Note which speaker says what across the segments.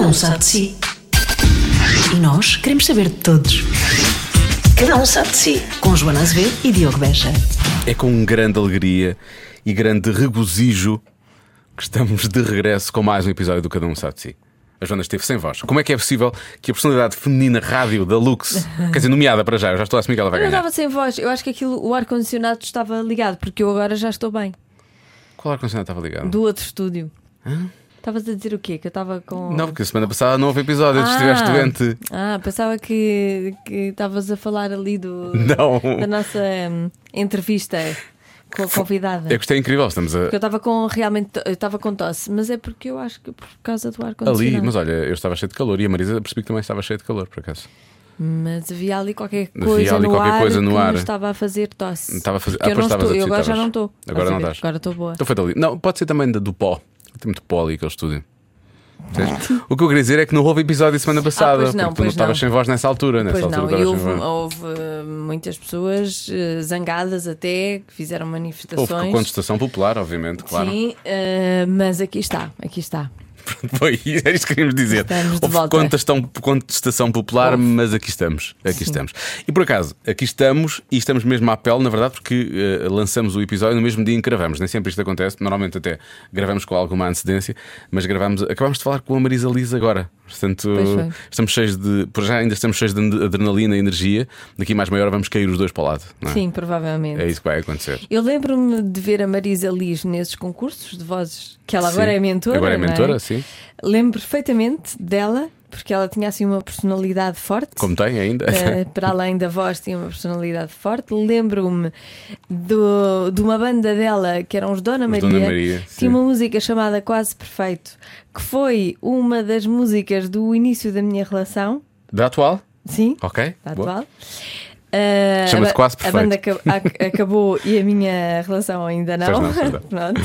Speaker 1: um sabe de si. E nós queremos saber de todos. Cada um sabe de si. Com Joana Azevedo e Diogo Beja.
Speaker 2: É com grande alegria e grande regozijo que estamos de regresso com mais um episódio do Cada Um Sabe de Si. A Joana esteve sem voz. Como é que é possível que a personalidade feminina rádio da Lux, quer dizer, nomeada para já, eu já estou a assumir que ela vai
Speaker 3: Eu não
Speaker 2: ganhar.
Speaker 3: estava sem voz. Eu acho que aquilo, o ar-condicionado estava ligado, porque eu agora já estou bem.
Speaker 2: Qual ar-condicionado estava ligado?
Speaker 3: Do outro estúdio. Estavas a dizer o quê? Que eu estava com.
Speaker 2: Não, porque a semana passada não houve episódio, tu
Speaker 3: Ah.
Speaker 2: estiveste doente.
Speaker 3: Ah, pensava que que estavas a falar ali do.
Speaker 2: Não.
Speaker 3: Da nossa hum, entrevista com a convidada.
Speaker 2: Eu gostei é incrível, estamos a,
Speaker 3: Porque eu estava com realmente. to- Eu estava com tosse, mas é porque eu acho que por causa do ar-condicionado.
Speaker 2: ali, mas olha, eu estava cheio de calor e a Marisa percebi que também estava cheio de calor, por acaso.
Speaker 3: Mas havia ali qualquer
Speaker 2: Havia
Speaker 3: coisa
Speaker 2: ali
Speaker 3: no
Speaker 2: qualquer
Speaker 3: ar
Speaker 2: coisa no
Speaker 3: que
Speaker 2: ar.
Speaker 3: me estava a fazer tosse.
Speaker 2: Estava a fazer-
Speaker 3: Porque
Speaker 2: Ah,
Speaker 3: eu
Speaker 2: pois
Speaker 3: não
Speaker 2: estavas
Speaker 3: estou,
Speaker 2: a
Speaker 3: eu agora já
Speaker 2: citar-vos.
Speaker 3: não estou.
Speaker 2: Agora
Speaker 3: Estás a
Speaker 2: não
Speaker 3: ver?
Speaker 2: estás.
Speaker 3: Agora estou boa.
Speaker 2: Então foi dali. Não, pode ser também da do pó. Tem muito pó ali aquele estúdio. Percebes? o que eu queria dizer é que não houve episódio semana passada,
Speaker 3: Ah, pois
Speaker 2: porque tu
Speaker 3: não,
Speaker 2: não
Speaker 3: pois
Speaker 2: estavas
Speaker 3: não.
Speaker 2: sem voz nessa altura, nessa
Speaker 3: Pois
Speaker 2: altura
Speaker 3: não, e
Speaker 2: estavas sem
Speaker 3: houve,
Speaker 2: voz.
Speaker 3: houve, eh, muitas pessoas eh, zangadas até, que fizeram manifestações.
Speaker 2: Houve contestação popular, obviamente, claro.
Speaker 3: Sim, eh, mas aqui está, aqui está.
Speaker 2: Foi isso, era isso que queríamos dizer.
Speaker 3: Estamos de
Speaker 2: Houve
Speaker 3: volta.
Speaker 2: contestação, contestação popular,
Speaker 3: Houve.
Speaker 2: mas aqui estamos. Aqui estamos. E por acaso, aqui estamos e estamos mesmo à pele, na verdade, porque eh, lançamos o episódio no mesmo dia em que gravamos. Nem sempre isto acontece, normalmente até gravamos com alguma antecedência, mas gravamos, acabamos de falar com a Marisa Liz agora. Portanto,
Speaker 3: Pois foi.
Speaker 2: estamos cheios de. Por já ainda estamos cheios de adrenalina e energia. Daqui mais meia hora vamos cair os dois para o lado. não é?
Speaker 3: Sim, provavelmente.
Speaker 2: É isso que vai acontecer.
Speaker 3: Eu lembro-me de ver a Marisa Liz nesses concursos de vozes, que ela agora
Speaker 2: Sim.
Speaker 3: é mentora.
Speaker 2: Agora é
Speaker 3: não
Speaker 2: mentora, sim.
Speaker 3: Lembro perfeitamente dela, porque ela tinha assim uma personalidade forte.
Speaker 2: Como tem ainda.
Speaker 3: Eh, para além da voz, tinha uma personalidade forte. Lembro-me do- de uma banda dela que eram os Dona
Speaker 2: Os
Speaker 3: Maria.
Speaker 2: Dona Maria, sim.
Speaker 3: tinha uma música chamada Quase Perfeito, que foi uma das músicas do início da minha relação.
Speaker 2: da atual?
Speaker 3: Sim,
Speaker 2: Ok.
Speaker 3: da
Speaker 2: boa.
Speaker 3: Tá atual. Eh,
Speaker 2: Chama-se
Speaker 3: a ba-
Speaker 2: Quase
Speaker 3: A banda acab- ac- acabou e a minha relação ainda não.
Speaker 2: Pois não, pois não.
Speaker 3: Pronto.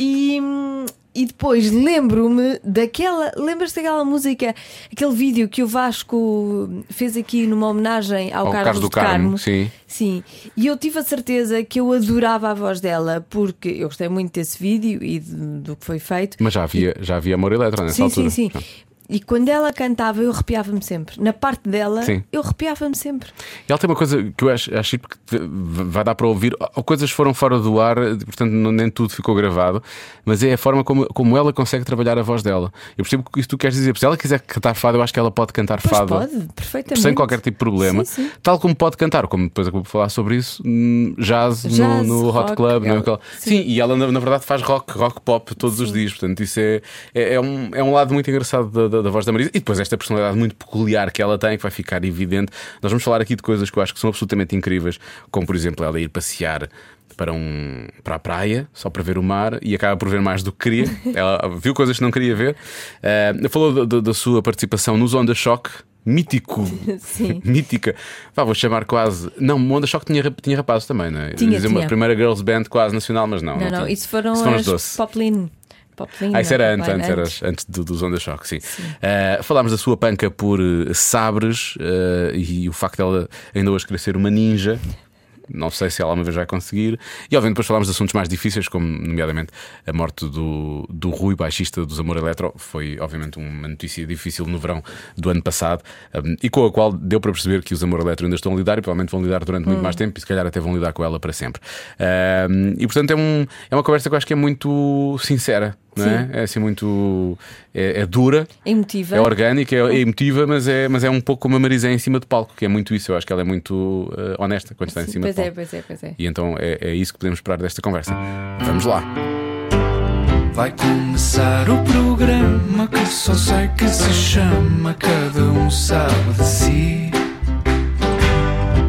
Speaker 3: E, hum, e depois lembro-me daquela. Lembras-te daquela música, aquele vídeo que o Vasco fez aqui numa homenagem ao,
Speaker 2: Ao
Speaker 3: Carlos,
Speaker 2: Carlos do
Speaker 3: do
Speaker 2: Carmo, sim.
Speaker 3: Sim, e eu tive a certeza que eu adorava a voz dela, porque eu gostei muito desse vídeo e de- do que foi feito.
Speaker 2: Mas já havia, já havia amor eletro nessa
Speaker 3: Sim,
Speaker 2: altura.
Speaker 3: sim, sim. E quando ela cantava, eu arrepiava-me sempre. Na parte dela,
Speaker 2: Sim.
Speaker 3: eu arrepiava-me sempre.
Speaker 2: E ela tem uma coisa que eu acho, acho chique, porque te- vai dar para ouvir. Ou coisas foram fora do ar, eh, portanto não- nem tudo ficou gravado, mas é a forma como, como ela consegue trabalhar a voz dela. Eu percebo o que isso tu queres dizer. Se ela quiser cantar fado, eu acho que ela pode cantar
Speaker 3: Pois
Speaker 2: fado.
Speaker 3: pode, perfeitamente.
Speaker 2: Sem qualquer tipo de problema,
Speaker 3: Sim, sim.
Speaker 2: tal como pode cantar, como depois acabo de falar sobre isso, hum, jazz, no-
Speaker 3: Jazz,
Speaker 2: no, Hot
Speaker 3: rock,
Speaker 2: Club, não é?
Speaker 3: ela-
Speaker 2: Aquela- sim.
Speaker 3: sim.
Speaker 2: e ela na, na verdade faz rock, rock pop todos os dias, portanto isso é, é, é um, é um lado muito engraçado da, da- da voz da Marisa. E depois esta personalidade muito peculiar que ela tem, que vai ficar evidente. Nós vamos falar aqui de coisas que eu acho que são absolutamente incríveis, como por exemplo ela ir passear. Para, um, para a praia, só para ver o mar, e acaba por ver mais do que queria. Ela viu coisas que não queria ver. Eh, falou da- da- da sua participação nos Onda Shock, mítico
Speaker 3: Sim.
Speaker 2: mítica. Pá, vou chamar quase. Não, Onda Choque tinha, rap- tinha rapazes também, não é?
Speaker 3: Tinha,
Speaker 2: Dizer uma
Speaker 3: tinha.
Speaker 2: primeira girls band quase nacional, mas não.
Speaker 3: Não, não,
Speaker 2: tinha.
Speaker 3: isso foram,
Speaker 2: Isso Ah, foram os
Speaker 3: as
Speaker 2: doce.
Speaker 3: Poplin. Poplin
Speaker 2: Ah, isso
Speaker 3: ou
Speaker 2: era antes,
Speaker 3: Poplin,
Speaker 2: antes, era antes, do- dos Onda Choque, sim. Ah, falámos da sua panca por eh, sabres ah, e o facto dela ainda hoje querer ser uma ninja. Não sei se ela uma vez vai conseguir. E, obviamente, depois falámos de assuntos mais difíceis, como, nomeadamente, a morte do, do Rui, baixista dos Amor Eletro. Foi, obviamente, uma notícia difícil no verão do ano passado um, e com a qual deu para perceber que os Amor Eletro ainda estão a lidar e provavelmente vão lidar durante
Speaker 3: Hum.
Speaker 2: muito mais tempo e, se calhar, até vão lidar com ela para sempre. Um, e, portanto, é, um, é uma conversa que eu acho que é muito sincera, não é? É assim, muito. é- é dura.
Speaker 3: Emotiva.
Speaker 2: É orgânica, é é emotiva, mas é, mas é um pouco como a Marisa é em cima de palco, que é muito isso. Eu acho que ela é muito eh, honesta quando está em cima
Speaker 3: pois
Speaker 2: de
Speaker 3: é,
Speaker 2: palco.
Speaker 3: pois é, pois é.
Speaker 2: E então é, é isso que podemos esperar desta conversa. Vamos lá.
Speaker 4: Vai começar o programa que só sei que se chama Cada um sabe de si.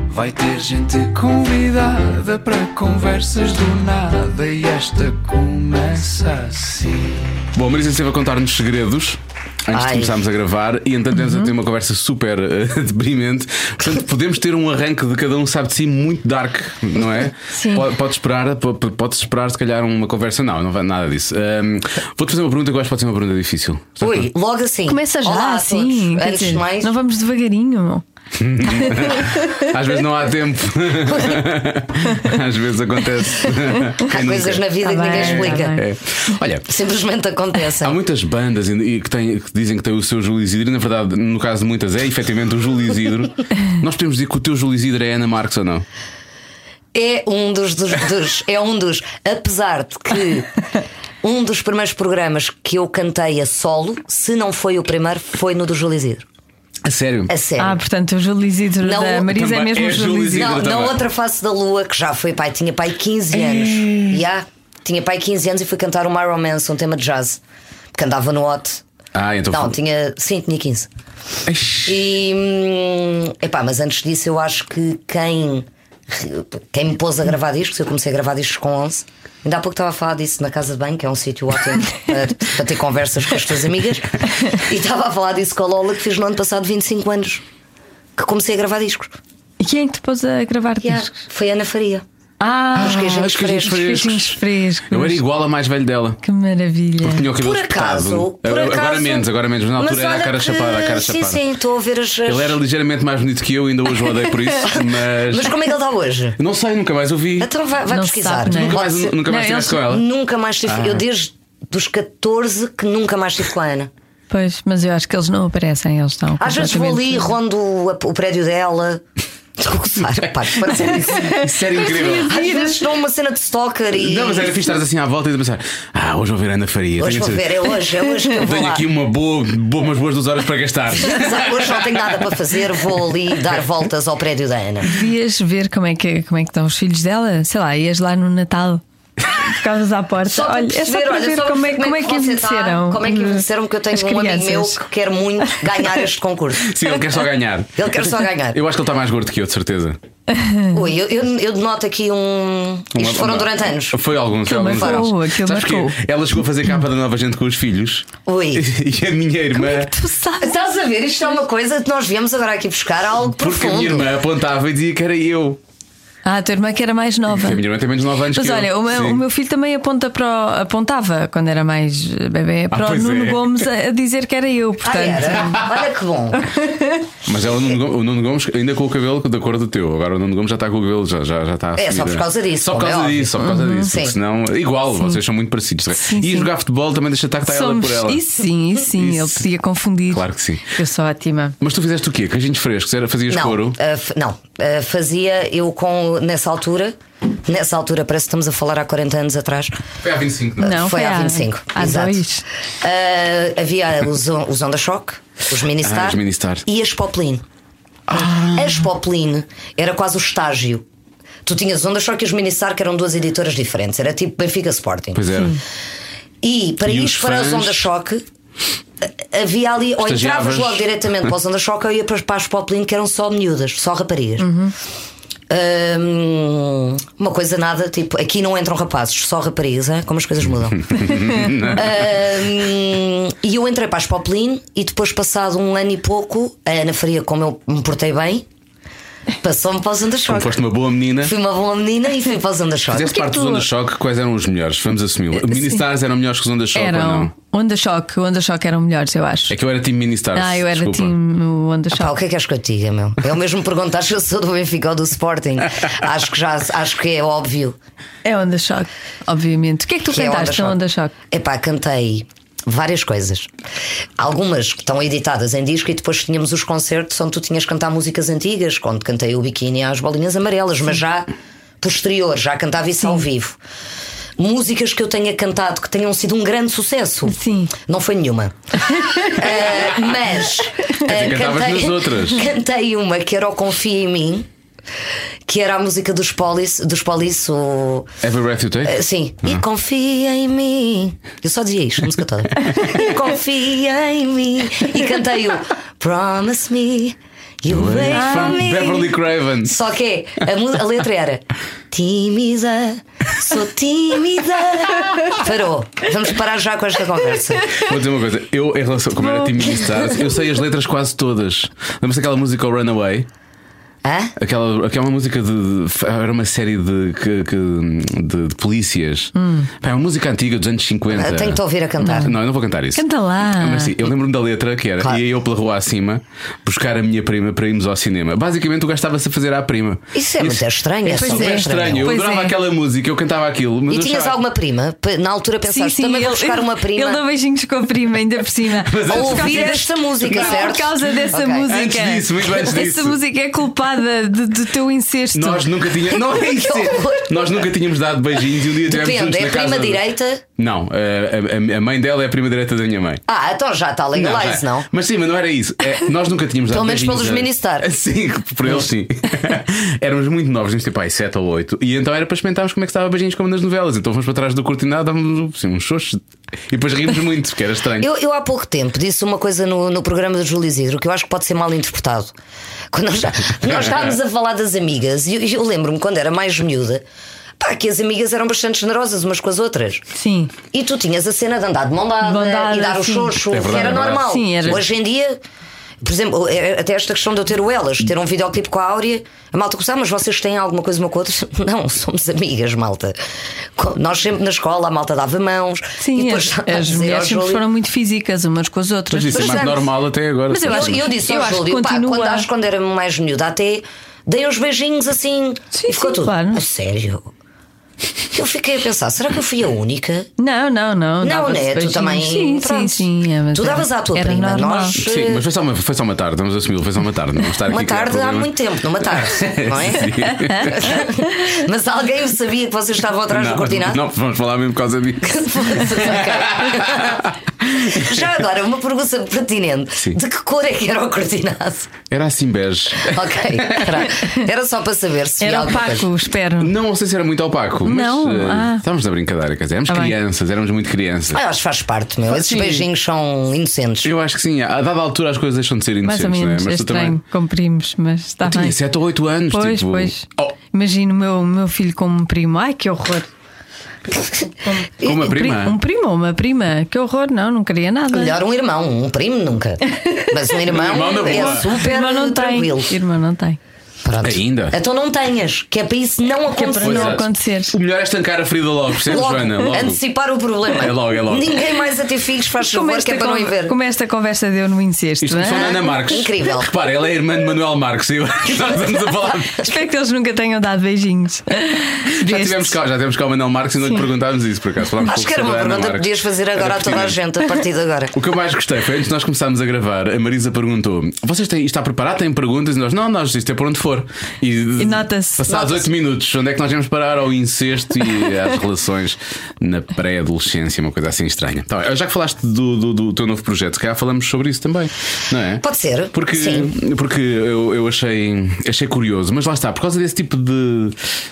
Speaker 4: Vai ter gente convidada para conversas do nada e esta começa assim.
Speaker 2: Bom, a Marisa esteve a contar-nos segredos. Antes de
Speaker 1: Ai.
Speaker 2: começarmos a gravar e então temos a ter uma conversa super eh, deprimente. Portanto, podemos ter um arranque de cada um sabe de si muito dark, não é?
Speaker 3: Sim.
Speaker 2: Pode, pode esperar, po- po- pode esperar se calhar uma conversa. Não, não vai nada disso. Ahm, Vou-te fazer uma pergunta que eu acho que pode ser uma pergunta difícil. Estás
Speaker 5: Ui, logo assim.
Speaker 3: Começa já,
Speaker 5: Olá a todos.
Speaker 3: assim. quer
Speaker 5: Antes de
Speaker 3: dizer,
Speaker 5: mais,
Speaker 3: Não vamos devagarinho.
Speaker 2: Às vezes não há tempo. Às vezes acontece.
Speaker 5: Há
Speaker 2: Quem
Speaker 5: coisas
Speaker 2: nunca?
Speaker 5: na vida
Speaker 3: Tá
Speaker 5: que ninguém
Speaker 3: bem,
Speaker 5: explica.
Speaker 3: tá
Speaker 2: É. Olha,
Speaker 5: Simplesmente acontecem.
Speaker 2: Há muitas bandas e- e que, têm- que dizem que têm o seu Júlio Isidro, e na verdade, no caso de muitas, é efetivamente o Júlio Isidro. Nós podemos dizer que o teu Júlio Isidro é Ana Marques ou não?
Speaker 5: É um dos, dos- dos- É um dos. Apesar de que um dos primeiros programas que eu cantei a solo, se não foi o primeiro, foi no do Júlio Isidro.
Speaker 2: A sério?
Speaker 5: A sério.
Speaker 3: Ah, portanto, o Júlio Isidro
Speaker 5: Não,
Speaker 3: da Marisa é
Speaker 2: É. também
Speaker 3: mesmo
Speaker 2: é
Speaker 3: o Júlio
Speaker 2: Júlio
Speaker 3: Isidro.
Speaker 5: Não,
Speaker 2: também.
Speaker 5: na outra face da lua, que já foi pai, tinha pai 15 anos. Já, tinha pai 15 anos e fui cantar uma Romance, um tema de jazz. Porque andava no hot.
Speaker 2: Ah, então.
Speaker 5: Não, tinha. Sim, tinha 15.
Speaker 2: Eish.
Speaker 5: E. hum, Epá, mas antes disso eu acho que quem. Quem me pôs a gravar discos, eu comecei a gravar discos com 11. Ainda há pouco estava a falar disso na Casa de Banho, que é um sítio ótimo para, para ter conversas com as tuas amigas. E estava a falar disso com a Lola, que fiz no ano passado 25 anos, que comecei a gravar discos.
Speaker 3: E quem é que te pôs a gravar
Speaker 5: Yeah,
Speaker 3: discos?
Speaker 5: Foi a Ana Faria.
Speaker 3: Ah,
Speaker 5: Os queijinhos
Speaker 2: os queijinhos
Speaker 5: frescos.
Speaker 2: frescos.
Speaker 3: queijinhos frescos.
Speaker 2: Eu era igual a mais velho dela.
Speaker 3: Que maravilha.
Speaker 2: Porque tinha o cabelo
Speaker 5: Por acaso,
Speaker 2: espetado.
Speaker 5: por
Speaker 2: agora,
Speaker 5: acaso-
Speaker 2: agora menos, agora menos. Mas na
Speaker 5: Mas
Speaker 2: altura era
Speaker 5: olha
Speaker 2: a cara
Speaker 5: que-
Speaker 2: chapada, a cara
Speaker 5: Sim,
Speaker 2: chapada.
Speaker 5: sim, estou a ver as. as-
Speaker 2: Ele era ligeiramente mais bonito que eu, ainda hoje o odeio por isso, mas.
Speaker 5: Mas como é que ele está hoje?
Speaker 2: Não sei, nunca mais ouvi.
Speaker 5: Então vai, vai
Speaker 3: Não se
Speaker 5: pesquisar.
Speaker 3: sabe, né?
Speaker 2: Nunca mais,
Speaker 3: Pode ser.
Speaker 2: nunca mais
Speaker 3: Não,
Speaker 2: estiveste
Speaker 3: eles-
Speaker 2: com ela. Ah.
Speaker 5: Nunca mais tive. Eu desde os 14 que nunca mais estive com a Ana.
Speaker 3: Pois, mas eu acho que eles não aparecem, eles estão.
Speaker 5: Às vezes vou ali, rondo a- o prédio dela. Estou a gozar, pá, que parece isso.
Speaker 2: Isso era incrível.
Speaker 5: Às vezes dou uma cena de stalker e.
Speaker 2: Não, mas era fixe estar assim à volta e pensar: Ah, hoje vou ver a Ana Faria.
Speaker 5: Hoje
Speaker 2: tenho
Speaker 5: vou
Speaker 2: que-
Speaker 5: ver, é hoje, é hoje que eu vou
Speaker 2: Tenho
Speaker 5: lá.
Speaker 2: aqui um uma boa, boa, umas boas duas horas para gastar.
Speaker 5: Apesar que Hoje não tenho nada para fazer, vou ali dar voltas ao prédio da Ana.
Speaker 3: Podias ver como é, que, como é que estão os filhos dela? Sei lá, ias lá no Natal. Ficavas à porta.
Speaker 5: Só para
Speaker 3: Olha, é só
Speaker 5: perceber,
Speaker 3: para
Speaker 5: olha,
Speaker 3: ver
Speaker 5: só
Speaker 3: como, é, como é que
Speaker 5: você está,
Speaker 3: envelheceram. Hum.
Speaker 5: Como é que envelheceram? Porque eu tenho
Speaker 3: as
Speaker 5: um amigo meu
Speaker 3: crianças.
Speaker 5: que quer muito ganhar este concurso.
Speaker 2: Sim, ele quer só ganhar.
Speaker 5: Ele quer só ganhar.
Speaker 2: Eu acho que ele está mais gordo que eu, de certeza.
Speaker 5: Ui, eu, eu, eu denoto aqui um. Isto
Speaker 2: Uhum. Uma-
Speaker 5: foram
Speaker 2: uma-
Speaker 5: durante anos.
Speaker 2: Foi alguns, foi
Speaker 3: Aquilo
Speaker 2: alguns
Speaker 3: marcou,
Speaker 2: anos.
Speaker 3: aquilo
Speaker 2: Sabes que
Speaker 3: marcou.
Speaker 2: ela chegou a fazer capa da nova gente com os filhos
Speaker 5: Ui.
Speaker 2: e a minha irmã.
Speaker 3: é Tu sabes?
Speaker 5: Estás a ver? Isto é uma coisa que nós viemos agora aqui buscar algo
Speaker 2: Porque a
Speaker 5: profundo.
Speaker 2: minha irmã apontava e dizia que era eu.
Speaker 3: Ah, a tua irmã que era mais nova.
Speaker 2: A minha irmã tem menos 9 anos
Speaker 3: Mas
Speaker 2: que
Speaker 3: olha,
Speaker 2: eu.
Speaker 3: o meu,
Speaker 2: Sim.
Speaker 3: o meu filho também aponta para o- apontava quando era mais bebê para o
Speaker 2: pois
Speaker 3: Nuno
Speaker 2: é.
Speaker 3: Gomes a, a dizer que era eu,
Speaker 5: Ah,
Speaker 3: portanto.
Speaker 5: era? Olha que bom.
Speaker 2: Mas ela, o, Nuno Gomes, o Nuno Gomes ainda com o cabelo da cor do teu. Agora o Nuno Gomes já está com o cabelo, já, já, já está a
Speaker 5: É, só
Speaker 2: subir.
Speaker 5: por causa disso,
Speaker 2: Só por
Speaker 5: como é
Speaker 2: causa
Speaker 5: óbvio.
Speaker 2: disso, só por causa disso. Porque
Speaker 5: Sim.
Speaker 2: senão, igual, vocês são muito parecidos. tá? e
Speaker 3: sim.
Speaker 2: jogar futebol também deixa estar que está ela
Speaker 3: Somos,
Speaker 2: por ela.
Speaker 3: e sim, e sim,
Speaker 2: Isso.
Speaker 3: ele podia confundir.
Speaker 2: Claro que sim.
Speaker 3: Eu sou ótima.
Speaker 2: Mas tu fizeste o quê? Queijinhos frescos? Era, fazias
Speaker 5: Não,
Speaker 2: couro?
Speaker 5: ah, f- não. Ah, fazia eu com. Nessa altura. Nessa altura, parece que estamos a falar há 40 anos atrás.
Speaker 2: Foi há 25, não? é?
Speaker 3: Não,
Speaker 5: foi,
Speaker 3: foi
Speaker 5: há
Speaker 3: há-
Speaker 5: 25.
Speaker 3: há
Speaker 5: exato.
Speaker 3: dois.
Speaker 5: Ah, havia os, on- os Onda Shock, os Ministar
Speaker 2: Ah, os Ah. Mini Star.
Speaker 5: e as Poplin. As Poplin era quase o estágio. Tu tinhas os Onda Shock e os Ministar, que eram duas editoras diferentes. Era tipo Benfica Sporting.
Speaker 2: Pois é. era.
Speaker 5: E para
Speaker 2: E
Speaker 5: ir
Speaker 2: os
Speaker 5: para os
Speaker 2: fãs?
Speaker 5: Onda Choque eh, havia ali, ou entravas
Speaker 2: Estagiavas?
Speaker 5: logo diretamente para os Onda Choque ou ia para, para as Poplin que eram só miúdas, só raparigas. Hum, uma coisa nada, tipo, aqui não entram rapazes, só raparigas, hein? como as coisas mudam. Hum, e eu entrei para as Poplin e depois, passado um ano e pouco, a Ana Faria, como eu me portei bem, passou-me para os Onda
Speaker 2: Como
Speaker 5: Choque
Speaker 2: foste uma boa menina.
Speaker 5: Fui uma boa menina e fui para os Onda Choque
Speaker 2: Fizeste
Speaker 3: que é
Speaker 2: parte
Speaker 3: que
Speaker 2: dos
Speaker 3: tu-
Speaker 2: Onda Choque, quais eram os melhores? Vamos assumi-lo. Ministars eram melhores que os Onda Choque ou
Speaker 3: Eram
Speaker 2: não?
Speaker 3: Onda Choque, Onda Choque eram melhores, eu acho.
Speaker 2: É que eu era time Ministars.
Speaker 3: Ah, eu era
Speaker 2: desculpa.
Speaker 3: time Onda
Speaker 5: Pá, o
Speaker 3: Choque.
Speaker 5: que é que és que eu te diga, meu? É o mesmo perguntar se eu sou do Benfica ou do Sporting. Acho que já acho que é óbvio.
Speaker 3: É Onda Choque, obviamente. O que é que tu
Speaker 5: que é
Speaker 3: cantaste na Onda Choque?
Speaker 5: Epá, cantei várias coisas. Algumas que estão editadas em disco e depois tínhamos os concertos onde tu tinhas que cantar músicas antigas, quando cantei o biquíni às bolinhas amarelas, mas já posterior, já cantava isso ao vivo. Músicas que eu tenha cantado que tenham sido um grande sucesso.
Speaker 3: Sim.
Speaker 5: Não foi nenhuma. Ah, mas ah,
Speaker 2: cantavas nas outras.
Speaker 5: cantei uma que era o Confia em mim, que era a música dos Polis, dos Polis, o
Speaker 2: Every Breath You Take?
Speaker 5: eh, Sim. E confia em mim. Eu só dizia isto, a música toda. e confia em mim. E cantei o Promise me you wait for
Speaker 2: From
Speaker 5: me.
Speaker 2: Beverly Craven.
Speaker 5: Só que a, mu- a letra era tímida, sou tímida. Parou. Vamos parar já com esta conversa.
Speaker 2: Vou dizer uma coisa, eu em relação como era time Ministars, eu sei as letras quase todas. Lembra-se daquela música o Runaway?
Speaker 5: Hã?
Speaker 2: Aquela, aquela música de, de- Era uma série de, que- que- de, de polícias. Pá, é uma música antiga dos anos 50.
Speaker 5: Eu tenho que te ouvir a cantar.
Speaker 2: Não, eu não vou cantar isso.
Speaker 6: Canta lá.
Speaker 2: Ah, mas sim, eu lembro-me da letra que era
Speaker 5: Claro.
Speaker 2: Ia eu pela rua acima buscar a minha prima para irmos ao cinema. Basicamente, o gajo estava-se a fazer à prima.
Speaker 5: Isso é muito estranho,
Speaker 2: É
Speaker 5: é
Speaker 2: super
Speaker 5: super
Speaker 2: estranho. Eu
Speaker 6: Pois
Speaker 2: adorava
Speaker 6: é.
Speaker 2: aquela música, eu cantava aquilo. Mas
Speaker 5: E
Speaker 2: eu
Speaker 5: tinhas
Speaker 2: achava-
Speaker 5: alguma prima? P- Na altura pensaste, também vou buscar uma
Speaker 6: Ele dá
Speaker 5: prima.
Speaker 6: beijinhos com a prima, ainda por cima.
Speaker 2: Mas
Speaker 5: Ou
Speaker 2: antes
Speaker 5: ouvir
Speaker 2: disso-
Speaker 5: esta música,
Speaker 6: Não,
Speaker 5: certo?
Speaker 6: Por causa dessa
Speaker 5: Ok.
Speaker 6: música.
Speaker 2: Antes disso, muito antes
Speaker 6: Essa
Speaker 2: disso.
Speaker 6: música é culpada de- do teu incesto.
Speaker 2: Nós nunca tínhamos. Não, é isso.
Speaker 5: Que horror.
Speaker 2: Nós nunca tínhamos dado beijinhos e um dia tivemos juntos
Speaker 5: Depende,
Speaker 2: na
Speaker 5: é
Speaker 2: casa
Speaker 5: prima
Speaker 2: de-
Speaker 5: direita?
Speaker 2: Não, a, a- a mãe dela é a prima direita da minha mãe.
Speaker 5: Ah, então já está legalize,
Speaker 2: já é.
Speaker 5: não?
Speaker 2: Mas sim, mas não era isso. É, nós nunca tínhamos dado
Speaker 5: Pelo menos
Speaker 2: beijinhos
Speaker 5: pelos
Speaker 2: a-
Speaker 5: mini-star.
Speaker 2: Sim, por eles sim. Éramos muito novos, tínhamos tipo aí 7 ou 8. E então era para experimentarmos como é que estava beijinhos como nas novelas. Então fomos para trás do cortinado, dávamos assim, uns xoxos. E depois rimos muito, porque era estranho.
Speaker 5: Eu, eu há pouco tempo disse uma coisa no, no programa do Júlio Isidro que eu acho que pode ser mal interpretado. Quando nós, tá- nós estávamos a falar das amigas, e eu, eu lembro-me quando era mais miúda, pá, que as amigas eram bastante generosas umas com as outras.
Speaker 6: Sim.
Speaker 5: E tu tinhas a cena de andar de mão dada,
Speaker 6: Mão dada,
Speaker 5: e dar o
Speaker 6: sim.
Speaker 5: xoxo,
Speaker 2: É verdade,
Speaker 5: que era
Speaker 2: é verdade.
Speaker 5: normal.
Speaker 6: Sim, era.
Speaker 5: Hoje em dia. Por exemplo, é- até esta questão de eu ter o Elas, ter um videoclipe com a Áurea, a malta que mas vocês têm alguma coisa uma com a outra? Não, somos amigas, malta. Co- Nós sempre na escola a malta dava mãos. e
Speaker 6: Sim,
Speaker 5: depois
Speaker 6: as,
Speaker 5: estava a
Speaker 6: as
Speaker 5: dizer ao
Speaker 6: mulheres sempre
Speaker 5: Júlio-
Speaker 6: foram muito físicas umas com as outras.
Speaker 2: mas isso é
Speaker 6: Pois
Speaker 2: mais
Speaker 6: é.
Speaker 2: normal até agora.
Speaker 6: Mas eu
Speaker 5: Eu,
Speaker 6: acho-
Speaker 5: eu disse
Speaker 6: eu
Speaker 5: ao
Speaker 6: acho que
Speaker 5: Júlio, pá,
Speaker 6: continua.
Speaker 5: quando, acho que quando era mais miúda, até dei uns beijinhos assim
Speaker 6: Sim,
Speaker 5: e ficou
Speaker 6: sim,
Speaker 5: tudo.
Speaker 6: claro.
Speaker 5: A sério. Eu fiquei a pensar, será que eu fui a única?
Speaker 6: Não, não, não.
Speaker 5: Não,
Speaker 6: dava-se
Speaker 5: né? Tu
Speaker 6: beijinhos.
Speaker 5: também.
Speaker 6: Sim, sim,
Speaker 5: pronto.
Speaker 6: sim. é, mas
Speaker 5: tu
Speaker 6: era-
Speaker 5: davas à tua
Speaker 6: era
Speaker 5: prima,
Speaker 6: normal.
Speaker 5: nós.
Speaker 2: Sim, mas foi só, uma, foi só uma tarde, vamos assumi-lo, foi só uma tarde. Não vamos estar aqui
Speaker 5: Uma
Speaker 2: é a criar
Speaker 5: tarde há
Speaker 2: problemas.
Speaker 5: muito tempo, numa tarde, não é? Mas alguém sabia que vocês estavam atrás do
Speaker 2: não,
Speaker 5: coordenado?
Speaker 2: não, vamos falar mesmo por causa disso.
Speaker 5: Ok. Já agora, uma pergunta pertinente:
Speaker 2: Sim.
Speaker 5: de que cor é que era o coordenado?
Speaker 2: Era assim bege.
Speaker 5: Ok, era, era só para saber se havia
Speaker 6: Era
Speaker 5: alguma coisa.
Speaker 6: opaco, espero.
Speaker 2: Não, não sei se era muito opaco, mas
Speaker 6: Não,
Speaker 2: eh,
Speaker 6: ah.
Speaker 2: estávamos na brincadeira, quer dizer, éramos
Speaker 6: Tá bem.
Speaker 2: crianças, éramos muito crianças.
Speaker 5: Ah, eu acho que faz parte, meu.
Speaker 2: Faz
Speaker 5: Esses
Speaker 2: sim.
Speaker 5: beijinhos são inocentes.
Speaker 2: Eu acho que sim, a dada altura as coisas deixam de ser
Speaker 6: Mais ou
Speaker 2: inocentes,
Speaker 6: menos.
Speaker 2: né?
Speaker 6: é
Speaker 2: mas tu
Speaker 6: estranho.
Speaker 2: também.
Speaker 6: Comprimos, mas está
Speaker 2: Eu
Speaker 6: bem.
Speaker 2: tinha 7 ou 8 anos,
Speaker 6: Pois,
Speaker 2: tipo.
Speaker 6: pois.
Speaker 2: Oh,
Speaker 6: Imagino o meu, o meu filho com um primo. Ai, que horror.
Speaker 2: com uma prima.
Speaker 6: Um primo ou uma prima. Que horror, não, não queria nada.
Speaker 5: Melhor um irmão, um primo nunca. Mas um irmão,
Speaker 2: irmão na boa.
Speaker 5: é super
Speaker 6: Irmã não tem.
Speaker 5: tranquilo.
Speaker 6: Irmã não tem.
Speaker 5: Pronto.
Speaker 2: Ainda?
Speaker 5: Então não tenhas, que é para isso não
Speaker 6: Que é para
Speaker 5: acontecer.
Speaker 6: não
Speaker 2: é.
Speaker 6: acontecer.
Speaker 2: O melhor é estancar a ferida logo, percebes,
Speaker 5: Logo,
Speaker 2: Joana? Logo.
Speaker 5: antecipar o problema.
Speaker 2: É logo, é logo.
Speaker 5: Ninguém mais a ter filhos faz
Speaker 6: Como
Speaker 5: favor, que é para não ir
Speaker 6: con-
Speaker 5: ver.
Speaker 6: como esta conversa deu no incesto,
Speaker 2: Isto
Speaker 6: não é?
Speaker 2: começou na Ana Marques.
Speaker 5: Incrível.
Speaker 2: Repara, ela é irmã de Manuel Marques. e eu- Nós estamos a falar.
Speaker 6: Espero que eles nunca tenham dado beijinhos.
Speaker 2: Já
Speaker 6: Destes.
Speaker 2: tivemos, cá, já tivemos cá o Manuel Marques e não lhe perguntámos isso, por acaso. Falámos
Speaker 5: Acho
Speaker 2: pouco
Speaker 5: que era uma
Speaker 2: sobre a Ana
Speaker 5: pergunta que
Speaker 2: Marques.
Speaker 5: podias fazer
Speaker 2: Era
Speaker 5: agora a toda a
Speaker 2: pertinente.
Speaker 5: gente a partir de agora.
Speaker 2: O que eu mais gostei foi antes de nós começarmos a gravar, a Marisa perguntou: Vocês têm isto está preparado? Têm perguntas? E nós, não, nós isto é por onde for. E,
Speaker 6: nota-se.
Speaker 2: Passados
Speaker 6: Nota-se.
Speaker 2: oito minutos, onde é que nós vamos parar ao incesto e às relações na pré-adolescência, uma coisa assim estranha. Tá bem, já que falaste do, do- do teu novo projeto, se calhar falamos sobre isso também, não é?
Speaker 5: Pode ser,
Speaker 2: Porque,
Speaker 5: sim.
Speaker 2: porque eu, eu achei, achei curioso, mas lá está, por causa desse tipo de,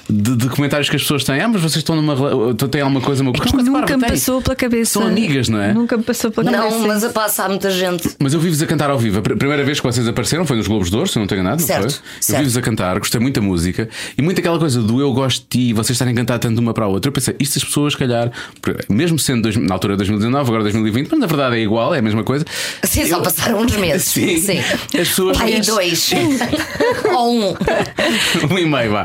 Speaker 2: de, de comentários que as pessoas têm, ah, mas vocês estão numa rela- têm alguma coisa, uma coisa.
Speaker 6: É Nunca me
Speaker 2: Tem.
Speaker 6: passou pela cabeça.
Speaker 2: São amigas, não é?
Speaker 6: Nunca me passou pela
Speaker 5: Não,
Speaker 6: cabeça.
Speaker 5: mas a passa há muita gente.
Speaker 2: Mas eu vi-vos a cantar ao vivo. A pr- primeira vez que vocês apareceram foi nos Globos de Ouro, se eu não tenho nada,
Speaker 5: Certo,
Speaker 2: não foi? Eu
Speaker 5: certo.
Speaker 2: vi-vos a cantar, gostei muito da música e muito aquela coisa do eu gosto de ti e vocês estarem a cantar tanto uma para a outra. Eu pensei, isto as pessoas, se calhar, por- mesmo sendo dois- na altura de 2019, agora 2020, mas na verdade é igual, é a mesma coisa.
Speaker 5: Sim, só passaram uns meses.
Speaker 2: Sim. As pessoas-
Speaker 5: Aí dois. Ou um.
Speaker 2: um e meio, vá.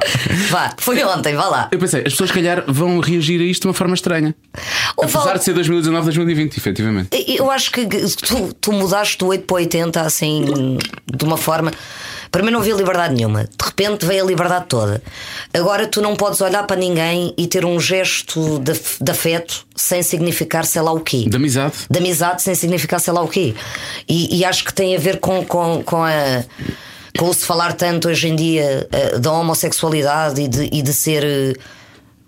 Speaker 5: Vá, foi ontem, vá lá.
Speaker 2: Eu pensei, as pessoas, se calhar, vão reagir a isto de uma forma estranha.
Speaker 5: Ou
Speaker 2: Apesar
Speaker 5: vá-
Speaker 2: de ser 2019, 2020, efetivamente.
Speaker 5: Eu acho que tu, tu mudaste do 8 para 80 assim de uma forma. Para mim não havia liberdade nenhuma. De repente veio a liberdade toda. Agora tu não podes olhar para ninguém e ter um gesto de, af- de afeto sem significar sei lá o quê.
Speaker 2: De amizade.
Speaker 5: De amizade sem significar sei lá o quê. E, e acho que tem a ver com, com, com a. Com o se falar tanto hoje em dia eh, da homossexualidade e de, e de ser eh,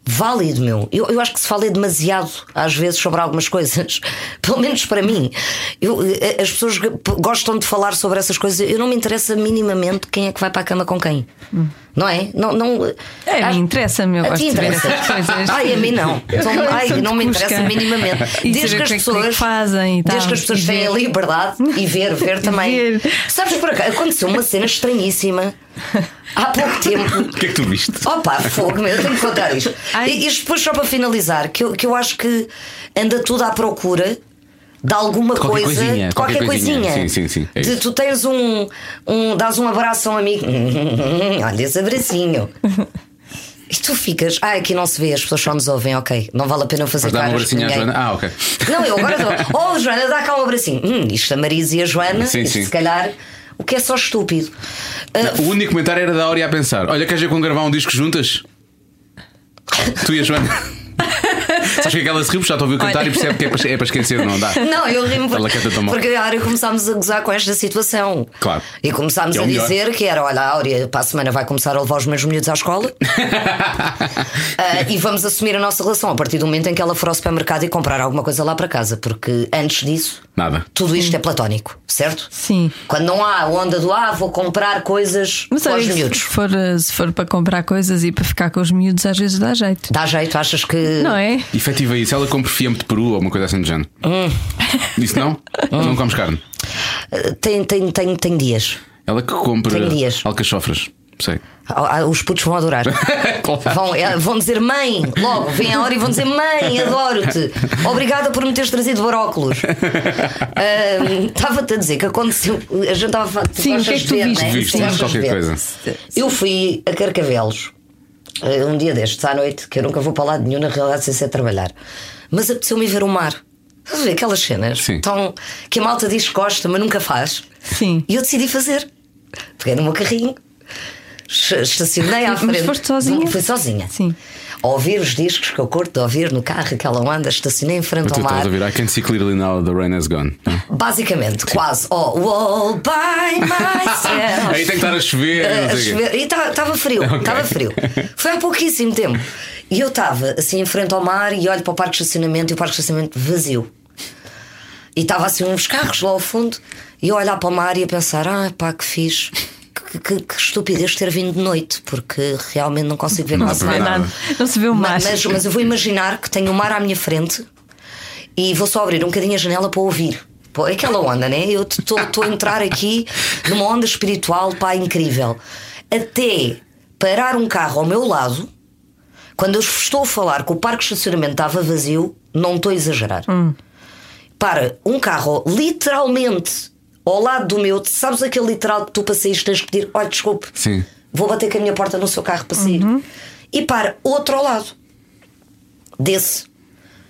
Speaker 5: válido, meu. Eu, eu acho que se fala demasiado, às vezes, sobre algumas coisas. Pelo menos para mim. Eu, eh, as pessoas g- p- gostam de falar sobre essas coisas. Eu não me interessa minimamente quem é que vai para a cama com quem. Não é? Não, não,
Speaker 6: É,
Speaker 5: acho-
Speaker 6: me interessa, meu.
Speaker 5: a
Speaker 6: Gosto
Speaker 5: ti
Speaker 6: de ver
Speaker 5: Ah, interessa.
Speaker 6: essas coisas.
Speaker 5: Ai, a mim não. Então,
Speaker 6: Eu
Speaker 5: ai,
Speaker 6: sou de
Speaker 5: não me
Speaker 6: Cusca.
Speaker 5: interessa minimamente.
Speaker 6: E
Speaker 5: Desde
Speaker 6: saber
Speaker 5: que as
Speaker 6: o que é que- o que é que
Speaker 5: pessoas
Speaker 6: fazem e
Speaker 5: Desde
Speaker 6: tal.
Speaker 5: que as pessoas
Speaker 6: E
Speaker 5: têm a
Speaker 6: ver.
Speaker 5: liberdade e ver, ver também.
Speaker 6: Ver.
Speaker 5: Sabes por acaso? Aconteceu uma cena estranhíssima há pouco tempo.
Speaker 2: O que é que tu viste?
Speaker 5: Opa, fogo, meu, eu tenho que contar isto.
Speaker 6: Ai.
Speaker 5: E, e depois, só para finalizar, que eu, que eu acho que anda tudo à procura de alguma
Speaker 2: qualquer
Speaker 5: coisa,
Speaker 2: coisinha,
Speaker 5: de qualquer,
Speaker 2: qualquer coisinha.
Speaker 5: coisinha.
Speaker 2: Sim, sim, sim, é
Speaker 5: De
Speaker 2: isso.
Speaker 5: tu tens um, um. dás um abraço a um amigo. Olha esse abracinho. E tu ficas. Ah, aqui não se vê, as pessoas só nos ouvem, ok. Não vale a pena eu fazer
Speaker 2: Mas dá
Speaker 5: caras
Speaker 2: uma
Speaker 5: com
Speaker 2: bracinha um à
Speaker 5: ninguém.
Speaker 2: Joana. Ah, ok.
Speaker 5: Não, eu agora dou. Oh, Joana, dá cá um abracinho. Hum, isto a Marisa e a Joana,
Speaker 2: Sim,
Speaker 5: isto
Speaker 2: sim.
Speaker 5: se calhar, o que é só estúpido. Ah,
Speaker 2: O único comentário era da Áurea a pensar: Olha, queres ver quando gravar um disco juntas? Tu e a Joana. Sabes que é que ela se riu, porque já te ouviu cantar
Speaker 6: Olha.
Speaker 2: e percebe que é para, é para esquecer, não dá?
Speaker 5: Não, eu rimo
Speaker 2: Ela
Speaker 5: porque,
Speaker 2: canta tão mal.
Speaker 5: porque a Áurea começámos a gozar com esta situação.
Speaker 2: Claro.
Speaker 5: E começámos
Speaker 2: Que é o
Speaker 5: a
Speaker 2: melhor.
Speaker 5: dizer que era: olha, a Áurea para a semana vai começar a levar os meus miúdos à escola Ah, e vamos assumir a nossa relação a partir do momento em que ela for ao supermercado e comprar alguma coisa lá para casa, porque antes disso.
Speaker 2: Nada.
Speaker 5: Tudo isto é platónico, certo?
Speaker 6: Sim.
Speaker 5: Quando não há a onda do ah, vou comprar coisas
Speaker 6: Mas é
Speaker 5: para os
Speaker 6: olha, se
Speaker 5: miúdos.
Speaker 6: for, eh, se for para comprar coisas e para ficar com os miúdos, às vezes dá jeito.
Speaker 5: Dá jeito, achas que.
Speaker 6: Não é?
Speaker 2: Efetiva isso, ela compra fiambre de Peru ou uma coisa assim do género.
Speaker 5: Hum.
Speaker 2: Isso não? Não comes carne.
Speaker 5: eh, Tem, tem, tem, tem dias.
Speaker 2: Ela que compra
Speaker 5: Tenho dias.
Speaker 2: alcachofras. Sei.
Speaker 5: Ah, ah, Os putos vão adorar.
Speaker 2: Claro.
Speaker 5: Vão, eh, vão dizer mãe, logo, vem a hora e vão dizer mãe, adoro-te. Obrigada por me teres trazido baróculos. Ahm, Estava-te a dizer que aconteceu. A gente estava a falar. tu
Speaker 6: Sim, o
Speaker 5: gostas
Speaker 6: que é que
Speaker 5: de
Speaker 6: tu
Speaker 5: ver,
Speaker 6: viste?
Speaker 5: né?
Speaker 2: Viste, viste
Speaker 5: Tu gostas de
Speaker 2: qualquer
Speaker 5: ver.
Speaker 2: coisa.
Speaker 5: Eu fui a Carcavelos eh, um dia destes à noite, que eu nunca vou para lado nenhum na realidade sem ser trabalhar, mas apeteceu-me ir ver o mar. Estás a ver aquelas cenas
Speaker 2: Sim.
Speaker 5: tão, que a malta diz que gosta, mas nunca faz.
Speaker 6: Sim.
Speaker 5: E eu decidi fazer. Peguei no meu carrinho, ch- estacionei à
Speaker 6: Mas
Speaker 5: frente.
Speaker 6: foste sozinha?
Speaker 5: Fui sozinha.
Speaker 6: Sim.
Speaker 5: A ouvir os discos que eu curto de ouvir no carro, aquela onda, estacionei em frente
Speaker 2: Mas tu
Speaker 5: ao mar.
Speaker 2: estás a ouvir I can see clearly now the rain has gone.
Speaker 5: Ah, Basicamente, quase. Oh, all by myself.
Speaker 2: Aí tem que estar a chover.
Speaker 5: a
Speaker 2: não sei o quê.
Speaker 5: chover. E estava frio, estava frio. Foi há pouquíssimo tempo. E eu estava assim em frente ao mar e olho para o parque de estacionamento e o parque de estacionamento vazio. E estava assim uns carros lá ao fundo e eu a olhar para o mar e a pensar: ah, pá, que fixe. Que, que- que estupidez ter vindo de noite, porque realmente não consigo ver quase
Speaker 2: dá para ver
Speaker 5: nada.
Speaker 2: nada.
Speaker 6: Não se vê o
Speaker 5: Ma-
Speaker 6: mais.
Speaker 5: Mas, mas eu vou imaginar que tenho o mar à minha frente e vou só abrir um bocadinho a janela para ouvir. Pô, é aquela onda, né? Eu estou a entrar aqui numa onda espiritual, pá, incrível. Até parar um carro ao meu lado, quando eu estou a falar que o parque de estacionamento estava vazio, não estou a exagerar. Para um carro literalmente ao lado do meu, sabes aquele literal que tu para sair tens que pedir: olha, desculpe,
Speaker 2: Sim.
Speaker 5: vou bater com a minha porta no seu carro para sair. E para outro ao lado desse.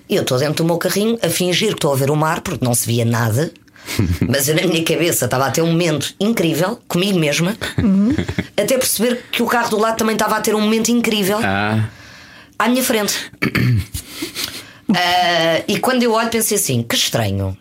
Speaker 5: E eu estou dentro do meu carrinho a fingir que estou a ver o mar, porque não se via nada. Mas eu, na minha cabeça estava a ter um momento incrível comigo mesma, até perceber que o carro do lado também estava a ter um momento incrível
Speaker 2: Ah,
Speaker 5: à minha frente. Ah, e quando eu olho, pensei assim: que estranho.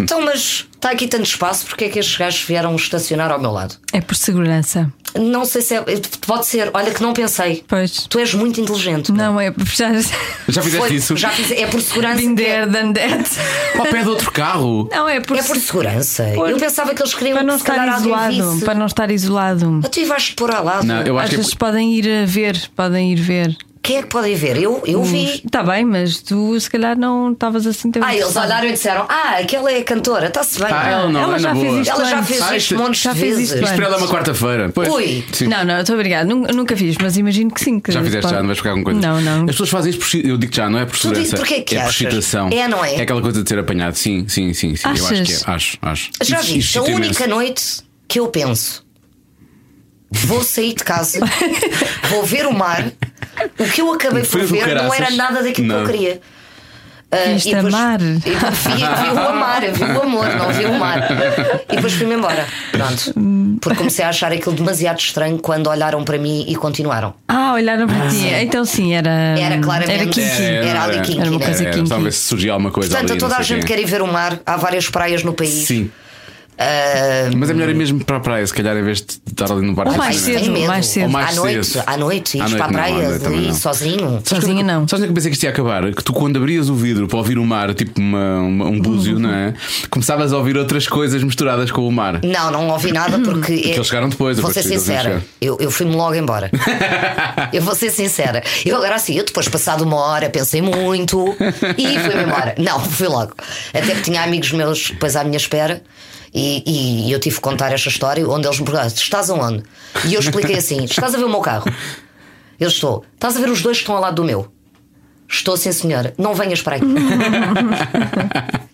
Speaker 5: então, mas está aqui tanto espaço, porque é que estes gajos vieram estacionar ao meu lado?
Speaker 6: É por segurança.
Speaker 5: Não sei se é. Pode ser, olha que não pensei.
Speaker 6: Pois.
Speaker 5: Tu és muito inteligente.
Speaker 6: Não é por já.
Speaker 2: já fizeste
Speaker 5: Foi-
Speaker 2: isso?
Speaker 5: Já fiz, é por segurança. que
Speaker 6: Been
Speaker 5: é.
Speaker 6: there, done that.
Speaker 2: Ao pé de outro carro.
Speaker 6: Não, é por,
Speaker 5: É por segurança. Eu pensava que eles queriam
Speaker 6: para não
Speaker 5: se calhar
Speaker 6: estar
Speaker 5: alguém
Speaker 6: isolado.
Speaker 5: visse.
Speaker 6: Para não estar isolado.
Speaker 5: Ah, Tu vais pôr ao lado.
Speaker 2: Não, eu
Speaker 6: Às
Speaker 2: acho que é
Speaker 6: vezes podem ir a ver, podem ir ver.
Speaker 5: Quem é que podem ver? Eu, eu vi.
Speaker 6: Está bem, mas tu se calhar não estavas assim tão
Speaker 5: Ah, eles
Speaker 6: interessado.
Speaker 5: olharam e disseram: Ah, aquela é a cantora, está-se bem.
Speaker 2: Ah, ela não,
Speaker 6: Ela
Speaker 2: é
Speaker 6: já
Speaker 2: na
Speaker 6: fez
Speaker 2: boa.
Speaker 6: isto
Speaker 5: Ela já
Speaker 6: antes.
Speaker 5: fez
Speaker 2: Ah,
Speaker 5: isto
Speaker 2: isto-
Speaker 5: montes
Speaker 6: já
Speaker 5: de
Speaker 6: fez
Speaker 5: vezes.
Speaker 6: isto antes.
Speaker 2: Espera lá uma quarta-feira. Pois.
Speaker 5: Ui.
Speaker 2: Sim.
Speaker 6: Não, não, estou obrigada. Nunca, nunca fiz, mas imagino que sim. que
Speaker 2: Já fizeste,
Speaker 6: pode-
Speaker 2: já não vais ficar com coisa.
Speaker 6: Não, não.
Speaker 2: As pessoas fazem isto por. Eu digo já, não é por
Speaker 5: Tu dizes
Speaker 2: segurança.
Speaker 5: porquê que
Speaker 2: é por
Speaker 5: achas?
Speaker 2: excitação.
Speaker 5: É, não é?
Speaker 2: É aquela coisa de ser apanhado. Sim, sim, sim. sim. Eu acho que
Speaker 6: Achas?
Speaker 2: é. Acho, acho.
Speaker 5: Já
Speaker 2: Isso- isso
Speaker 5: viste, a
Speaker 2: excita
Speaker 5: única
Speaker 2: imenso.
Speaker 5: noite que eu penso: Vou sair de casa, vou ver o mar. O que eu acabei
Speaker 2: Foi o
Speaker 5: por
Speaker 2: Um do
Speaker 5: ver não
Speaker 2: caraças.
Speaker 5: era nada daquilo
Speaker 2: Não.
Speaker 5: que eu queria. Ah,
Speaker 6: Viste
Speaker 5: e depois-
Speaker 6: amar.
Speaker 5: E depois vi, vi o amar, vi o amor, não vi o mar. E depois fui-me embora. Pronto. Porque comecei a achar aquilo demasiado estranho quando olharam para mim e continuaram.
Speaker 6: Ah, olharam para ti. Então sim, era.
Speaker 5: Era claramente.
Speaker 6: Era kinky.
Speaker 5: Era ali kinky,
Speaker 6: Era uma
Speaker 5: né?
Speaker 6: coisa
Speaker 2: era,
Speaker 6: kinky.
Speaker 2: Talvez se surgia alguma coisa.
Speaker 5: Portanto,
Speaker 2: ali,
Speaker 5: toda
Speaker 2: não
Speaker 5: a
Speaker 2: sei
Speaker 5: gente
Speaker 2: quem
Speaker 5: quer ir ver o mar, há várias praias no
Speaker 2: é.
Speaker 5: país.
Speaker 2: Sim.
Speaker 5: Ah,
Speaker 2: Mas é melhor ir mesmo para a praia, se calhar, em vez de estar ali no bar
Speaker 6: Ou
Speaker 2: de é?
Speaker 6: mais
Speaker 5: tenho
Speaker 2: estacionamento.
Speaker 6: cedo,
Speaker 5: medo.
Speaker 6: mais cedo.
Speaker 2: Ou mais
Speaker 5: à noite,
Speaker 2: cedo.
Speaker 5: à noite,
Speaker 2: À
Speaker 5: ires para a
Speaker 2: noite não, à
Speaker 5: praia
Speaker 2: noite também
Speaker 5: ali
Speaker 2: não.
Speaker 5: sozinho.
Speaker 6: Sozinha não.
Speaker 2: Sabes onde é que eu pensei que isto ia acabar? Que tu, quando abrias o vidro para ouvir o mar, tipo uma- uma- um búzio,
Speaker 5: Uhum.
Speaker 2: não é? Começavas a ouvir outras coisas misturadas com o mar.
Speaker 5: Não, não ouvi nada porque.
Speaker 2: Porque eles chegaram depois, eu
Speaker 5: Vou ser
Speaker 2: percebi que eles iam
Speaker 5: sincera,
Speaker 2: chegar.
Speaker 5: eu, eu fui-me logo embora. eu vou ser sincera. Eu agora assim, eu depois passado uma hora pensei muito e fui-me embora. Não, fui logo. Até que tinha amigos meus depois à minha espera. E, e eu tive que contar esta história onde eles me perguntaram: estás aonde? E eu expliquei assim: estás a ver o meu carro? Eu estou, estás a ver os dois que estão ao lado do meu? Estou, sim, senhora, não venhas para aqui.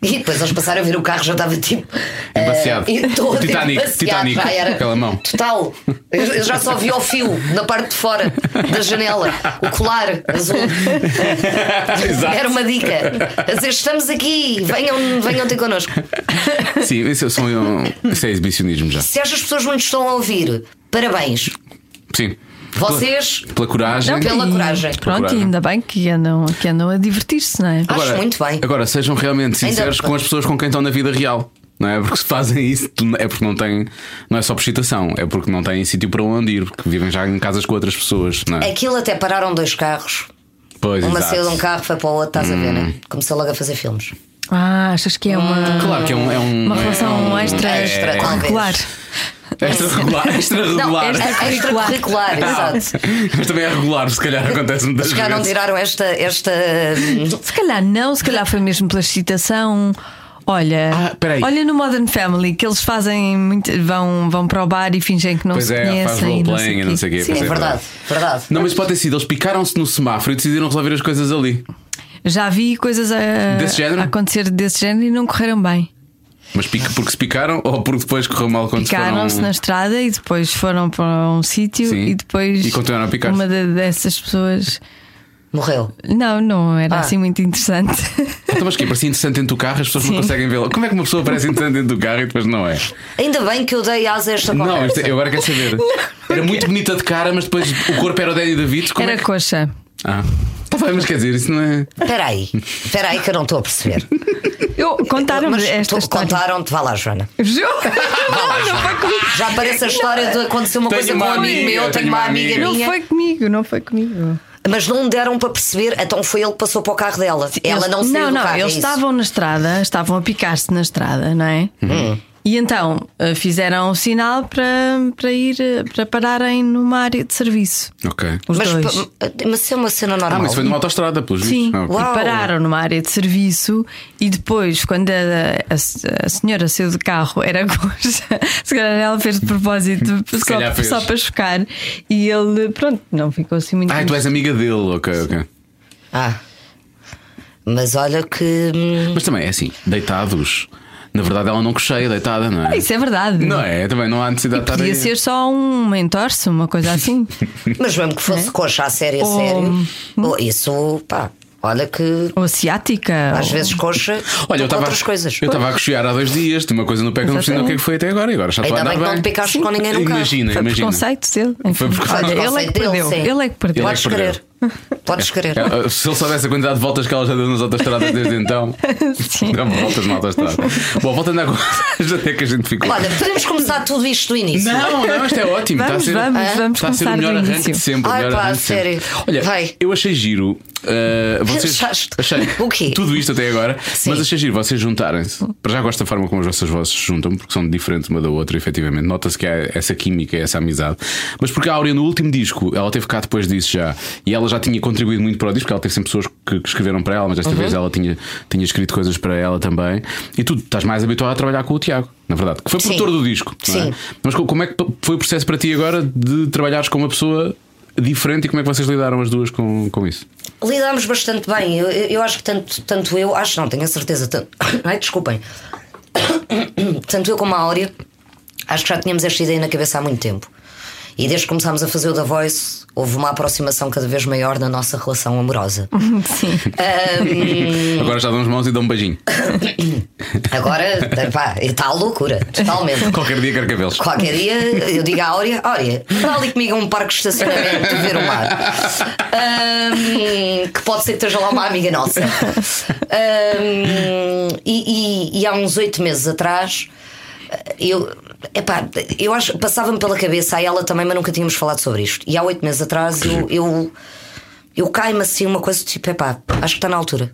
Speaker 5: E depois eles passaram a ver o carro, já estava tipo.
Speaker 2: Demasiado.
Speaker 5: eh, e todo
Speaker 2: É O Titanic,
Speaker 5: demasiado,
Speaker 2: Titanic,
Speaker 5: já era
Speaker 2: aquela mão.
Speaker 5: Total. Eu, eu já só vi ao fio, na parte de fora da janela, o colar azul.
Speaker 2: Exato.
Speaker 5: Era uma dica. A dizer, estamos aqui, venham, venham ter connosco.
Speaker 2: Sim, isso, são, isso é exibicionismo já.
Speaker 5: Se estas pessoas muito estão a ouvir, parabéns.
Speaker 2: Sim.
Speaker 5: Vocês.
Speaker 2: Pela, pela coragem.
Speaker 5: Não, pela
Speaker 6: E
Speaker 5: coragem.
Speaker 6: Pronto,
Speaker 2: Coragem.
Speaker 6: e ainda bem que andam, que andam a divertir-se, não é?
Speaker 5: Acho muito bem.
Speaker 2: Agora, sejam realmente sinceros
Speaker 5: Ainda-
Speaker 2: com as pessoas com quem estão na vida real. Não é porque se fazem isso, tu- é porque não têm, não é só por excitação, é porque não têm sítio para onde ir, porque vivem já em casas com outras pessoas, não é?
Speaker 5: Aquilo até pararam dois carros.
Speaker 2: Pois,
Speaker 5: Uma
Speaker 2: exato. Hum.
Speaker 5: saiu de um carro, foi para o outro, estás a ver, né? Começou logo a fazer filmes.
Speaker 6: Ah, achas que é uma.
Speaker 2: Claro que é um. É um
Speaker 6: Uma relação
Speaker 2: é
Speaker 6: extra, Ah,
Speaker 2: é-
Speaker 5: extra,
Speaker 2: é-
Speaker 5: talvez.
Speaker 6: Claro.
Speaker 2: Extra regular. Extra
Speaker 5: Não,
Speaker 2: regular.
Speaker 5: extra-
Speaker 6: Extracurricular.
Speaker 5: extracurricular, exato.
Speaker 2: Mas também é regular, se calhar acontece muitas
Speaker 5: Se calhar não
Speaker 2: vezes.
Speaker 5: tiraram esta. esta hum,
Speaker 6: Se calhar não, se calhar foi mesmo pela excitação. Olha,
Speaker 2: Ah, peraí.
Speaker 6: olha no Modern Family que eles fazem muito, vão, vão para o bar e fingem que não
Speaker 2: Pois
Speaker 6: se
Speaker 2: é, faz
Speaker 6: conhecem. e
Speaker 2: roleplaying e não sei o quê,
Speaker 6: Sim,
Speaker 2: pois
Speaker 5: é verdade, verdade.
Speaker 2: Não, mas pode ter sido, eles picaram-se no semáforo e decidiram resolver as coisas ali.
Speaker 6: Já vi coisas a,
Speaker 2: Desse género?
Speaker 6: a acontecer desse género e não correram bem.
Speaker 2: Mas pique porque se picaram ou porque depois correu mal quando Então se
Speaker 6: Picaram-se
Speaker 2: foram...
Speaker 6: na estrada e depois foram para um sítio
Speaker 2: Sim.
Speaker 6: e depois
Speaker 2: E continuaram a picar-se.
Speaker 6: uma de- dessas pessoas.
Speaker 5: Morreu.
Speaker 6: Não, não era
Speaker 5: Ah.
Speaker 6: assim muito interessante.
Speaker 2: Então, mas que parecia interessante dentro do carro, as pessoas não conseguem vê-la. Como é que uma pessoa parece interessante dentro do carro e depois não é?
Speaker 5: Ainda bem que eu dei asa a esta
Speaker 2: Não,
Speaker 5: conversa.
Speaker 2: isto- é, eu agora quero saber. Era muito bonita de cara, mas depois o corpo era o Danny DeVito. Como é
Speaker 6: era
Speaker 2: que...
Speaker 6: coxa.
Speaker 2: Ah, tá bem, mas quer dizer, isso não é.
Speaker 5: Espera aí, espera aí que eu não estou a perceber.
Speaker 6: Eu contaram-me
Speaker 5: Mas
Speaker 6: esta
Speaker 5: tu-
Speaker 6: história.
Speaker 5: contaram-te, vá lá, Joana.
Speaker 6: Juro? Não, não foi comigo.
Speaker 5: Já parece a história de aconteceu uma
Speaker 2: Tenho
Speaker 5: coisa
Speaker 2: uma
Speaker 5: com um amigo
Speaker 2: amiga,
Speaker 5: meu, tenho, uma amiga,
Speaker 6: Não
Speaker 5: minha,
Speaker 6: foi comigo, não foi comigo.
Speaker 5: mas não deram para perceber, então foi ele que passou para o carro dela. Ela
Speaker 6: Eles-
Speaker 5: não saiu
Speaker 6: Não,
Speaker 5: do
Speaker 6: não,
Speaker 5: carro. é
Speaker 6: eles
Speaker 5: isso?
Speaker 6: estavam na estrada, estavam a picar-se na estrada, não é?
Speaker 5: Uhum.
Speaker 6: E então eh, fizeram o sinal para, para ir eh, para pararem numa área de serviço.
Speaker 2: Ok.
Speaker 6: Os
Speaker 5: Mas,
Speaker 6: dois.
Speaker 5: pa- mas isso é uma cena
Speaker 2: Ah,
Speaker 5: normal.
Speaker 2: mas isso foi numa autostrada, pelos
Speaker 6: Sim,
Speaker 2: vistos. Ah, ok.
Speaker 5: Uau.
Speaker 6: e pararam numa área de serviço e depois, quando a, a- a senhora saiu de carro, era coxa. Se calhar ela fez de propósito
Speaker 2: calhar
Speaker 6: só,
Speaker 2: fez.
Speaker 6: só para chocar. E ele, pronto, não ficou assim muito.
Speaker 2: Ah, tu és amiga dele, ok, ok.
Speaker 5: Ah. Mas olha que. hum,
Speaker 2: Mas também é assim, deitados. Na verdade, ela não cocheia deitada, não é?
Speaker 6: Isso é verdade.
Speaker 2: Não é? Também não há necessidade de estar
Speaker 6: Podia
Speaker 2: aí.
Speaker 6: ser só um entorce, uma coisa assim.
Speaker 5: Mas mesmo que fosse coxa a sério, a
Speaker 6: Ou-
Speaker 5: sério. oh, Isso, pá, olha que.
Speaker 6: Ou asiática.
Speaker 5: Às
Speaker 6: ou-
Speaker 5: vezes coxa.
Speaker 2: Olha, eu
Speaker 5: com
Speaker 2: estava
Speaker 5: outras coisas.
Speaker 2: eu estava a cochear há dois dias, de uma coisa no pé que eu não percebi o que é que foi até agora. e Agora já estou a
Speaker 5: Ainda
Speaker 2: andar
Speaker 5: bem que não te picaste com ninguém no carro.
Speaker 2: Imagina,
Speaker 6: Foi
Speaker 2: imagina.
Speaker 6: preconceito dele. enfim.
Speaker 2: Foi preconceito.
Speaker 6: Olha, ele é
Speaker 5: Preconceito
Speaker 6: que
Speaker 5: dele,
Speaker 6: perdeu.
Speaker 5: sim.
Speaker 6: Ele é que perdeu.
Speaker 2: Ele é
Speaker 5: Podes
Speaker 2: que perdeu.
Speaker 5: querer. Podes querer.
Speaker 2: É, Se ele soubesse a quantidade de voltas que ela já deu nas autostradas desde então,
Speaker 6: Sim.
Speaker 2: dá voltas na autostrada. Bom, volta a andar com as até que a gente ficou.
Speaker 5: Olha, podemos começar tudo isto do início.
Speaker 2: Não, não, isto é ótimo.
Speaker 6: Vamos,
Speaker 2: está a ser,
Speaker 6: vamos,
Speaker 2: Hã?
Speaker 6: vamos
Speaker 2: está a ser o
Speaker 6: começar
Speaker 2: melhor
Speaker 6: do
Speaker 2: arranque
Speaker 6: início.
Speaker 2: de sempre. o
Speaker 5: Ai,
Speaker 2: melhor
Speaker 5: pá,
Speaker 2: arranque de sempre.
Speaker 5: sério.
Speaker 2: Olha,
Speaker 5: Vai.
Speaker 2: eu achei giro. uh, vocês,
Speaker 5: Achaste?
Speaker 2: achei
Speaker 5: O quê?
Speaker 2: tudo isto até agora,
Speaker 5: Sim.
Speaker 2: mas achei giro vocês juntarem-se. Para já gosto da forma como as vossas vozes se juntam, porque são diferentes uma da outra, efetivamente. Nota-se que há essa química, essa amizade. Mas porque a Áurea, no último disco, ela teve cá depois disso já, e ela já tinha contribuído muito para o disco, porque ela teve sempre pessoas que, que escreveram para ela, mas
Speaker 5: Uhum.
Speaker 2: desta vez ela tinha, tinha escrito coisas para ela também. E tu estás mais habituado a trabalhar com o Tiago, na verdade, que foi
Speaker 5: Sim.
Speaker 2: produtor do disco. não é?
Speaker 5: Sim.
Speaker 2: Mas co- como é que p- foi o processo para ti agora de trabalhares com uma pessoa diferente e como é que vocês lidaram as duas com, com isso?
Speaker 5: Lidámos bastante bem. Eu, eu- eu acho que tanto, tanto eu, acho não, tenho a certeza. Tanto, ai, desculpem. Tanto eu como a Áurea, acho que já tínhamos esta ideia na cabeça há muito tempo. E desde que começámos a fazer o The Voice, houve uma aproximação cada vez maior da nossa relação amorosa.
Speaker 2: Agora já dão as mãos e dão um beijinho.
Speaker 5: Agora, pá, está a loucura, totalmente.
Speaker 2: Qualquer dia quero cabelos.
Speaker 5: Qualquer dia eu digo à Áurea: Áurea, vá ali comigo a um parque de estacionamento e ver o mar. Ahm, que pode ser que esteja lá uma amiga nossa. Ahm, e, e- e há uns oito meses atrás, eu. Epá, eu acho passava-me pela cabeça a ela também, mas nunca tínhamos falado sobre isto. E há oito meses atrás eu, eu, eu caio-me assim uma coisa tipo: epá, acho que está na altura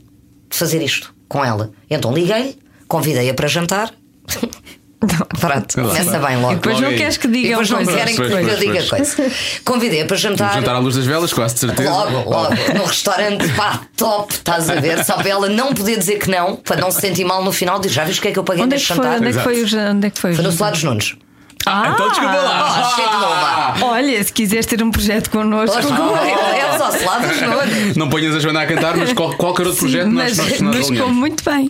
Speaker 5: de fazer isto com ela. Então liguei-lhe, convidei-a para jantar. Pronto,
Speaker 2: Lá
Speaker 5: começa
Speaker 2: está.
Speaker 5: bem logo.
Speaker 6: E depois
Speaker 2: Logo
Speaker 6: não
Speaker 2: aí.
Speaker 6: queres que
Speaker 5: E
Speaker 6: digam
Speaker 5: depois não
Speaker 6: coisas.
Speaker 5: querem que
Speaker 2: Pois,
Speaker 5: eu
Speaker 2: pois,
Speaker 5: diga
Speaker 2: pois.
Speaker 5: coisa. Convidei para jantar.
Speaker 2: Jantar à luz das velas, quase de certeza.
Speaker 5: Logo, logo, no restaurante, pá, top, estás a ver? Só para ela não poder dizer que não, para não se sentir mal no final, diz, já viste o que é que eu paguei
Speaker 6: Onde é
Speaker 5: neste
Speaker 6: que foi,
Speaker 5: jantar?
Speaker 6: onde é que foi o jan- onde é que foi o
Speaker 5: Foi no
Speaker 6: jantar?
Speaker 5: Solar dos Nunes.
Speaker 2: Ah, então desculpa lá.
Speaker 5: Ah, cheio de bomba.
Speaker 6: Olha, se quiseres ter um projeto connosco.
Speaker 5: Lógico que é os oscilados, não é?
Speaker 2: Não ponhas a Joana a cantar, mas qual- qualquer outro projeto
Speaker 6: Sim,
Speaker 2: nós, nós,
Speaker 6: mas,
Speaker 2: nós
Speaker 6: mas como
Speaker 2: alinhamos.
Speaker 6: muito bem.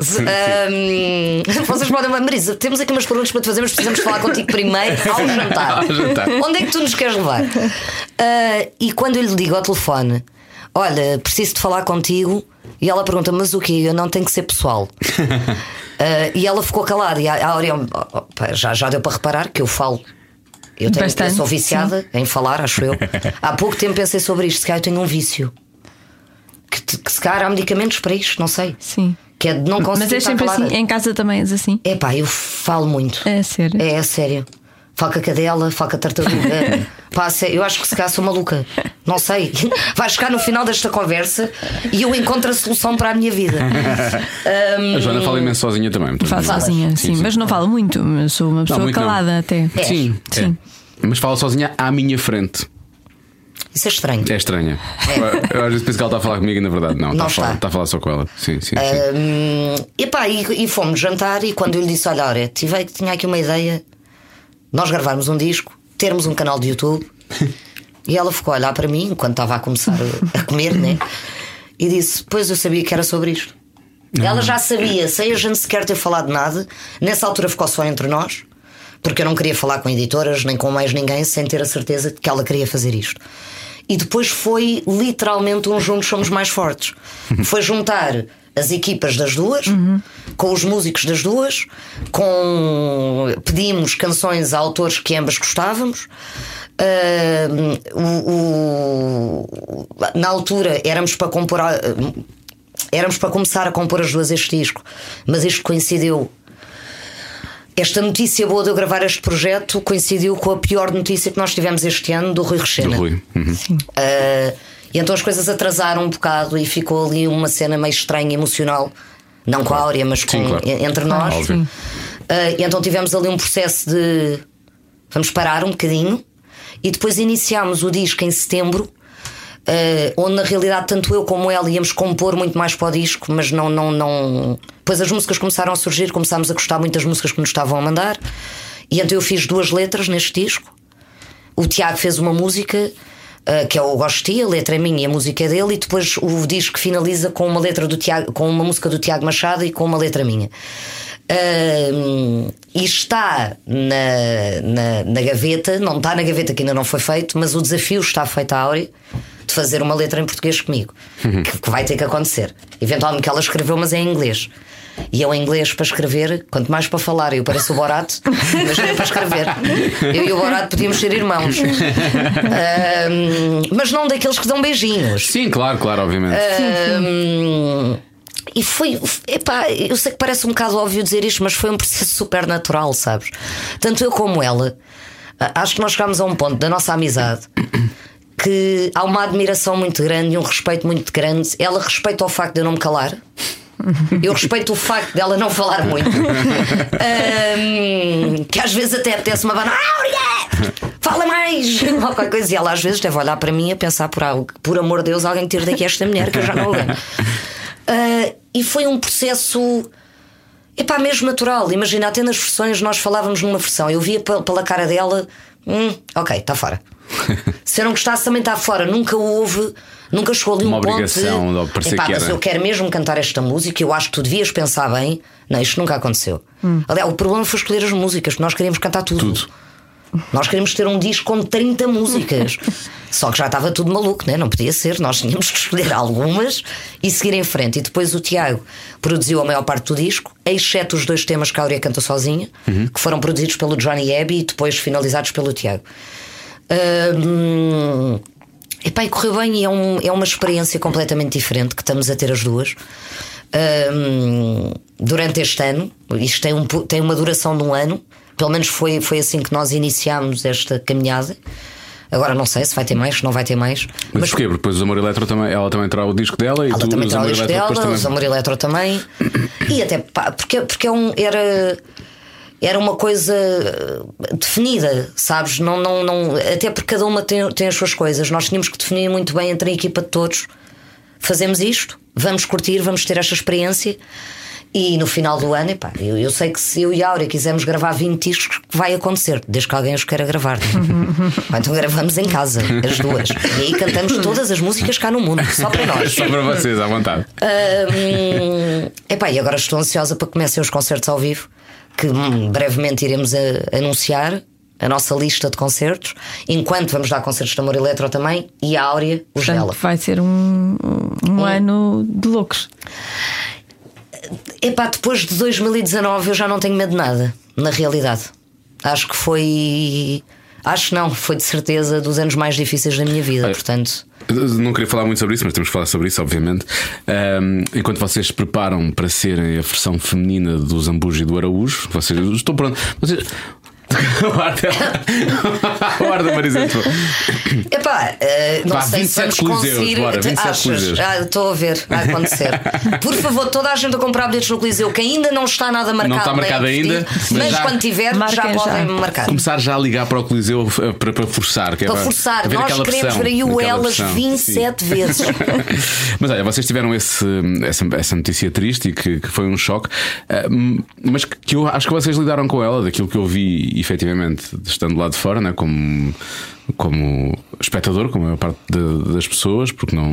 Speaker 5: Ahm, vocês podem. Marisa, temos aqui umas perguntas para te fazer, mas precisamos falar contigo primeiro ao jantar.
Speaker 2: Ao jantar.
Speaker 5: Onde é que tu nos queres levar? Ah, e quando eu lhe digo ao telefone: Olha, preciso de falar contigo. E ela pergunta: Mas o quê? Eu não tenho que ser pessoal. Ah, e ela ficou calada. E a, a Aurelia- oh, oh, pá, já, já deu para reparar que eu falo. Eu, tenho, eu
Speaker 6: Bastante,
Speaker 5: sou viciada em falar, acho eu. Há pouco tempo pensei sobre isto. Se calhar eu tenho um vício. Que, te- que se calhar há medicamentos para isto, não sei.
Speaker 6: Sim.
Speaker 5: Que é de não conseguir.
Speaker 6: Mas é
Speaker 5: estar
Speaker 6: sempre assim,
Speaker 5: calada.
Speaker 6: em casa também és assim.
Speaker 5: É pá, eu falo muito.
Speaker 6: É sério.
Speaker 5: É, é sério. Falo com a cadela, falo com a tartaruga. Pá, sé- eu acho que se calhar sou maluca. Não sei. Vai chegar no final desta conversa e eu encontro a solução para a minha vida.
Speaker 2: A Joana fala imenso sozinha também. portanto,
Speaker 6: Falo
Speaker 2: não-
Speaker 6: sozinha, sim, mas não falo muito. eu Sou uma pessoa
Speaker 2: muito não.
Speaker 6: calada até.
Speaker 5: É.
Speaker 2: Sim,
Speaker 6: Sim.
Speaker 2: é. Mas fala sozinha à minha frente.
Speaker 5: Isso é estranho.
Speaker 2: É estranha. Eu, eu às vezes penso que ela está a falar comigo e na verdade não.
Speaker 5: É. Não
Speaker 2: a falar,
Speaker 5: está.
Speaker 2: a falar só com ela. Sim, sim. sim.
Speaker 5: Hum, e pá, e, e fomos jantar e quando eu lhe disse, olha, olha, tive, tinha aqui uma ideia, nós gravarmos um disco, termos um canal de YouTube, e ela ficou a olhar para mim enquanto estava a começar a- a comer, né? E disse, pois eu sabia que era sobre isto. Ela já sabia, sem a gente sequer ter falado nada, nessa altura ficou só entre nós, porque eu não queria falar com editoras nem com mais ninguém sem ter a certeza de que ela queria fazer isto. E depois foi literalmente um Juntos Somos Mais Fortes. Foi juntar as equipas das duas, com os músicos das duas, com pedimos canções a autores que ambas gostávamos. Ah, o- o- na altura éramos para compor ah, éramos para começar a compor as duas este disco, mas isto coincidiu. Esta notícia boa de eu gravar este projeto coincidiu com a pior notícia que nós tivemos este ano do Rui Rochena.
Speaker 2: Do Rui. Uhum.
Speaker 5: Uh, e então as coisas atrasaram um bocado e ficou ali uma cena meio estranha, emocional. Não com a Áurea, mas com,
Speaker 2: Sim, claro.
Speaker 5: en- entre nós.
Speaker 2: Óbvio.
Speaker 5: Uh, e então tivemos ali um processo de vamos parar um bocadinho e depois iniciámos o disco em setembro. uh, onde na realidade tanto eu como ela íamos compor muito mais para o disco, mas não, não, não. Pois as músicas começaram a surgir, começámos a gostar muito das músicas que nos estavam a mandar, e então eu fiz duas letras neste disco, o Tiago fez uma música ah, que é o Gosti, a letra é minha e a música é dele, e depois o disco finaliza com uma letra do Tiago, com uma música do Tiago Machado e com uma letra minha. Ahm, e está na, na, na gaveta, não está na gaveta que ainda não foi feito, mas o desafio está feito à Áurea de fazer uma letra em português comigo, que, que vai ter que acontecer. Eventualmente que ela escreveu, mas é em inglês. E eu em inglês para escrever, quanto mais para falar, eu pareço o Borato, mas não é para escrever. Eu e o Borato podíamos ser irmãos. Ahm, mas não daqueles que dão beijinhos.
Speaker 2: Sim, claro, claro, obviamente.
Speaker 5: Ah, Ahm, Hum, e foi, epá, eu sei que parece um bocado óbvio dizer isto, mas foi um processo super natural, sabes? Tanto eu como ela, a- acho que nós chegámos a um ponto da nossa amizade que há uma admiração muito grande e um respeito muito grande. Ela respeita o facto de eu não me calar. Eu respeito o facto dela não falar muito. Ahm, que às vezes até apetece uma banana. Áurea! Fala mais! Ou qualquer coisa. E ela às vezes deve olhar para mim a pensar por algo. Por amor de Deus, alguém tira daqui esta mulher que eu já não lembro. Ah, e foi um processo. Epá, mesmo natural. Imagina, até nas versões nós falávamos numa versão. Eu via pe- pela cara dela. Hum, ok, está fora. Se eu não gostasse, também está fora. Nunca houve, nunca chegou ali
Speaker 2: Uma
Speaker 5: um ponto
Speaker 2: obrigação de parecer
Speaker 5: Epá,
Speaker 2: que
Speaker 5: mas
Speaker 2: era."
Speaker 5: eu quero mesmo cantar esta música. Eu acho que tu devias pensar bem. Não, isto nunca aconteceu. Aliás, o problema foi escolher as músicas, porque nós queríamos cantar
Speaker 2: Tudo.
Speaker 5: nós queremos ter um disco com 30 músicas. Só que já estava tudo maluco, né? não podia ser. Nós tínhamos que escolher algumas e seguir em frente. E depois o Tiago produziu a maior parte do disco, exceto os dois temas que a Áurea canta sozinha, que foram produzidos pelo Johnny Abbey e depois finalizados pelo Tiago. Hum, Epá, e correu bem e é, um- é uma experiência completamente diferente que estamos a ter as duas. Hum, durante este ano, isto tem, um pu- tem uma duração de um ano, pelo menos foi, foi assim que nós iniciámos esta caminhada. Agora não sei se vai ter mais, se não vai ter mais.
Speaker 2: Mas porquê? Porque depois o Amor Eletro também, ela também terá o disco dela e
Speaker 5: Ela
Speaker 2: tu
Speaker 5: também
Speaker 2: os
Speaker 5: terá o
Speaker 2: Amor
Speaker 5: disco
Speaker 2: Eletro
Speaker 5: dela,
Speaker 2: depois
Speaker 5: os Amor Eletro também. E até pá, porque, porque é um, era, era uma coisa eh, definida, sabes? Não, não, não, até porque cada uma tem, tem as suas coisas. Nós tínhamos que definir muito bem entre a equipa de todos. Fazemos isto, vamos curtir, vamos ter esta experiência. E no final do ano, epá, eu, eu sei que se eu e a Áurea quisermos gravar 20 discos, vai acontecer, desde que alguém os queira gravar. não é? Pá, então gravamos em casa, as duas. E aí cantamos todas as músicas cá no mundo, só para nós.
Speaker 2: Só para vocês, à vontade.
Speaker 5: Hum, epá, e agora estou ansiosa para que comecem os concertos ao vivo, que hum, brevemente iremos a- anunciar a nossa lista de concertos, enquanto vamos dar concertos de amor eletro também e a Áurea, o Gela.
Speaker 6: Portanto, vai ser um, um
Speaker 5: É.
Speaker 6: ano de loucos.
Speaker 5: Epá, depois de 2019 eu já não tenho medo de nada, na realidade. Acho que foi. Acho não, foi de certeza dos anos mais difíceis da minha vida, portanto.
Speaker 2: Eu Não queria falar muito sobre isso, mas temos que falar sobre isso, obviamente. Ahm, enquanto vocês se preparam para serem a versão feminina do Zambujo e do Araújo, vocês estou pronto. Vocês. Guarda, guarda Marisa. por favor.
Speaker 5: Epá, eh, não
Speaker 2: Vá,
Speaker 5: sei se
Speaker 2: 27
Speaker 5: vamos
Speaker 2: coliseus,
Speaker 5: conseguir.
Speaker 2: bora, 27
Speaker 5: Achas?
Speaker 2: coliseus.
Speaker 5: Ah, estou a ver, vai acontecer. Por favor, toda a gente a comprar bilhetes no Coliseu, que ainda não está nada marcado.
Speaker 2: está
Speaker 5: nem
Speaker 2: marcado
Speaker 5: a vestir,
Speaker 2: ainda,
Speaker 5: Mas,
Speaker 2: mas já-
Speaker 5: quando tiver, já
Speaker 6: Marquem já.
Speaker 5: podem marcar.
Speaker 2: Começar já a ligar para o Coliseu eh, para, para forçar. Que é
Speaker 5: Para forçar,
Speaker 2: haver
Speaker 5: nós
Speaker 2: aquela
Speaker 5: queremos
Speaker 2: pressão,
Speaker 5: ver aí o
Speaker 2: aquela
Speaker 5: Elas
Speaker 2: pressão.
Speaker 5: 27 vezes.
Speaker 2: Sim. Mas olha, vocês tiveram esse, essa, essa notícia triste e que, que foi um choque, eh, mas que que eu acho que vocês lidaram com ela, daquilo que eu vi efetivamente estando lá de fora, né, como, como espectador, como a maior parte de- das pessoas, porque não,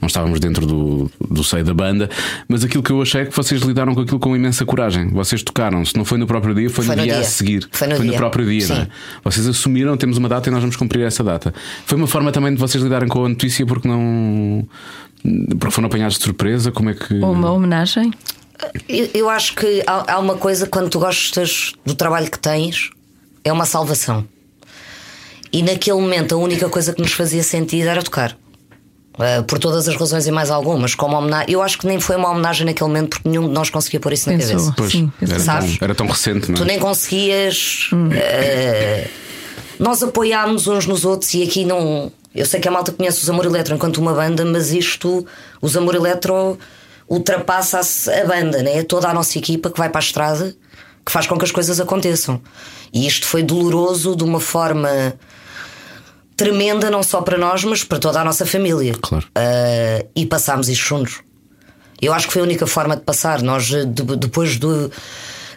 Speaker 2: não estávamos dentro do, do seio da banda. Mas aquilo que eu achei é que vocês lidaram com aquilo com imensa coragem. Vocês tocaram, se não foi no próprio dia, foi, no, dia, a seguir,
Speaker 5: Foi no dia.
Speaker 2: próprio dia, não é?
Speaker 5: Sim.
Speaker 2: Vocês assumiram, temos uma data e nós vamos cumprir essa data. Foi uma forma também de vocês lidarem com a notícia porque não. Porque foram apanhados de surpresa, como é que.
Speaker 6: Ou uma homenagem.
Speaker 5: Eu, eu acho que há, há uma coisa quando tu gostas do trabalho que tens, é uma salvação. E naquele momento a única coisa que nos fazia sentido era tocar. Ah, por todas as razões e mais algumas, como homenagem. Eu acho que nem foi uma homenagem naquele momento porque nenhum de nós conseguia pôr isso na
Speaker 6: Pensou.
Speaker 5: cabeça.
Speaker 2: Pois,
Speaker 6: Sim,
Speaker 2: era,
Speaker 5: sabes?
Speaker 2: tão, era tão recente,
Speaker 5: Tu
Speaker 2: não é?
Speaker 5: nem conseguias. eh, nós apoiámos uns nos outros e aqui não. Eu sei que a malta conhece os Amor Eletro enquanto uma banda, mas isto, os Amor Eletro, ultrapassa a banda, né? toda a nossa equipa que vai para a estrada, que faz com que as coisas aconteçam. E isto foi doloroso de uma forma tremenda, não só para nós, mas para toda a nossa família.
Speaker 2: Claro. É
Speaker 5: Ah, e passámos isto juntos. Eu acho que foi a única forma de passar. Nós, eh, de- depois do,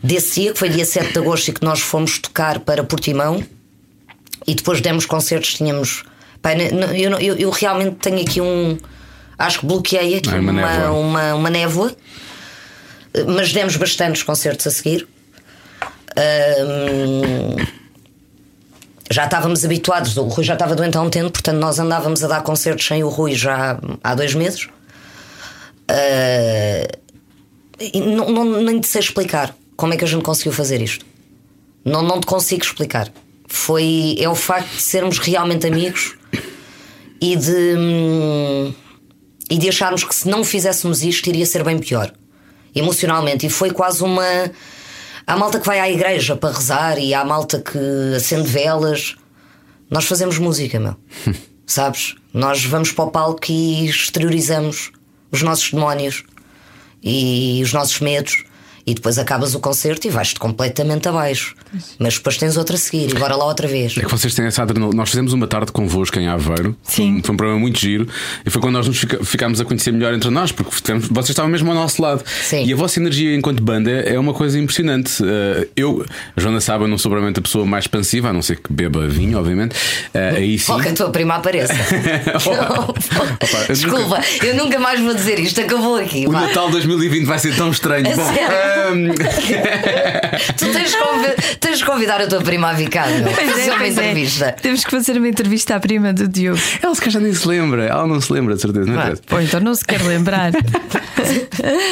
Speaker 5: desse dia, que foi dia 7 de agosto, e que nós fomos tocar para Portimão, e depois demos concertos, tínhamos. Pá, ne- ne- eu, não- eu- eu realmente tenho aqui um. Acho que bloqueei aqui
Speaker 2: Ah, uma
Speaker 5: uma, uma,
Speaker 2: névoa.
Speaker 5: uma, névoa, Eh, mas demos bastantes concertos a seguir. Ahm, já estávamos habituados, o Rui já estava doente há um tempo, portanto nós andávamos a dar concertos sem o Rui já há dois meses. Ah, e não, não- nem te sei explicar como é que a gente conseguiu fazer isto. Não, não te consigo explicar. Foi, é o facto de sermos realmente amigos e de, hum, e de acharmos que se não fizéssemos isto iria ser bem pior emocionalmente. E foi quase uma. Há malta que vai à igreja para rezar e há malta que acende velas. Nós fazemos música, meu. Sabes? Nós vamos para o palco e exteriorizamos os nossos demónios e os nossos medos. E depois acabas o concerto e vais-te completamente abaixo. Mas depois tens outra a seguir e bora lá outra vez.
Speaker 2: É que vocês têm essa adrenalina. Nós fizemos uma tarde convosco em Aveiro.
Speaker 6: Sim.
Speaker 2: Foi um programa muito giro. E foi quando nós nos fica- ficámos a conhecer melhor entre nós, porque tivemos- vocês estavam mesmo ao nosso lado.
Speaker 5: Sim.
Speaker 2: E a vossa energia enquanto banda é uma coisa impressionante. Eh, eu, a Joana sabe, eu não sou provavelmente a pessoa mais expansiva, a não ser que beba vinho, obviamente. Eh, aí sim.
Speaker 5: Ou que a tua prima apareça.
Speaker 2: Opa, eu
Speaker 5: Então, Desculpa,
Speaker 2: nunca-
Speaker 5: eu nunca mais vou dizer isto. Acabou aqui.
Speaker 2: O
Speaker 5: vá.
Speaker 2: Natal 2020 vai ser tão estranho.
Speaker 5: É
Speaker 2: Bom, ehm,
Speaker 5: sério? Tu tens de, convi- tens de convidar a tua prima a ficar. não?
Speaker 6: é,
Speaker 5: Fazer uma entrevista.
Speaker 6: Temos que fazer uma entrevista à prima do Diogo.
Speaker 2: ela se calhar já nem se lembra. Ela não se lembra, de certeza. Não
Speaker 5: Vá.
Speaker 2: interessa.
Speaker 6: Ou então não se quer lembrar.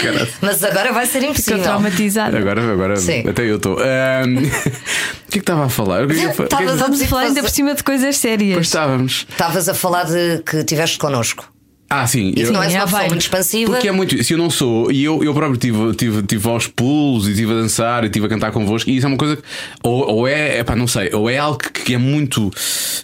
Speaker 2: Caralho.
Speaker 5: Mas agora vai ser
Speaker 6: Ficou
Speaker 5: impossível.
Speaker 6: traumatizada.
Speaker 2: Agora, agora
Speaker 5: Sim.
Speaker 2: até eu estou. Ehm, o que é que estava a falar? O que é que eu fa- o que é que-
Speaker 5: Estava-
Speaker 6: Estamos a falar ainda por cima de coisas
Speaker 2: Pois tá.
Speaker 6: sérias.
Speaker 2: estávamos.
Speaker 5: Estavas a falar de que estiveste connosco.
Speaker 2: Ah, sim.
Speaker 5: Isso
Speaker 2: eu-
Speaker 5: não é
Speaker 6: Sim,
Speaker 5: uma
Speaker 6: é
Speaker 5: pessoa
Speaker 6: bem.
Speaker 5: muito expansiva.
Speaker 2: Porque é muito. Se eu não sou, e eu, eu próprio tive, tive, tive aos pulos, e tive a dançar, e tive a cantar convosco, e isso é uma coisa que. Ou, ou é, epá, não sei, ou é algo que, que é muito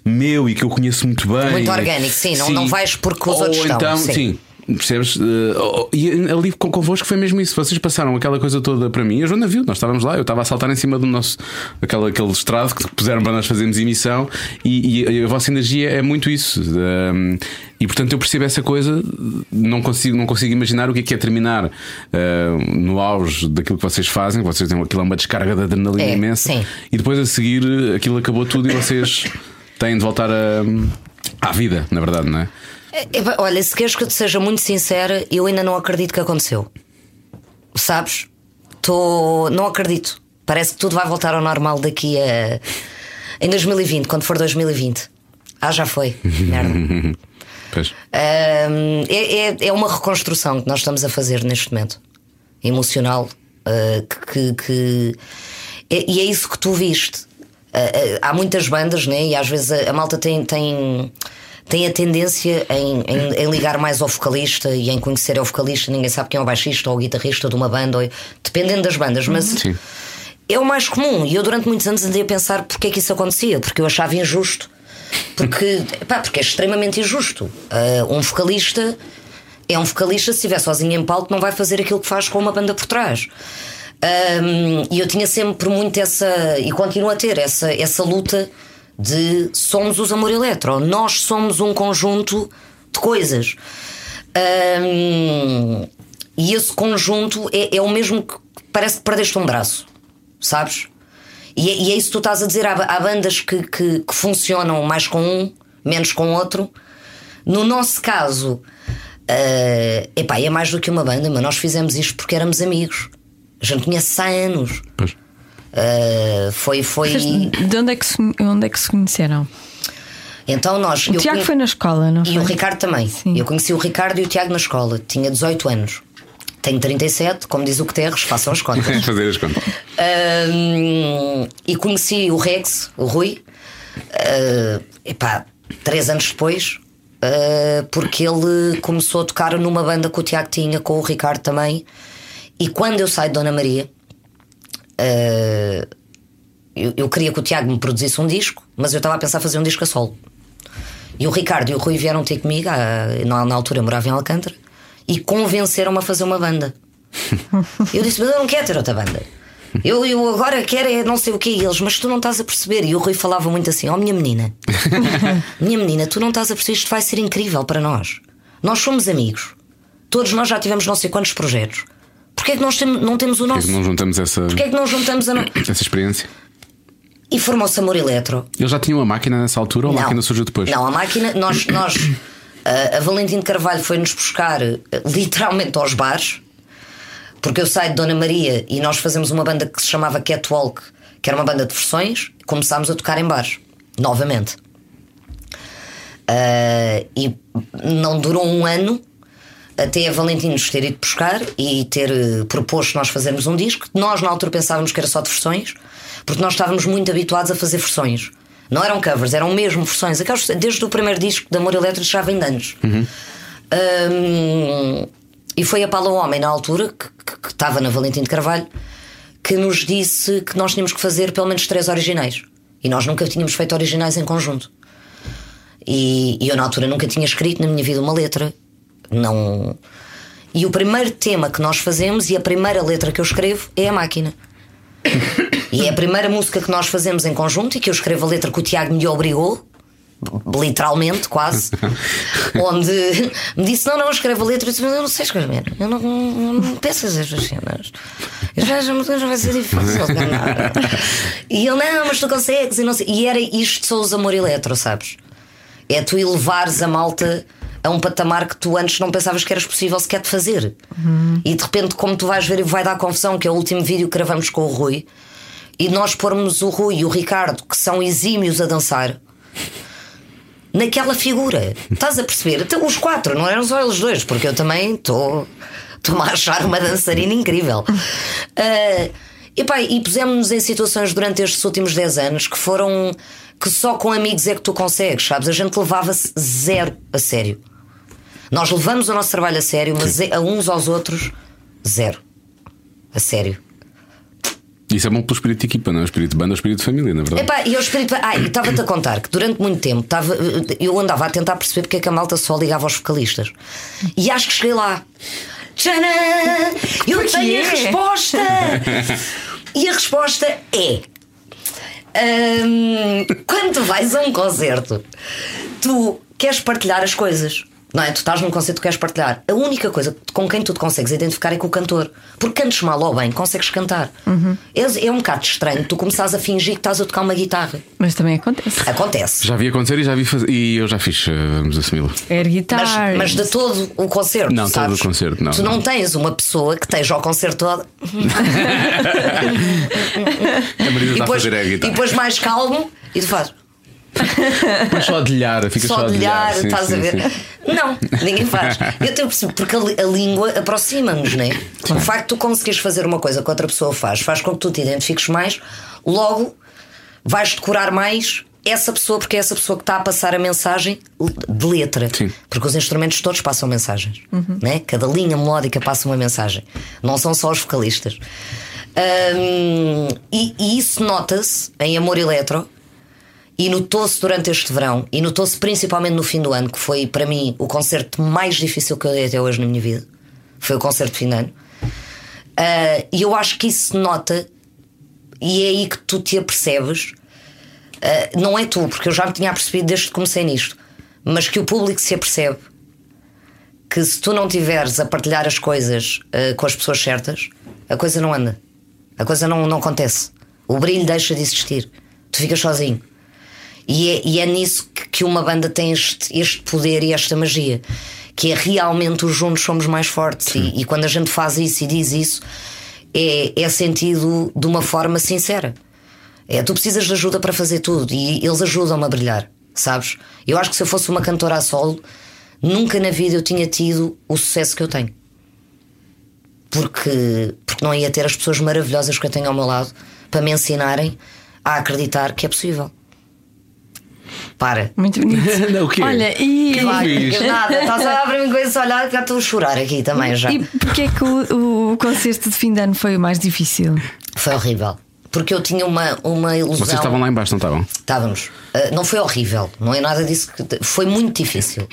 Speaker 2: meu e que eu conheço muito bem.
Speaker 5: Muito orgânico, sim, não- não vais porque os
Speaker 2: ou
Speaker 5: outros estão,
Speaker 2: então,
Speaker 5: sim.
Speaker 2: sim. Percebes? Eh, oh, oh, e ali com- convosco foi mesmo isso. Vocês passaram aquela coisa toda para mim. A Joana viu, nós estávamos lá, eu estava a saltar em cima do nosso aquele, aquele estrado que puseram para nós fazermos emissão e, e a vossa energia é muito isso. Ahm, e portanto eu percebo essa coisa, não consigo, não consigo imaginar o que é que é terminar ah, no auge daquilo que vocês fazem, vocês têm aquilo é uma descarga de adrenalina
Speaker 5: É,
Speaker 2: imensa.
Speaker 5: sim.
Speaker 2: E depois a seguir eh, aquilo acabou tudo e vocês têm de voltar a- à vida, na verdade, não é?
Speaker 5: É, é, pá, Olha, se queres que eu te seja muito sincera, eu ainda não acredito que aconteceu. Sabes? Tô... Não acredito. Parece que tudo vai voltar ao normal daqui a. Em 2020, quando for 2020. Ah, já foi. Merda.
Speaker 2: Pois.
Speaker 5: Ahm, é, é- é uma reconstrução que nós estamos a fazer neste momento, emocional, ah, que, que- que- é- e é isso que tu viste. Ah, ah, há muitas bandas, né? E às vezes a, a malta tem, tem, tem a tendência em, em- em ligar mais ao vocalista e em conhecer o vocalista. Ninguém sabe quem é o baixista ou o guitarrista de uma banda, ou- dependendo das bandas, mas
Speaker 2: Sim.
Speaker 5: é o mais comum. E eu durante muitos anos andei a pensar porque é que isso acontecia, porque eu achava injusto. Porque, pá, porque é extremamente injusto. Ah, um vocalista é um vocalista, se estiver sozinho em palco, não vai fazer aquilo que faz com uma banda por trás. Ahm, e eu tinha sempre muito essa, e continuo a ter essa, essa luta de somos os Amor Eletro, nós somos um conjunto de coisas. Ahm, e esse conjunto é, é o mesmo que parece que perdeste um braço, sabes? E, é- e é isso que tu estás a dizer. Há, ba- há bandas que, que, que funcionam mais com um, menos com outro. No nosso caso, eh, epá, é mais do que uma banda, mas nós fizemos isto porque éramos amigos. A gente conhece há anos.
Speaker 2: Pois.
Speaker 5: Eh, foi, foi.
Speaker 6: Vocês- De onde é que se, onde é que se conheceram?
Speaker 5: Então nós.
Speaker 6: O
Speaker 5: eu
Speaker 6: Tiago
Speaker 5: conhe-
Speaker 6: foi na escola, não foi?
Speaker 5: E o Ricardo também.
Speaker 6: Sim.
Speaker 5: Eu conheci o Ricardo e o Tiago na escola. Tinha 18 anos. Tenho 37, como diz o Guterres, façam as contas.
Speaker 2: Tens de fazer as contas.
Speaker 5: Ahm, e conheci o Rex, o Rui, ah, epá, três anos depois, ah, porque ele começou a tocar numa banda que o Tiago tinha, com o Ricardo também. E quando eu saio de Dona Maria, ah, eu, eu queria que o Tiago me produzisse um disco, mas eu estava a pensar fazer um disco a solo. E o Ricardo e o Rui vieram ter comigo, ah, na, na altura eu morava em Alcântara, e convenceram-me a fazer uma banda. Eu disse, mas eu não quero ter outra banda. Eu, eu agora quero é não sei o quê. E eles, mas tu não estás a perceber. E o Rui falava muito assim: Oh, minha menina, minha menina, tu não estás a perceber. Isto vai ser incrível para nós. Nós somos amigos. Todos nós já tivemos não sei quantos projetos. Porquê é que nós tem- não temos o
Speaker 2: Porque
Speaker 5: nosso?
Speaker 2: não juntamos essa,
Speaker 5: Porquê é que não juntamos a. No...
Speaker 2: essa experiência.
Speaker 5: E formou-se Amor Eletro.
Speaker 2: Eles já tinham a máquina nessa altura ou a máquina surgiu depois?
Speaker 5: Não, a máquina, nós. nós eh, a, a Valentim de Carvalho foi-nos buscar eh, literalmente aos bares, porque eu saio de Dona Maria e nós fazemos uma banda que se chamava Catwalk, que era uma banda de versões, começámos a tocar em bares, novamente. Ah, e não durou um ano até a Valentim nos ter ido buscar e ter eh, proposto nós fazermos um disco. Nós, na altura, pensávamos que era só de versões, porque nós estávamos muito habituados a fazer versões. Não eram covers, eram mesmo versões. Aquelas- desde o primeiro disco de Amor Elétrico já vem de anos. Hum, e foi a Paula Homem, na altura, que- que que estava na Valentim de Carvalho, que nos disse que nós tínhamos que fazer pelo menos três originais. E nós nunca tínhamos feito originais em conjunto. E, e eu, na altura, nunca tinha escrito na minha vida uma letra. Não. E o primeiro tema que nós fazemos e a primeira letra que eu escrevo é a máquina. e é a primeira música que nós fazemos em conjunto e que eu escrevo a letra que o Tiago me obrigou, b- literalmente, quase, onde me disse: Não, não, escrevo a letra. Eu disse: Mas eu não sei escrever, eu não, não, não penso essas cenas. Eu Já, já, já vai ser difícil de ganhar. E ele: Não, mas tu consegues. E, não sei. e era isto, sou os amor eletro, sabes? É tu elevares a malta a um patamar que tu antes não pensavas que eras possível sequer de fazer. E de repente, como tu vais ver, vai dar confusão, que é o último vídeo que gravamos com o Rui, e nós pormos o Rui e o Ricardo, que são exímios a dançar, naquela figura. Estás a perceber? Até os quatro, não eram só eles dois, porque eu também estou a achar uma dançarina incrível. Ah, epá, e pusemos-nos em situações durante estes últimos 10 anos que foram. que só com amigos é que tu consegues, sabes? A gente levava-se zero a sério. Nós levamos o nosso trabalho a sério, mas a uns aos outros, zero. A sério.
Speaker 2: Isso é bom pelo espírito de equipa, não é? O espírito de banda, o espírito de família, na verdade.
Speaker 5: Epá, e eu espírito. Ah, e estava-te a contar que durante muito tempo estava, eu andava a tentar perceber porque é que a malta só ligava aos vocalistas. E acho que cheguei lá. Tchanã! Eu tenho a resposta! e a resposta é. hum, quando tu vais a um concerto, tu queres partilhar as coisas. Não é? Tu estás num concerto que queres partilhar. A única coisa com quem tu te consegues identificar é com o cantor. Porque cantes mal ou bem, consegues cantar. É, é um bocado estranho tu começares a fingir que estás a tocar uma guitarra.
Speaker 6: Mas também
Speaker 5: Ah,
Speaker 6: acontece.
Speaker 5: Acontece.
Speaker 2: Já vi acontecer e já vi fazer. E eu já fiz, eh, vamos assumi-lo.
Speaker 6: Air guitar.
Speaker 5: Mas, mas de todo o concerto.
Speaker 2: Não, todo
Speaker 5: sabes?
Speaker 2: o concerto, não,
Speaker 5: Tu não
Speaker 2: não.
Speaker 5: tens uma pessoa que esteja ao concerto todo
Speaker 2: A Marisa
Speaker 5: e
Speaker 2: está a
Speaker 5: depois,
Speaker 2: fazer a
Speaker 5: e
Speaker 2: guitarra.
Speaker 5: depois mais calmo e tu fazes
Speaker 2: Depois só a delhar, fica só,
Speaker 5: só de olhar,
Speaker 2: sim,
Speaker 5: estás a
Speaker 2: sim, sim.
Speaker 5: ver? Não, ninguém faz. Eu tenho percebido, porque a, li- a língua aproxima-nos, não é? O facto de tu conseguires fazer uma coisa que outra pessoa faz, faz com que tu te identifiques mais, logo vais decorar mais. Essa pessoa, porque é essa pessoa que está a passar a mensagem de letra.
Speaker 2: Sim.
Speaker 5: Porque os instrumentos todos passam mensagens. Né? Cada linha melódica passa uma mensagem. Não são só os vocalistas. Hum, e, e isso nota-se em Amor Eletro, e notou-se durante este verão, e notou-se principalmente no fim do ano, que foi para mim o concerto mais difícil que eu dei até hoje na minha vida. Foi o concerto de fim de ano. Ah, e eu acho que isso se nota, e é aí que tu te apercebes. Ah, não é tu, porque eu já me tinha apercebido desde que comecei nisto, mas que o público se apercebe que se tu não tiveres a partilhar as coisas ah, com as pessoas certas, a coisa não anda. A coisa não, não acontece. O brilho deixa de existir. Tu ficas sozinho. E é, e é nisso que, que uma banda tem este, este poder e esta magia. Que é realmente os juntos somos mais fortes. E, e quando a gente faz isso e diz isso, é, é sentido de uma forma sincera. É, tu precisas de ajuda para fazer tudo e eles ajudam-me a brilhar, sabes? Eu acho que se eu fosse uma cantora a solo, nunca na vida eu tinha tido o sucesso que eu tenho. Porque, porque não ia ter as pessoas maravilhosas que eu tenho ao meu lado para me ensinarem a acreditar que é possível. Para.
Speaker 6: Muito bonito.
Speaker 2: Não, o quê?
Speaker 6: Olha, e.
Speaker 2: Que
Speaker 5: Vai,
Speaker 2: fiz?
Speaker 5: eu nada, estás a abrir-me com esse olhar que já estou a chorar aqui também já.
Speaker 6: E porquê é que o, o concerto de fim de ano foi o mais difícil?
Speaker 5: Foi horrível. Porque eu tinha uma, uma ilusão.
Speaker 2: Vocês estavam lá embaixo, não estavam?
Speaker 5: Estávamos. Ah, não foi horrível, não é nada disso. que- Foi muito difícil.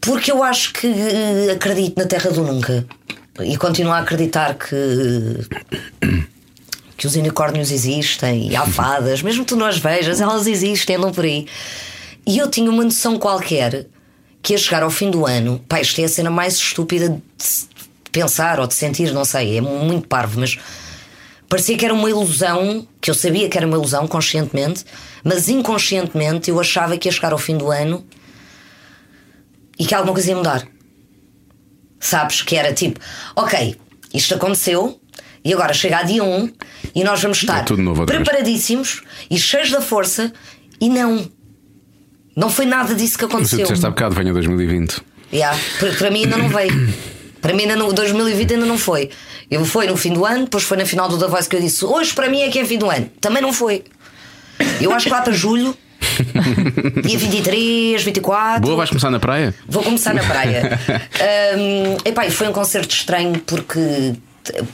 Speaker 5: Porque eu acho que eh, acredito na Terra do Nunca. E continuo a acreditar que. que os unicórnios existem e há fadas, mesmo que tu não as vejas, elas existem, andam por aí. E eu tinha uma noção qualquer que ia chegar ao fim do ano, pá, isto é a cena mais estúpida de se pensar ou de sentir, não sei, é muito parvo, mas parecia que era uma ilusão, que eu sabia que era uma ilusão conscientemente, mas inconscientemente eu achava que ia chegar ao fim do ano e que alguma coisa ia mudar. Sabes? Que era tipo, ok, isto aconteceu e agora chega a dia 1 e nós vamos estar
Speaker 2: É tudo novo outra vez.
Speaker 5: preparadíssimos e cheios da força e não. Não foi nada disso que
Speaker 2: Mas tu
Speaker 5: aconteceu.
Speaker 2: disseste há bocado, venha 2020.
Speaker 5: Yeah. Para, para mim ainda não veio. Para mim ainda não, 2020 ainda não foi. Eu foi no fim do ano, depois foi na final do Da Voice que eu disse hoje para mim é que é fim do ano. Também não foi. Eu acho que lá para julho, dia 23, 24.
Speaker 2: Boa, vais começar na praia?
Speaker 5: Vou começar na praia. Hum, epá, e foi um concerto estranho porque,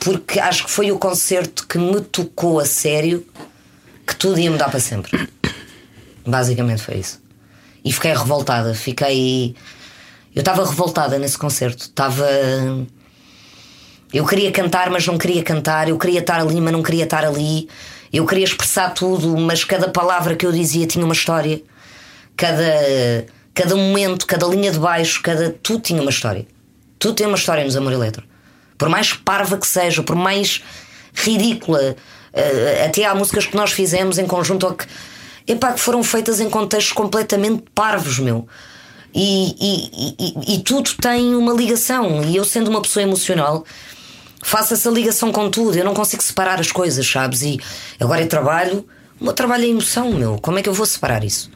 Speaker 5: porque acho que foi o concerto que me tocou a sério que tudo ia mudar para sempre. Basicamente foi isso. E fiquei revoltada, fiquei. Eu estava revoltada nesse concerto. Estava. Eu queria cantar, mas não queria cantar. Eu queria estar ali, mas não queria estar ali. Eu queria expressar tudo, mas cada palavra que eu dizia tinha uma história. Cada, cada momento, cada linha de baixo, cada. Tudo tinha uma história. Tudo tem uma história nos Amor Eletro. Por mais parva que seja, por mais ridícula. eh, até há músicas que nós fizemos em conjunto ou que. Epá, que foram feitas em contextos completamente parvos, meu. E, e- e- e tudo tem uma ligação. E eu, sendo uma pessoa emocional, faço essa ligação com tudo. Eu não consigo separar as coisas, sabes? E agora eu trabalho. O meu trabalho é emoção, meu. Como é que eu vou separar isso?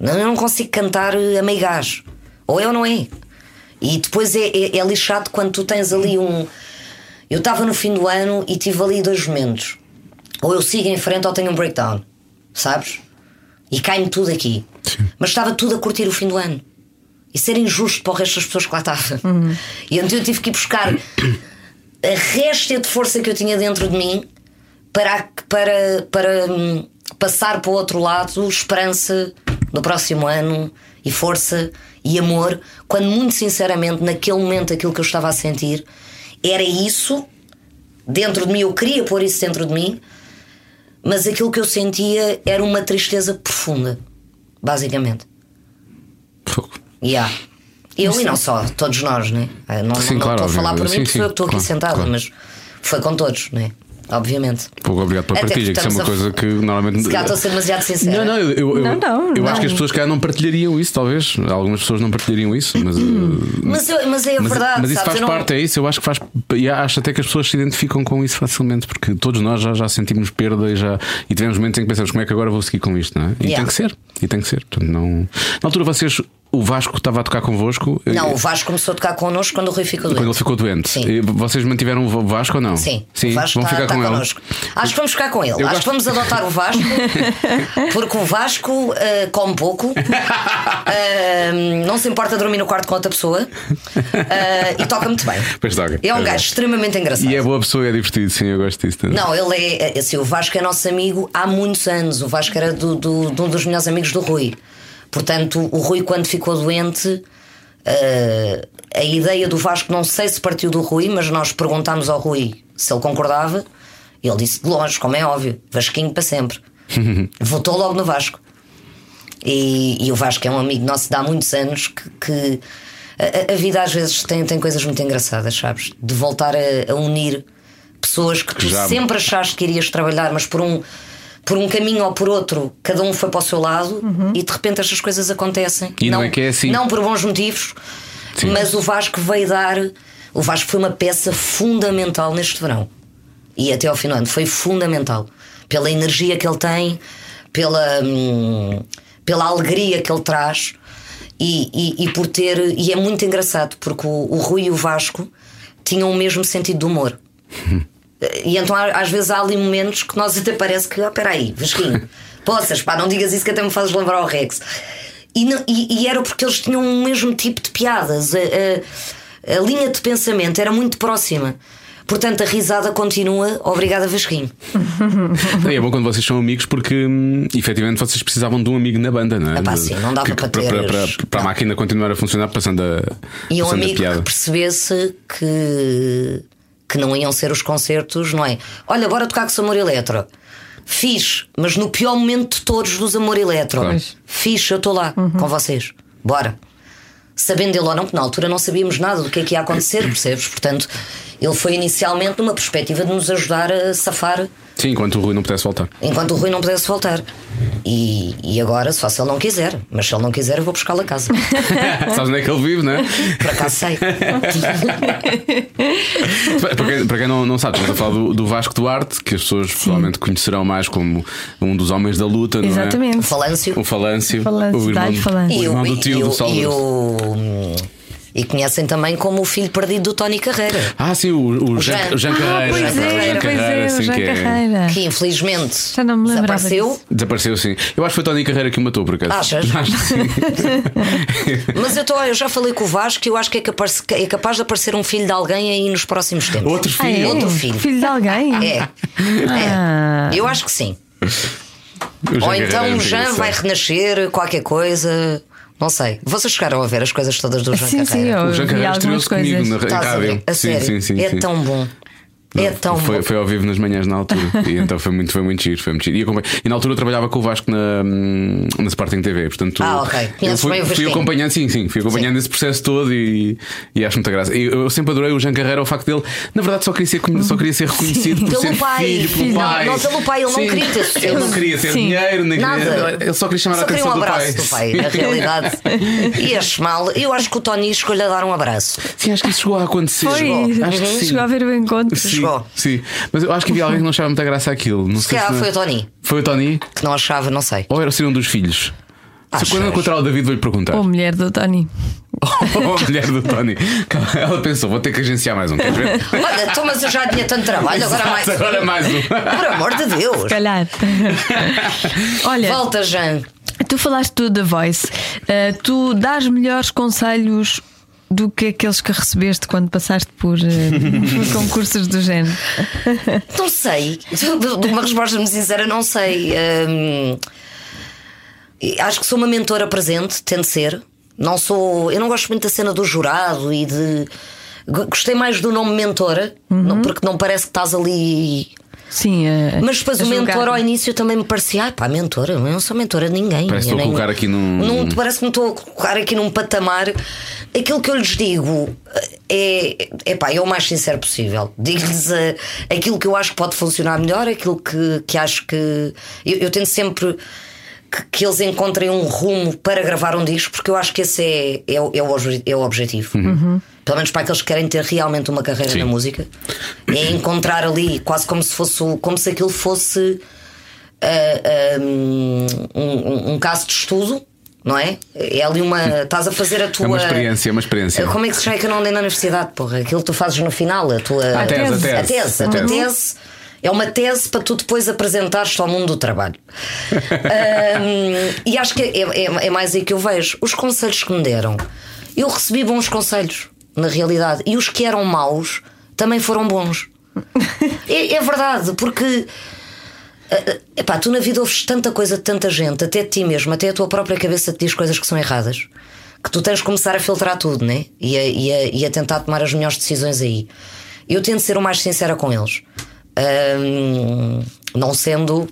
Speaker 5: Não, eu não consigo cantar eh, a meio gás. Ou é ou não é. E depois é, é- é lixado quando tu tens ali um. Eu estava no fim do ano e tive ali dois momentos. Ou eu sigo em frente ou tenho um breakdown. Sabes? E cai-me tudo aqui. Mas estava tudo a curtir o fim do ano. Isso era injusto para o resto das pessoas que lá estavam. E então eu tive que ir buscar a réstia de força que eu tinha dentro de mim para, para, para hum, passar para o outro lado esperança no próximo ano e força e amor, quando muito sinceramente naquele momento aquilo que eu estava a sentir era isso dentro de mim, eu queria pôr isso dentro de mim, mas aquilo que eu sentia era uma tristeza profunda, basicamente. Yeah. Eu e não só, todos nós, né? Ah, Não,
Speaker 2: é. Sim,
Speaker 5: não- não
Speaker 2: claro,
Speaker 5: estou a falar
Speaker 2: obviamente.
Speaker 5: por mim,
Speaker 2: Sim,
Speaker 5: porque
Speaker 2: sim,
Speaker 5: sou eu que estou aqui
Speaker 2: claro,
Speaker 5: sentada,
Speaker 2: claro.
Speaker 5: mas foi com todos, né? Obviamente.
Speaker 2: Pouco obrigado pela
Speaker 5: Até
Speaker 2: partilha, que isso é uma
Speaker 5: estamos
Speaker 2: coisa
Speaker 5: a-
Speaker 2: que normalmente.
Speaker 5: Se calhar estou a ser demasiado
Speaker 2: Não,
Speaker 5: sincera.
Speaker 2: não, eu, eu, eu-
Speaker 6: Não, não,
Speaker 2: eu
Speaker 6: não.
Speaker 2: acho que as pessoas cá não partilhariam isso, talvez. Algumas pessoas não partilhariam isso, mas. uh,
Speaker 5: Mas, eu- mas é a
Speaker 2: mas,
Speaker 5: verdade,
Speaker 2: mas isso
Speaker 5: sabes?
Speaker 2: faz
Speaker 5: eu não...
Speaker 2: parte, é isso. Eu acho que faz. E acho até que as pessoas se identificam com isso facilmente, porque todos nós já, já sentimos perda e, já, e tivemos momentos em que pensamos como é que agora vou seguir com isto, não é? E
Speaker 5: Yeah.
Speaker 2: tem que ser. E tem que ser. Portanto, não... Na altura vocês. O Vasco estava a tocar convosco.
Speaker 5: Não,
Speaker 2: eh,
Speaker 5: o Vasco começou a tocar connosco quando o Rui ficou doente.
Speaker 2: Quando ele ficou doente.
Speaker 5: Sim.
Speaker 2: E Vocês mantiveram o Vasco ou não?
Speaker 5: Sim,
Speaker 2: Sim,
Speaker 5: o Vasco
Speaker 2: vão
Speaker 5: está,
Speaker 2: ficar
Speaker 5: está
Speaker 2: com ele.
Speaker 5: connosco. Acho que vamos ficar com ele. Acho
Speaker 2: gosto-
Speaker 5: que vamos adotar o Vasco, porque o Vasco eh, come pouco, eh, não se importa de dormir no quarto com outra pessoa eh, e toca muito bem.
Speaker 2: Pois toca,
Speaker 5: É um
Speaker 2: pois
Speaker 5: gajo extremamente engraçado.
Speaker 2: E é boa pessoa e é divertido, sim, eu gosto disso. também.
Speaker 5: Não, ele é. Assim, o Vasco é nosso amigo há muitos anos. O Vasco era do- do- de um dos melhores amigos do Rui. Portanto, o Rui, quando ficou doente, eh, a ideia do Vasco, não sei se partiu do Rui, mas nós perguntámos ao Rui se ele concordava. Ele disse de longe, como é óbvio, Vasquinho para sempre. Votou logo no Vasco. E, e o Vasco é um amigo nosso de há muitos anos que. que a, a- a vida às vezes tem, tem coisas muito engraçadas, sabes? De voltar a, a unir pessoas que tu
Speaker 2: Já-
Speaker 5: sempre achaste que irias trabalhar, mas por um, por um caminho ou por outro, cada um foi para o seu lado e de repente estas coisas acontecem.
Speaker 2: E não é que é assim.
Speaker 5: Não por bons motivos,
Speaker 2: Sim.
Speaker 5: mas o Vasco veio dar. O Vasco foi uma peça fundamental neste verão e até ao final do ano foi fundamental pela energia que ele tem, pela, hum, pela alegria que ele traz e, e, e por ter. E é muito engraçado porque o, o Rui e o Vasco tinham o mesmo sentido de humor. E então há- às vezes há ali momentos que nós até parece que, ah, peraí, Vasquinho, poças, pá, não digas isso que até me fazes lembrar o Rex. E, não- e- e era porque eles tinham o mesmo tipo de piadas, a, a- a linha de pensamento era muito próxima. Portanto, a risada continua, obrigada, Vasquinho.
Speaker 2: E é bom quando vocês são amigos porque hum, efetivamente vocês precisavam de um amigo na banda, não é?
Speaker 5: Ah pá, sim, não dava
Speaker 2: Que-
Speaker 5: para
Speaker 2: para,
Speaker 5: ter
Speaker 2: para,
Speaker 5: os-
Speaker 2: para, para a
Speaker 5: não.
Speaker 2: máquina continuar a funcionar passando a,
Speaker 5: E um
Speaker 2: passando a
Speaker 5: amigo que
Speaker 2: piada.
Speaker 5: percebesse que, que não iam ser os concertos, não é? Olha, bora tocar com o Amor Eletro. Fiz, mas no pior momento de todos dos Amor Eletro.
Speaker 2: Claro.
Speaker 5: Fiz, eu estou lá com vocês. Bora. Sabendo ele ou não, porque na altura não sabíamos nada do que é que ia acontecer, percebes? Portanto, ele foi inicialmente numa perspectiva de nos ajudar a safar
Speaker 2: Sim, enquanto o Rui não pudesse voltar.
Speaker 5: enquanto o Rui não pudesse voltar. E, e agora, só se ele não quiser. Mas se ele não quiser, eu vou buscá-lo a casa.
Speaker 2: Sabes onde é que ele vive, não é?
Speaker 5: Por acaso sei.
Speaker 2: Para quem, para quem não, não sabe, estamos a falar do, do Vasco Duarte, que as pessoas provavelmente conhecerão mais como um dos homens da luta, não
Speaker 6: Exatamente.
Speaker 5: Falâncio.
Speaker 2: é? O Falâncio,
Speaker 6: Falâncio,
Speaker 2: o irmão,
Speaker 6: dá-lhe
Speaker 2: do-
Speaker 6: Falâncio.
Speaker 2: o irmão do tio
Speaker 5: e
Speaker 2: do
Speaker 5: o-
Speaker 2: Salvador.
Speaker 5: e o- e conhecem também como o filho perdido do Tony Carreira.
Speaker 2: Ah, sim, o, o Jean,
Speaker 5: Jean.
Speaker 2: Jean
Speaker 5: Ah,
Speaker 2: Carreira.
Speaker 6: pois
Speaker 5: Jean
Speaker 6: é,
Speaker 5: Carreira,
Speaker 6: pois é, o
Speaker 2: assim,
Speaker 6: Jean
Speaker 2: que é-
Speaker 6: Carreira.
Speaker 5: Que infelizmente
Speaker 6: Já não me lembrava
Speaker 5: desapareceu.
Speaker 6: disso.
Speaker 2: Desapareceu, sim. Eu acho que foi Tony Carreira que o matou, por acaso.
Speaker 5: Achas?
Speaker 2: Acho que sim.
Speaker 5: Mas eu, tô, eu já falei com o Vasco e eu acho que é capaz, é capaz de aparecer um filho de alguém aí nos próximos tempos.
Speaker 2: Outro
Speaker 6: Ah,
Speaker 2: filho.
Speaker 6: é?
Speaker 5: Outro filho.
Speaker 6: de alguém?
Speaker 5: É.
Speaker 6: Ah.
Speaker 5: é. Eu acho que sim.
Speaker 2: O é Jean
Speaker 5: Ou
Speaker 2: Carreira
Speaker 5: então
Speaker 2: era
Speaker 5: o
Speaker 2: muito
Speaker 5: Jean vai
Speaker 2: engraçado.
Speaker 5: renascer, qualquer coisa. Não sei. Vocês chegaram a ver as coisas todas do Jean
Speaker 6: Sim, sim,
Speaker 5: Carreira?
Speaker 6: eu
Speaker 2: O Jean
Speaker 6: vi
Speaker 2: Carreira
Speaker 6: algumas
Speaker 2: estreou-se
Speaker 6: coisas.
Speaker 2: comigo na
Speaker 5: Estás a ver?
Speaker 2: rádio.
Speaker 5: A sério.
Speaker 2: Sim, sim, sim.
Speaker 5: é
Speaker 2: sim.
Speaker 5: tão bom. É tão
Speaker 2: foi,
Speaker 5: bom.
Speaker 2: foi ao vivo nas manhãs na altura. E então foi muito, foi muito giro. Foi muito giro. E, acompan- e na altura eu trabalhava com o Vasco na, hum, na Spartan TV. Portanto,
Speaker 5: Ah, ok.
Speaker 2: eu
Speaker 5: Conheces
Speaker 2: fui,
Speaker 5: bem o
Speaker 2: fui
Speaker 5: Vasquinho.
Speaker 2: acompanhando, sim, sim, fui acompanhando esse processo todo e, e acho muita graça. E eu, eu sempre adorei o Jean Carreira, o facto dele, na verdade, só queria ser, conhe- só queria ser reconhecido por
Speaker 5: Pelo
Speaker 2: ser
Speaker 5: pai.
Speaker 2: filho, pelo
Speaker 5: Filho.
Speaker 2: pai.
Speaker 5: Não, pelo pai, ele não
Speaker 2: Sim.
Speaker 5: queria ter sucesso.
Speaker 2: Ele não queria ter
Speaker 6: Sim.
Speaker 2: dinheiro, nem
Speaker 5: Nada.
Speaker 2: Queria, ele só queria chamar
Speaker 5: Só
Speaker 2: a atenção
Speaker 5: queria um
Speaker 2: do
Speaker 5: abraço
Speaker 2: pai.
Speaker 5: do pai, na realidade. E este mal, eu acho que o Tony escolheu dar um abraço.
Speaker 2: Sim, acho que isso chegou a acontecer.
Speaker 6: Foi,
Speaker 2: Acho que
Speaker 5: Uhum.
Speaker 2: sim.
Speaker 6: chegou a ver o encontro.
Speaker 2: Sim,
Speaker 5: Chegou.
Speaker 2: Sim, mas eu acho que havia alguém que não achava muita graça aquilo. Não
Speaker 5: Se
Speaker 2: sei
Speaker 5: calhar
Speaker 2: não-
Speaker 5: foi o Tony,
Speaker 2: Foi o Tony?
Speaker 5: que não achava, não sei.
Speaker 2: Ou era ser um dos filhos?
Speaker 5: Achas?
Speaker 2: Se quando eu encontrar o David, vou-lhe perguntar.
Speaker 6: Ou a mulher do Tony.
Speaker 2: Ou a mulher do Tony. Ela pensou, vou ter que agenciar mais um. Queres ver?
Speaker 5: Olha, então, mas eu já tinha tanto trabalho, agora mais.
Speaker 2: Exato, Agora mais um.
Speaker 5: Por amor de Deus.
Speaker 6: Calhar. Olha,
Speaker 5: Volta, Jean.
Speaker 6: tu falaste do The Voice. Ah, tu dás melhores conselhos do que aqueles que recebeste quando passaste por, eh, por concursos do género.
Speaker 5: Não sei. De uma resposta muito sincera, não sei. Hum, acho que sou uma mentora presente, tem de ser. Não sou. Eu não gosto muito da cena do jurado e de. go- Gostei mais do nome mentora, não- porque não parece que estás ali.
Speaker 6: Sim, ah, a-
Speaker 5: Mas depois
Speaker 6: a
Speaker 5: o
Speaker 6: julgar.
Speaker 5: mentor ao início também me parecia, ai pá, mentora, eu não sou mentora de ninguém.
Speaker 2: Parece que estou
Speaker 5: Eu
Speaker 2: a
Speaker 5: nem-
Speaker 2: colocar aqui num-
Speaker 5: Não, parece que me estou a colocar aqui num patamar. Aquilo que eu lhes digo é, é pá, é o mais sincero possível. Digo-lhes eh, aquilo que eu acho que pode funcionar melhor, aquilo que, que acho que. Eu, eu tento sempre. Que, que eles encontrem um rumo para gravar um disco, porque eu acho que esse é, é, o- é o, obje- é o objetivo. Pelo menos para aqueles que querem ter realmente uma carreira
Speaker 2: Sim.
Speaker 5: na música, é encontrar ali quase como se fosse o- como se aquilo fosse uh, um, um- um caso de estudo, não é? É ali uma. Estás a fazer a tua.
Speaker 2: uma experiência, é uma experiência.
Speaker 5: Como é que se chama que eu não dei na universidade, porra? Aquilo que tu fazes no final, a tua.
Speaker 2: A tese, a tese.
Speaker 5: A tese, a tua
Speaker 2: Uhum.
Speaker 5: tese É uma tese para tu depois apresentares-te ao mundo do trabalho. Um, e acho que é, é- é mais aí que eu vejo. Os conselhos que me deram. Eu recebi bons conselhos, na realidade. E os que eram maus também foram bons. É, é verdade, porque. ah, ah, Epá, tu na vida ouves tanta coisa de tanta gente, até de ti mesmo, até a tua própria cabeça te diz coisas que são erradas, que tu tens de começar a filtrar tudo, né? E a, e a- e a tentar tomar as melhores decisões aí. Eu tento ser o mais sincera com eles, Ahm, não sendo.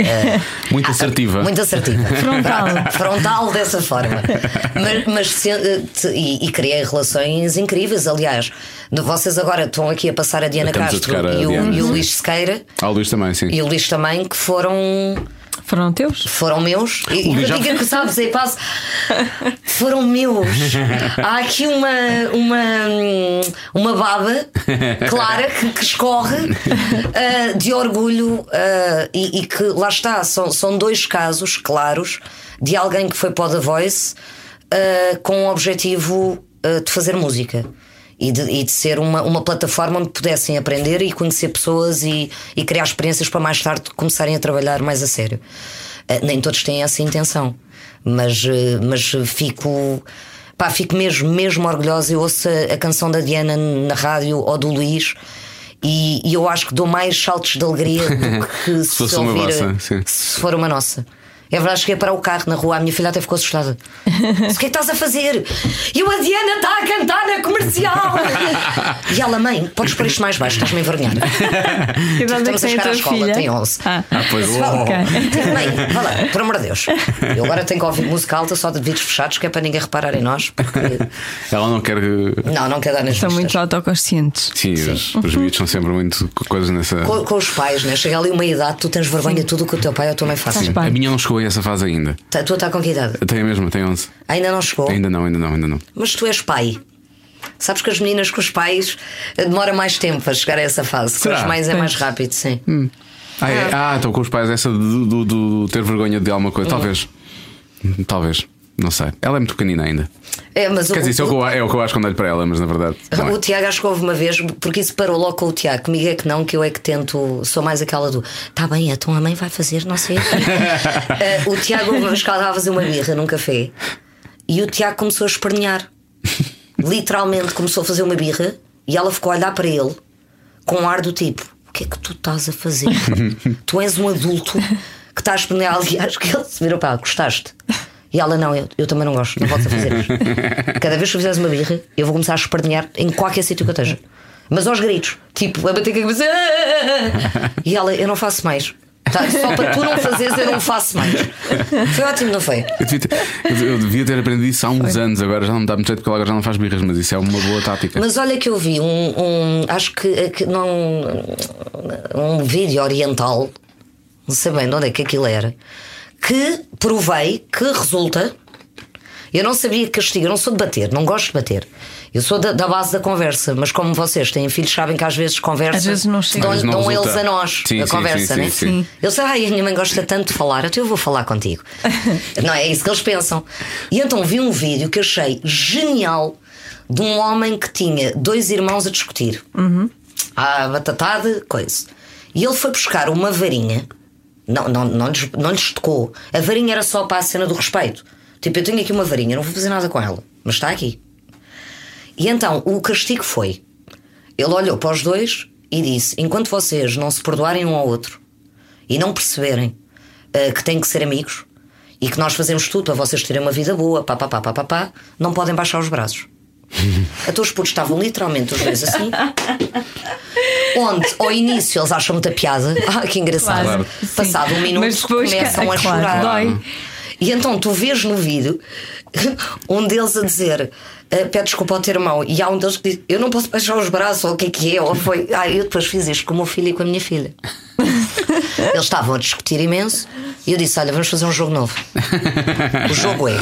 Speaker 5: Ah,
Speaker 2: Muito assertiva.
Speaker 5: Muito assertiva.
Speaker 6: Frontal.
Speaker 5: Frontal dessa forma. Mas, mas se- eh, te- e, e criei relações incríveis, aliás. De- Vocês agora estão aqui a passar a Diana
Speaker 2: Estamos a
Speaker 5: Castro
Speaker 2: tocar a
Speaker 5: e, o,
Speaker 2: Diana.
Speaker 5: e o Luís Sequeira
Speaker 2: Ah, o Luís também, sim.
Speaker 5: e o Luís também, que foram
Speaker 6: Foram teus?
Speaker 5: foram meus. E
Speaker 2: O Luís
Speaker 5: eu
Speaker 2: já-
Speaker 5: digo que sabes, é eu passo. Foram meus. Há aqui uma, uma, uma baba clara que, que escorre ah, de orgulho ah, e, e que lá está. São, são dois casos claros de alguém que foi para o The Voice ah, com o objetivo ah, de fazer música. E de, e de ser uma, uma plataforma onde pudessem aprender e conhecer pessoas e, e criar experiências para mais tarde começarem a trabalhar mais a sério. Uh, nem todos têm essa intenção, mas, uh, mas uh, fico. Pá, fico mesmo, mesmo orgulhosa. Eu ouço a, a canção da Diana na rádio ou do Luís e, e eu acho que dou mais saltos de alegria do que se,
Speaker 2: fosse uma
Speaker 5: ouvir,
Speaker 2: vossa, sim.
Speaker 5: se for uma nossa. É verdade, cheguei para o carro na rua, a minha filha até ficou assustada. Disse, O que é que estás a fazer? E o a Diana está a cantar na comercial! e ela, mãe, podes pôr isto mais baixo, estás-me a envergonhar.
Speaker 6: Que idade é que
Speaker 5: Estamos a
Speaker 6: tem a
Speaker 5: chegar à
Speaker 6: tua
Speaker 5: escola,
Speaker 6: filha?
Speaker 5: tem 11.
Speaker 6: Ah.
Speaker 2: Ah, pois.
Speaker 5: Fala.
Speaker 2: oh.
Speaker 5: Mãe, vá lá, por amor de Deus. Eu agora tenho que ouvir música alta só de vídeos fechados, que é para ninguém reparar em nós. Porque...
Speaker 2: Ela não quer. que-
Speaker 5: Não, não quer dar nas
Speaker 6: São
Speaker 5: vistas.
Speaker 6: muito autoconscientes.
Speaker 2: Sim, os, os
Speaker 5: Uhum.
Speaker 2: miúdos são sempre muito co- coisas nessa.
Speaker 5: Com, com os pais, né? Chega ali uma idade, tu tens vergonha de tudo o que o teu pai ou a tua mãe fazem.
Speaker 6: Sim.
Speaker 2: A minha não chegou a essa fase ainda.
Speaker 5: Tu está com que idade?
Speaker 2: Tem a mesma, tem 11.
Speaker 5: Ainda não chegou.
Speaker 2: Ainda não, ainda não, ainda não.
Speaker 5: Mas tu és pai. Sabes que as meninas com os pais eh, demora mais tempo a chegar a essa fase.
Speaker 2: Será?
Speaker 5: Com os mães é
Speaker 6: Pois.
Speaker 5: mais rápido, sim.
Speaker 2: Ah, é, ah, estou com os pais essa do, do- do ter vergonha de alguma
Speaker 5: Hum.
Speaker 2: coisa. Talvez. Talvez. Não sei. Ela é muito pequenina ainda.
Speaker 5: É, mas
Speaker 2: Quer dizer, isso é o que eu, é o que eu acho quando olho para ela, mas na verdade. não é.
Speaker 5: O Tiago acho que houve uma vez, porque isso parou logo com o Tiago. Comigo é que não, que eu é que tento, sou mais aquela do tá bem, então a mãe vai fazer, não sei. Eh, o Tiago houve uma vez que ela estava a fazer uma birra num café e o Tiago começou a espernear. Literalmente começou a fazer uma birra e ela ficou a olhar para ele com um ar do tipo: o que é que tu estás a fazer? tu és um adulto que estás a espernear. Aliás, que ele se virou para ela, gostaste? E ela, não, eu, eu também não gosto, não volto a fazer isto. Cada vez que tu fizeres uma birra, eu vou começar a espernear em qualquer sítio que eu esteja. Mas aos gritos, tipo, a bater com a cabeça. "Ah!" E ela, eu não faço mais. Tá, só para tu não fazeres, eu não faço mais. Foi ótimo, não foi?
Speaker 2: Eu devia, ter, eu- eu devia ter aprendido isso há uns anos, agora já não me dá muito jeito porque ela agora já não faz birras, mas isso é uma boa tática.
Speaker 5: Mas olha que eu vi um, um- acho que, que não um vídeo oriental, não sei bem de onde é que aquilo era, que provei que resulta. Eu não sabia que castigo, eu não sou de bater, não gosto de bater. Eu sou da, da base da conversa, mas como vocês têm filhos, sabem que às vezes conversa
Speaker 6: Às vezes não chega.
Speaker 5: dão,
Speaker 2: Às vezes não
Speaker 5: dão
Speaker 2: resulta.
Speaker 5: eles a nós
Speaker 2: Sim,
Speaker 5: a
Speaker 2: sim,
Speaker 5: conversa,
Speaker 2: sim,
Speaker 5: né?
Speaker 2: sim, sim.
Speaker 5: Eles sabem, ai, a minha mãe gosta tanto de falar, então eu vou falar contigo. Não é isso que eles pensam. E então vi um vídeo que achei genial de um homem que tinha dois irmãos a discutir. À batatada, coisa. E ele foi buscar uma varinha, não, não, não, lhes, não lhes tocou. A varinha era só para a cena do respeito. Tipo, eu tenho aqui uma varinha, não vou fazer nada com ela, mas está aqui. E então o castigo foi: ele olhou para os dois e disse: enquanto vocês não se perdoarem um ao outro e não perceberem eh, que têm que ser amigos e que nós fazemos tudo para vocês terem uma vida boa, pá, pá, pá, pá, pá, pá não podem baixar os braços. A todos os putos estavam literalmente os dois assim. Onde, ao início, eles acham muita piada. Ah, que engraçado.
Speaker 2: Claro.
Speaker 5: Passado um minuto,
Speaker 6: Mas depois
Speaker 5: começam
Speaker 6: ca-
Speaker 5: a
Speaker 6: claro,
Speaker 5: chorar.
Speaker 6: dói.
Speaker 5: E então tu vês no vídeo um deles a dizer. "Ah, pede desculpa ao teu irmão e há um deles que diz eu não posso baixar os braços ou o que é que é ou foi ah eu depois fiz isto com o meu filho e com a minha filha eles estavam a discutir imenso e eu disse olha vamos fazer um jogo novo o jogo é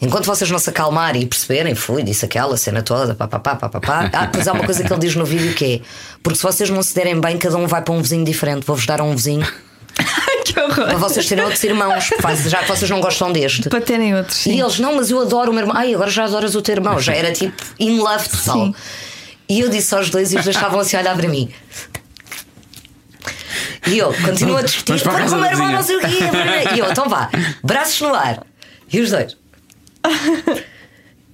Speaker 5: Enquanto vocês não se acalmarem e perceberem, fui, disse aquela cena toda, pá, pá, pá, pá, pá, pá. Ah, pois há uma coisa que ele diz no vídeo que é: porque se vocês não se derem bem, cada um vai para um vizinho diferente, vou-vos dar a um vizinho
Speaker 6: que horror.
Speaker 5: para vocês terem outros irmãos, faz- já que vocês não gostam deste.
Speaker 6: Para terem outros.
Speaker 5: E
Speaker 6: Sim.
Speaker 5: eles, não, mas eu adoro o meu irmão. Ai, agora já adoras o teu irmão. Já era tipo in love total. E eu disse aos dois e os dois estavam assim a olhar para mim. E eu continuo a discutir.
Speaker 2: Mas para a
Speaker 5: "Olha
Speaker 2: casa
Speaker 5: como
Speaker 2: da
Speaker 5: o meu irmão não sei
Speaker 2: vizinha."
Speaker 5: o quê. blá, blá, blá. E eu, então vá, braços no ar. E os dois.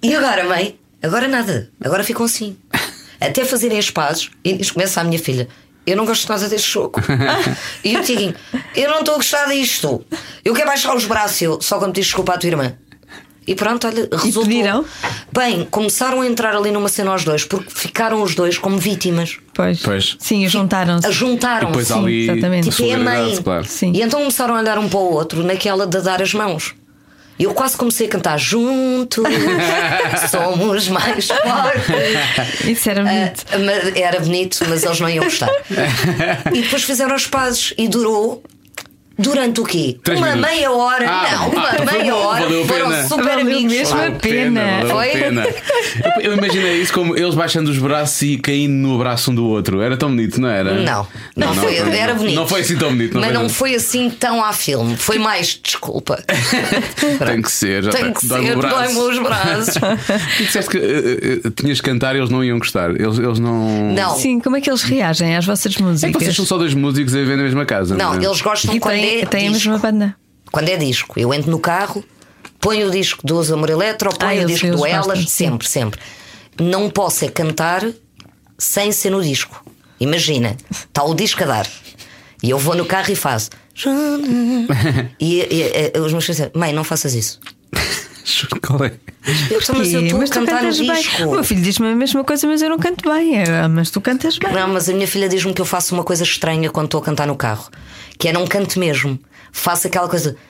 Speaker 5: E agora, mãe? Agora nada. Agora ficam assim. Até fazerem as pazes. E diz- começa a minha filha. Eu não gosto nada deste jogo. e o Tiaguinho, eu não estou a gostar disto. Eu quero baixar os braços, eu, só quando diz desculpa à tua irmã. E pronto, olha, resultou.
Speaker 6: pediram?
Speaker 5: Bem, começaram a entrar ali numa cena aos dois, porque ficaram os dois como vítimas.
Speaker 6: Pois.
Speaker 2: Pois.
Speaker 6: Sim, juntaram-se.
Speaker 5: A juntaram.
Speaker 2: Depois
Speaker 5: se
Speaker 2: há ali.
Speaker 6: exatamente.
Speaker 2: a
Speaker 5: Tipo, é a
Speaker 2: solidariedade,
Speaker 5: mãe.
Speaker 2: claro.
Speaker 6: Sim.
Speaker 5: E então começaram a olhar um para o outro naquela de dar as mãos. Eu quase comecei a cantar juntos, somos mais fortes.
Speaker 6: Isso era bonito.
Speaker 5: Ah, mas era bonito, mas eles não iam gostar. e depois fizeram os pazes e durou. Durante o quê?
Speaker 2: Três
Speaker 5: uma
Speaker 2: minutos.
Speaker 5: meia hora,
Speaker 2: Ah,
Speaker 5: não, uma
Speaker 2: ah,
Speaker 5: meia
Speaker 2: valeu
Speaker 5: hora.
Speaker 2: a
Speaker 5: foram
Speaker 2: pena.
Speaker 5: super
Speaker 6: Valeu
Speaker 5: amigos.
Speaker 6: mesmo.
Speaker 5: pá.
Speaker 6: Valeu a pena.
Speaker 2: valeu a
Speaker 5: Foi?
Speaker 2: é pena. Eu, eu imaginei isso como eles baixando os braços e caindo no abraço um do outro. Era tão bonito, não era?
Speaker 5: Não, não, foi, era bonito.
Speaker 2: Não foi assim tão bonito, não
Speaker 5: Mas
Speaker 2: foi
Speaker 5: não
Speaker 2: tão-
Speaker 5: foi assim tão à filme. Foi mais, desculpa.
Speaker 2: Tem que ser, já
Speaker 5: Tem
Speaker 2: tá-
Speaker 5: que
Speaker 2: dói-me
Speaker 5: ser,
Speaker 2: o braço.
Speaker 5: dói-me os braços.
Speaker 2: Tu disseste que eh, eh, tinhas que cantar e eles não iam gostar. Eles, eles não.
Speaker 5: Não,
Speaker 6: Sim, como é que eles reagem às vossas
Speaker 2: É que
Speaker 6: músicas?
Speaker 2: vocês são só dois músicos a viver na mesma casa.
Speaker 5: não,
Speaker 2: é?
Speaker 5: eles gostam
Speaker 6: E
Speaker 5: quando
Speaker 6: têm,
Speaker 5: é
Speaker 6: têm a
Speaker 5: disco.
Speaker 6: mesma banda.
Speaker 5: Quando é disco, eu entro no carro, ponho o disco do Amor Eletro, ou ponho
Speaker 6: Ah,
Speaker 5: o
Speaker 6: eles-
Speaker 5: disco
Speaker 6: eles
Speaker 5: do Elas,
Speaker 6: gostam, sim.
Speaker 5: sempre, sempre. Não posso é cantar sem ser no disco. Imagina, está o disco a dar. E eu vou no carro e faço. e, e- e os meus filhos dizem: Mãe, não faças isso.
Speaker 2: Juro, Qual é?
Speaker 5: Eu "Então, mas eu
Speaker 6: Sim,
Speaker 5: estou a
Speaker 6: mas tu
Speaker 5: cantar no
Speaker 6: cantas bem. O
Speaker 5: disco.
Speaker 6: meu filho diz-me a mesma coisa, mas eu não canto bem. É, mas tu cantas bem.
Speaker 5: Não, mas a minha filha diz-me que eu faço uma coisa estranha quando estou a cantar no carro, que é não canto mesmo. Faço aquela coisa.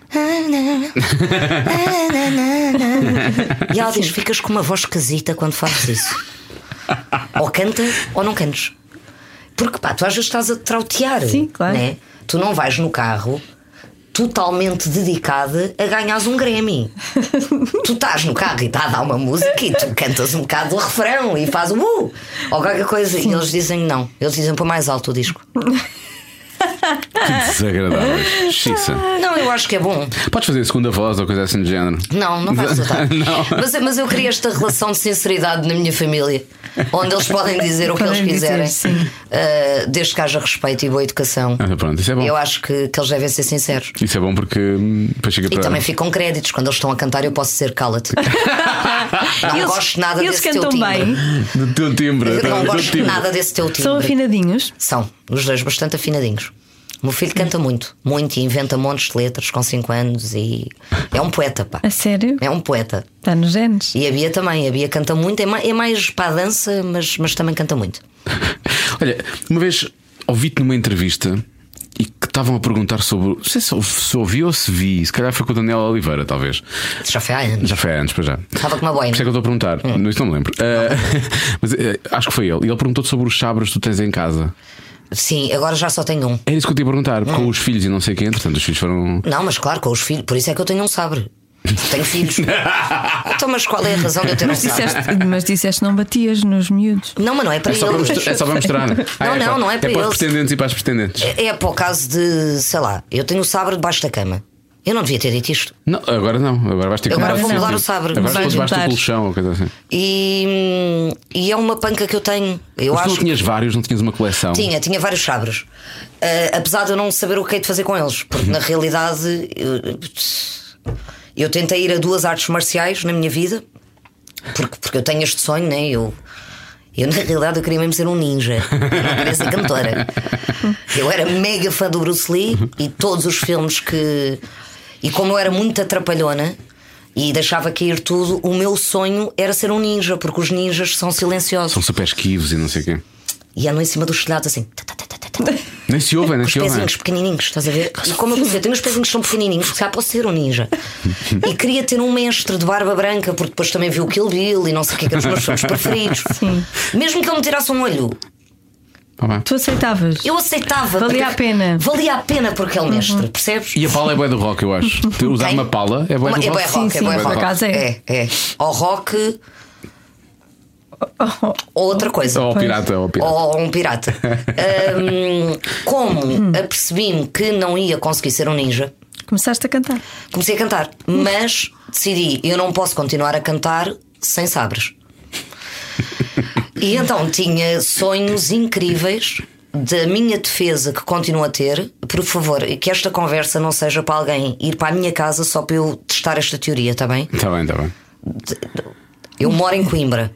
Speaker 5: E ela diz: ficas com uma voz esquisita quando fazes isso. ou canta ou não cantes. Porque pá, tu às vezes estás a trautear.
Speaker 6: Sim, claro.
Speaker 5: Né? Tu não vais no carro totalmente dedicada a ganhares um Grammy. tu estás no carro e está a dar uma música e tu cantas um bocado o refrão e faz um uh, ou qualquer coisa. E eles dizem não. Eles dizem para mais alto o disco.
Speaker 2: Que desagradável. Xissa.
Speaker 5: Não, eu acho que é bom.
Speaker 2: Podes fazer segunda voz ou coisa assim do género.
Speaker 5: Não, não vai resultar.
Speaker 2: Não.
Speaker 5: mas, mas eu queria esta relação de sinceridade na minha família, onde eles podem dizer o que
Speaker 6: Podem
Speaker 5: eles quiserem,
Speaker 6: dizer, sim.
Speaker 5: eh, desde que haja respeito e boa educação.
Speaker 2: Ah, pronto, isso é bom.
Speaker 5: Eu acho que, que eles devem ser sinceros.
Speaker 2: Isso é bom porque hum, depois chega
Speaker 5: E
Speaker 2: para.
Speaker 5: também ficam créditos. Quando eles estão a cantar, eu posso dizer cala-te. não
Speaker 6: eles
Speaker 5: gosto nada
Speaker 6: eles
Speaker 5: desse teu
Speaker 6: cantam
Speaker 5: timbre.
Speaker 6: bem,
Speaker 2: Do teu um timbre.
Speaker 5: Eu não
Speaker 2: do
Speaker 5: gosto
Speaker 2: timbre.
Speaker 5: nada desse teu
Speaker 6: são
Speaker 5: timbre.
Speaker 6: afinadinhos.
Speaker 5: São, os dois bastante afinadinhos. O meu filho canta muito, muito e inventa montes de letras com 5 anos e é um poeta, pá.
Speaker 6: A sério?
Speaker 5: É um poeta.
Speaker 6: Está nos genes.
Speaker 5: E a Bia também, a Bia canta muito, é ma- é mais para a dança, mas, mas também canta muito.
Speaker 2: Olha, uma vez ouvi-te numa entrevista e que estavam a perguntar sobre. Não sei se, se ouvi ou se vi, se calhar foi com o Daniel Oliveira, talvez.
Speaker 5: Isso Já foi há anos.
Speaker 2: Já foi há anos, para já.
Speaker 5: Estava com uma boina.
Speaker 2: Por isso é que eu estou a perguntar, Não, isso não me lembro. Ah, mas eh, acho que foi ele. E ele perguntou-te sobre os sabres que tu tens em casa.
Speaker 5: Sim, agora já só tenho um.
Speaker 2: Era isso que eu te ia perguntar, com os filhos e não sei quem, portanto, os filhos foram.
Speaker 5: Não, mas claro, com os filhos, por isso é que eu tenho um sabre. Tenho filhos. então, mas qual é a razão de eu ter um sabre?
Speaker 6: Disseste- mas disseste não batias nos miúdos.
Speaker 5: Não, mas não é para
Speaker 2: É só para,
Speaker 5: eles.
Speaker 2: mostrar, é só para mostrar. né?
Speaker 5: Não, não,
Speaker 2: para-
Speaker 5: não é para
Speaker 2: É para os
Speaker 5: eles.
Speaker 2: pretendentes e para as pretendentes.
Speaker 5: É para o caso de, sei lá, eu tenho o sabre debaixo da cama. Eu não devia ter dito isto.
Speaker 2: Não, agora não, agora vais ter que
Speaker 5: Agora
Speaker 2: mudar
Speaker 5: vou
Speaker 2: de
Speaker 5: mudar
Speaker 2: sítio.
Speaker 5: o sabre.
Speaker 2: Agora
Speaker 5: Vai
Speaker 2: estou debaixo do
Speaker 6: juntar.
Speaker 2: colchão ou coisa assim.
Speaker 5: E, e é uma panca que eu tenho. Eu
Speaker 2: Mas tu
Speaker 5: acho
Speaker 2: não tinhas vários, não tinhas uma coleção.
Speaker 5: Tinha, tinha vários sabres. Eh, Ah, apesar de eu não saber o que é de fazer com eles, porque na realidade eu, Eu tentei ir a duas artes marciais na minha vida, porque, porque eu tenho este sonho, né? Eu, eu, na realidade, eu queria mesmo ser um ninja, eu não queria ser cantora. Eu era mega fã do Bruce Lee e todos os filmes que. E como eu era muito atrapalhona e deixava cair tudo, o meu sonho era ser um ninja, porque os ninjas são silenciosos.
Speaker 2: São super esquivos e não sei o quê.
Speaker 5: E andam em cima dos telhados assim. tá, tá, tá, tá, tá, tá.
Speaker 2: Nem se ouvem, nem
Speaker 5: Com os
Speaker 2: se ouvem.
Speaker 5: pezinhos pequenininhos, estás a ver? E como eu vou dizer, tenho os pezinhos que são pequenininhos, porque já posso ser um ninja. E queria ter um mestre de barba branca, porque depois também vi o Kill Bill e não sei o que, que eram os meus filmes preferidos.
Speaker 6: Sim.
Speaker 5: Mesmo que ele me tirasse um olho,
Speaker 2: Tá bem.
Speaker 6: Tu aceitavas?
Speaker 5: eu aceitava.
Speaker 6: Valia
Speaker 5: porque-
Speaker 6: a pena. Uhum.
Speaker 5: Valia a pena porque é o mestre, percebes?
Speaker 2: E a pala é boa do rock, eu acho. Ter- Usar
Speaker 5: Quem?
Speaker 2: uma pala é boa
Speaker 5: Uma-
Speaker 2: do
Speaker 5: é bué
Speaker 2: rock.
Speaker 5: rock,
Speaker 6: Sim,
Speaker 5: é bué
Speaker 6: sim, por
Speaker 5: rock.
Speaker 6: acaso é.
Speaker 5: É, é. Ou rock ou outra coisa.
Speaker 2: Ou ao pirata, ou ao pirata.
Speaker 5: Ou um pirata. Hum, como apercebi-me que não ia conseguir ser um ninja,
Speaker 6: Começaste a cantar.
Speaker 5: comecei a cantar, mas decidi, eu não posso continuar a cantar sem sabres. E então tinha sonhos incríveis da minha defesa que continuo a ter. Por favor, que esta conversa não seja para alguém ir para a minha casa só para eu testar esta teoria, está bem?
Speaker 2: Tá bem, tá bem.
Speaker 5: Eu moro em Coimbra.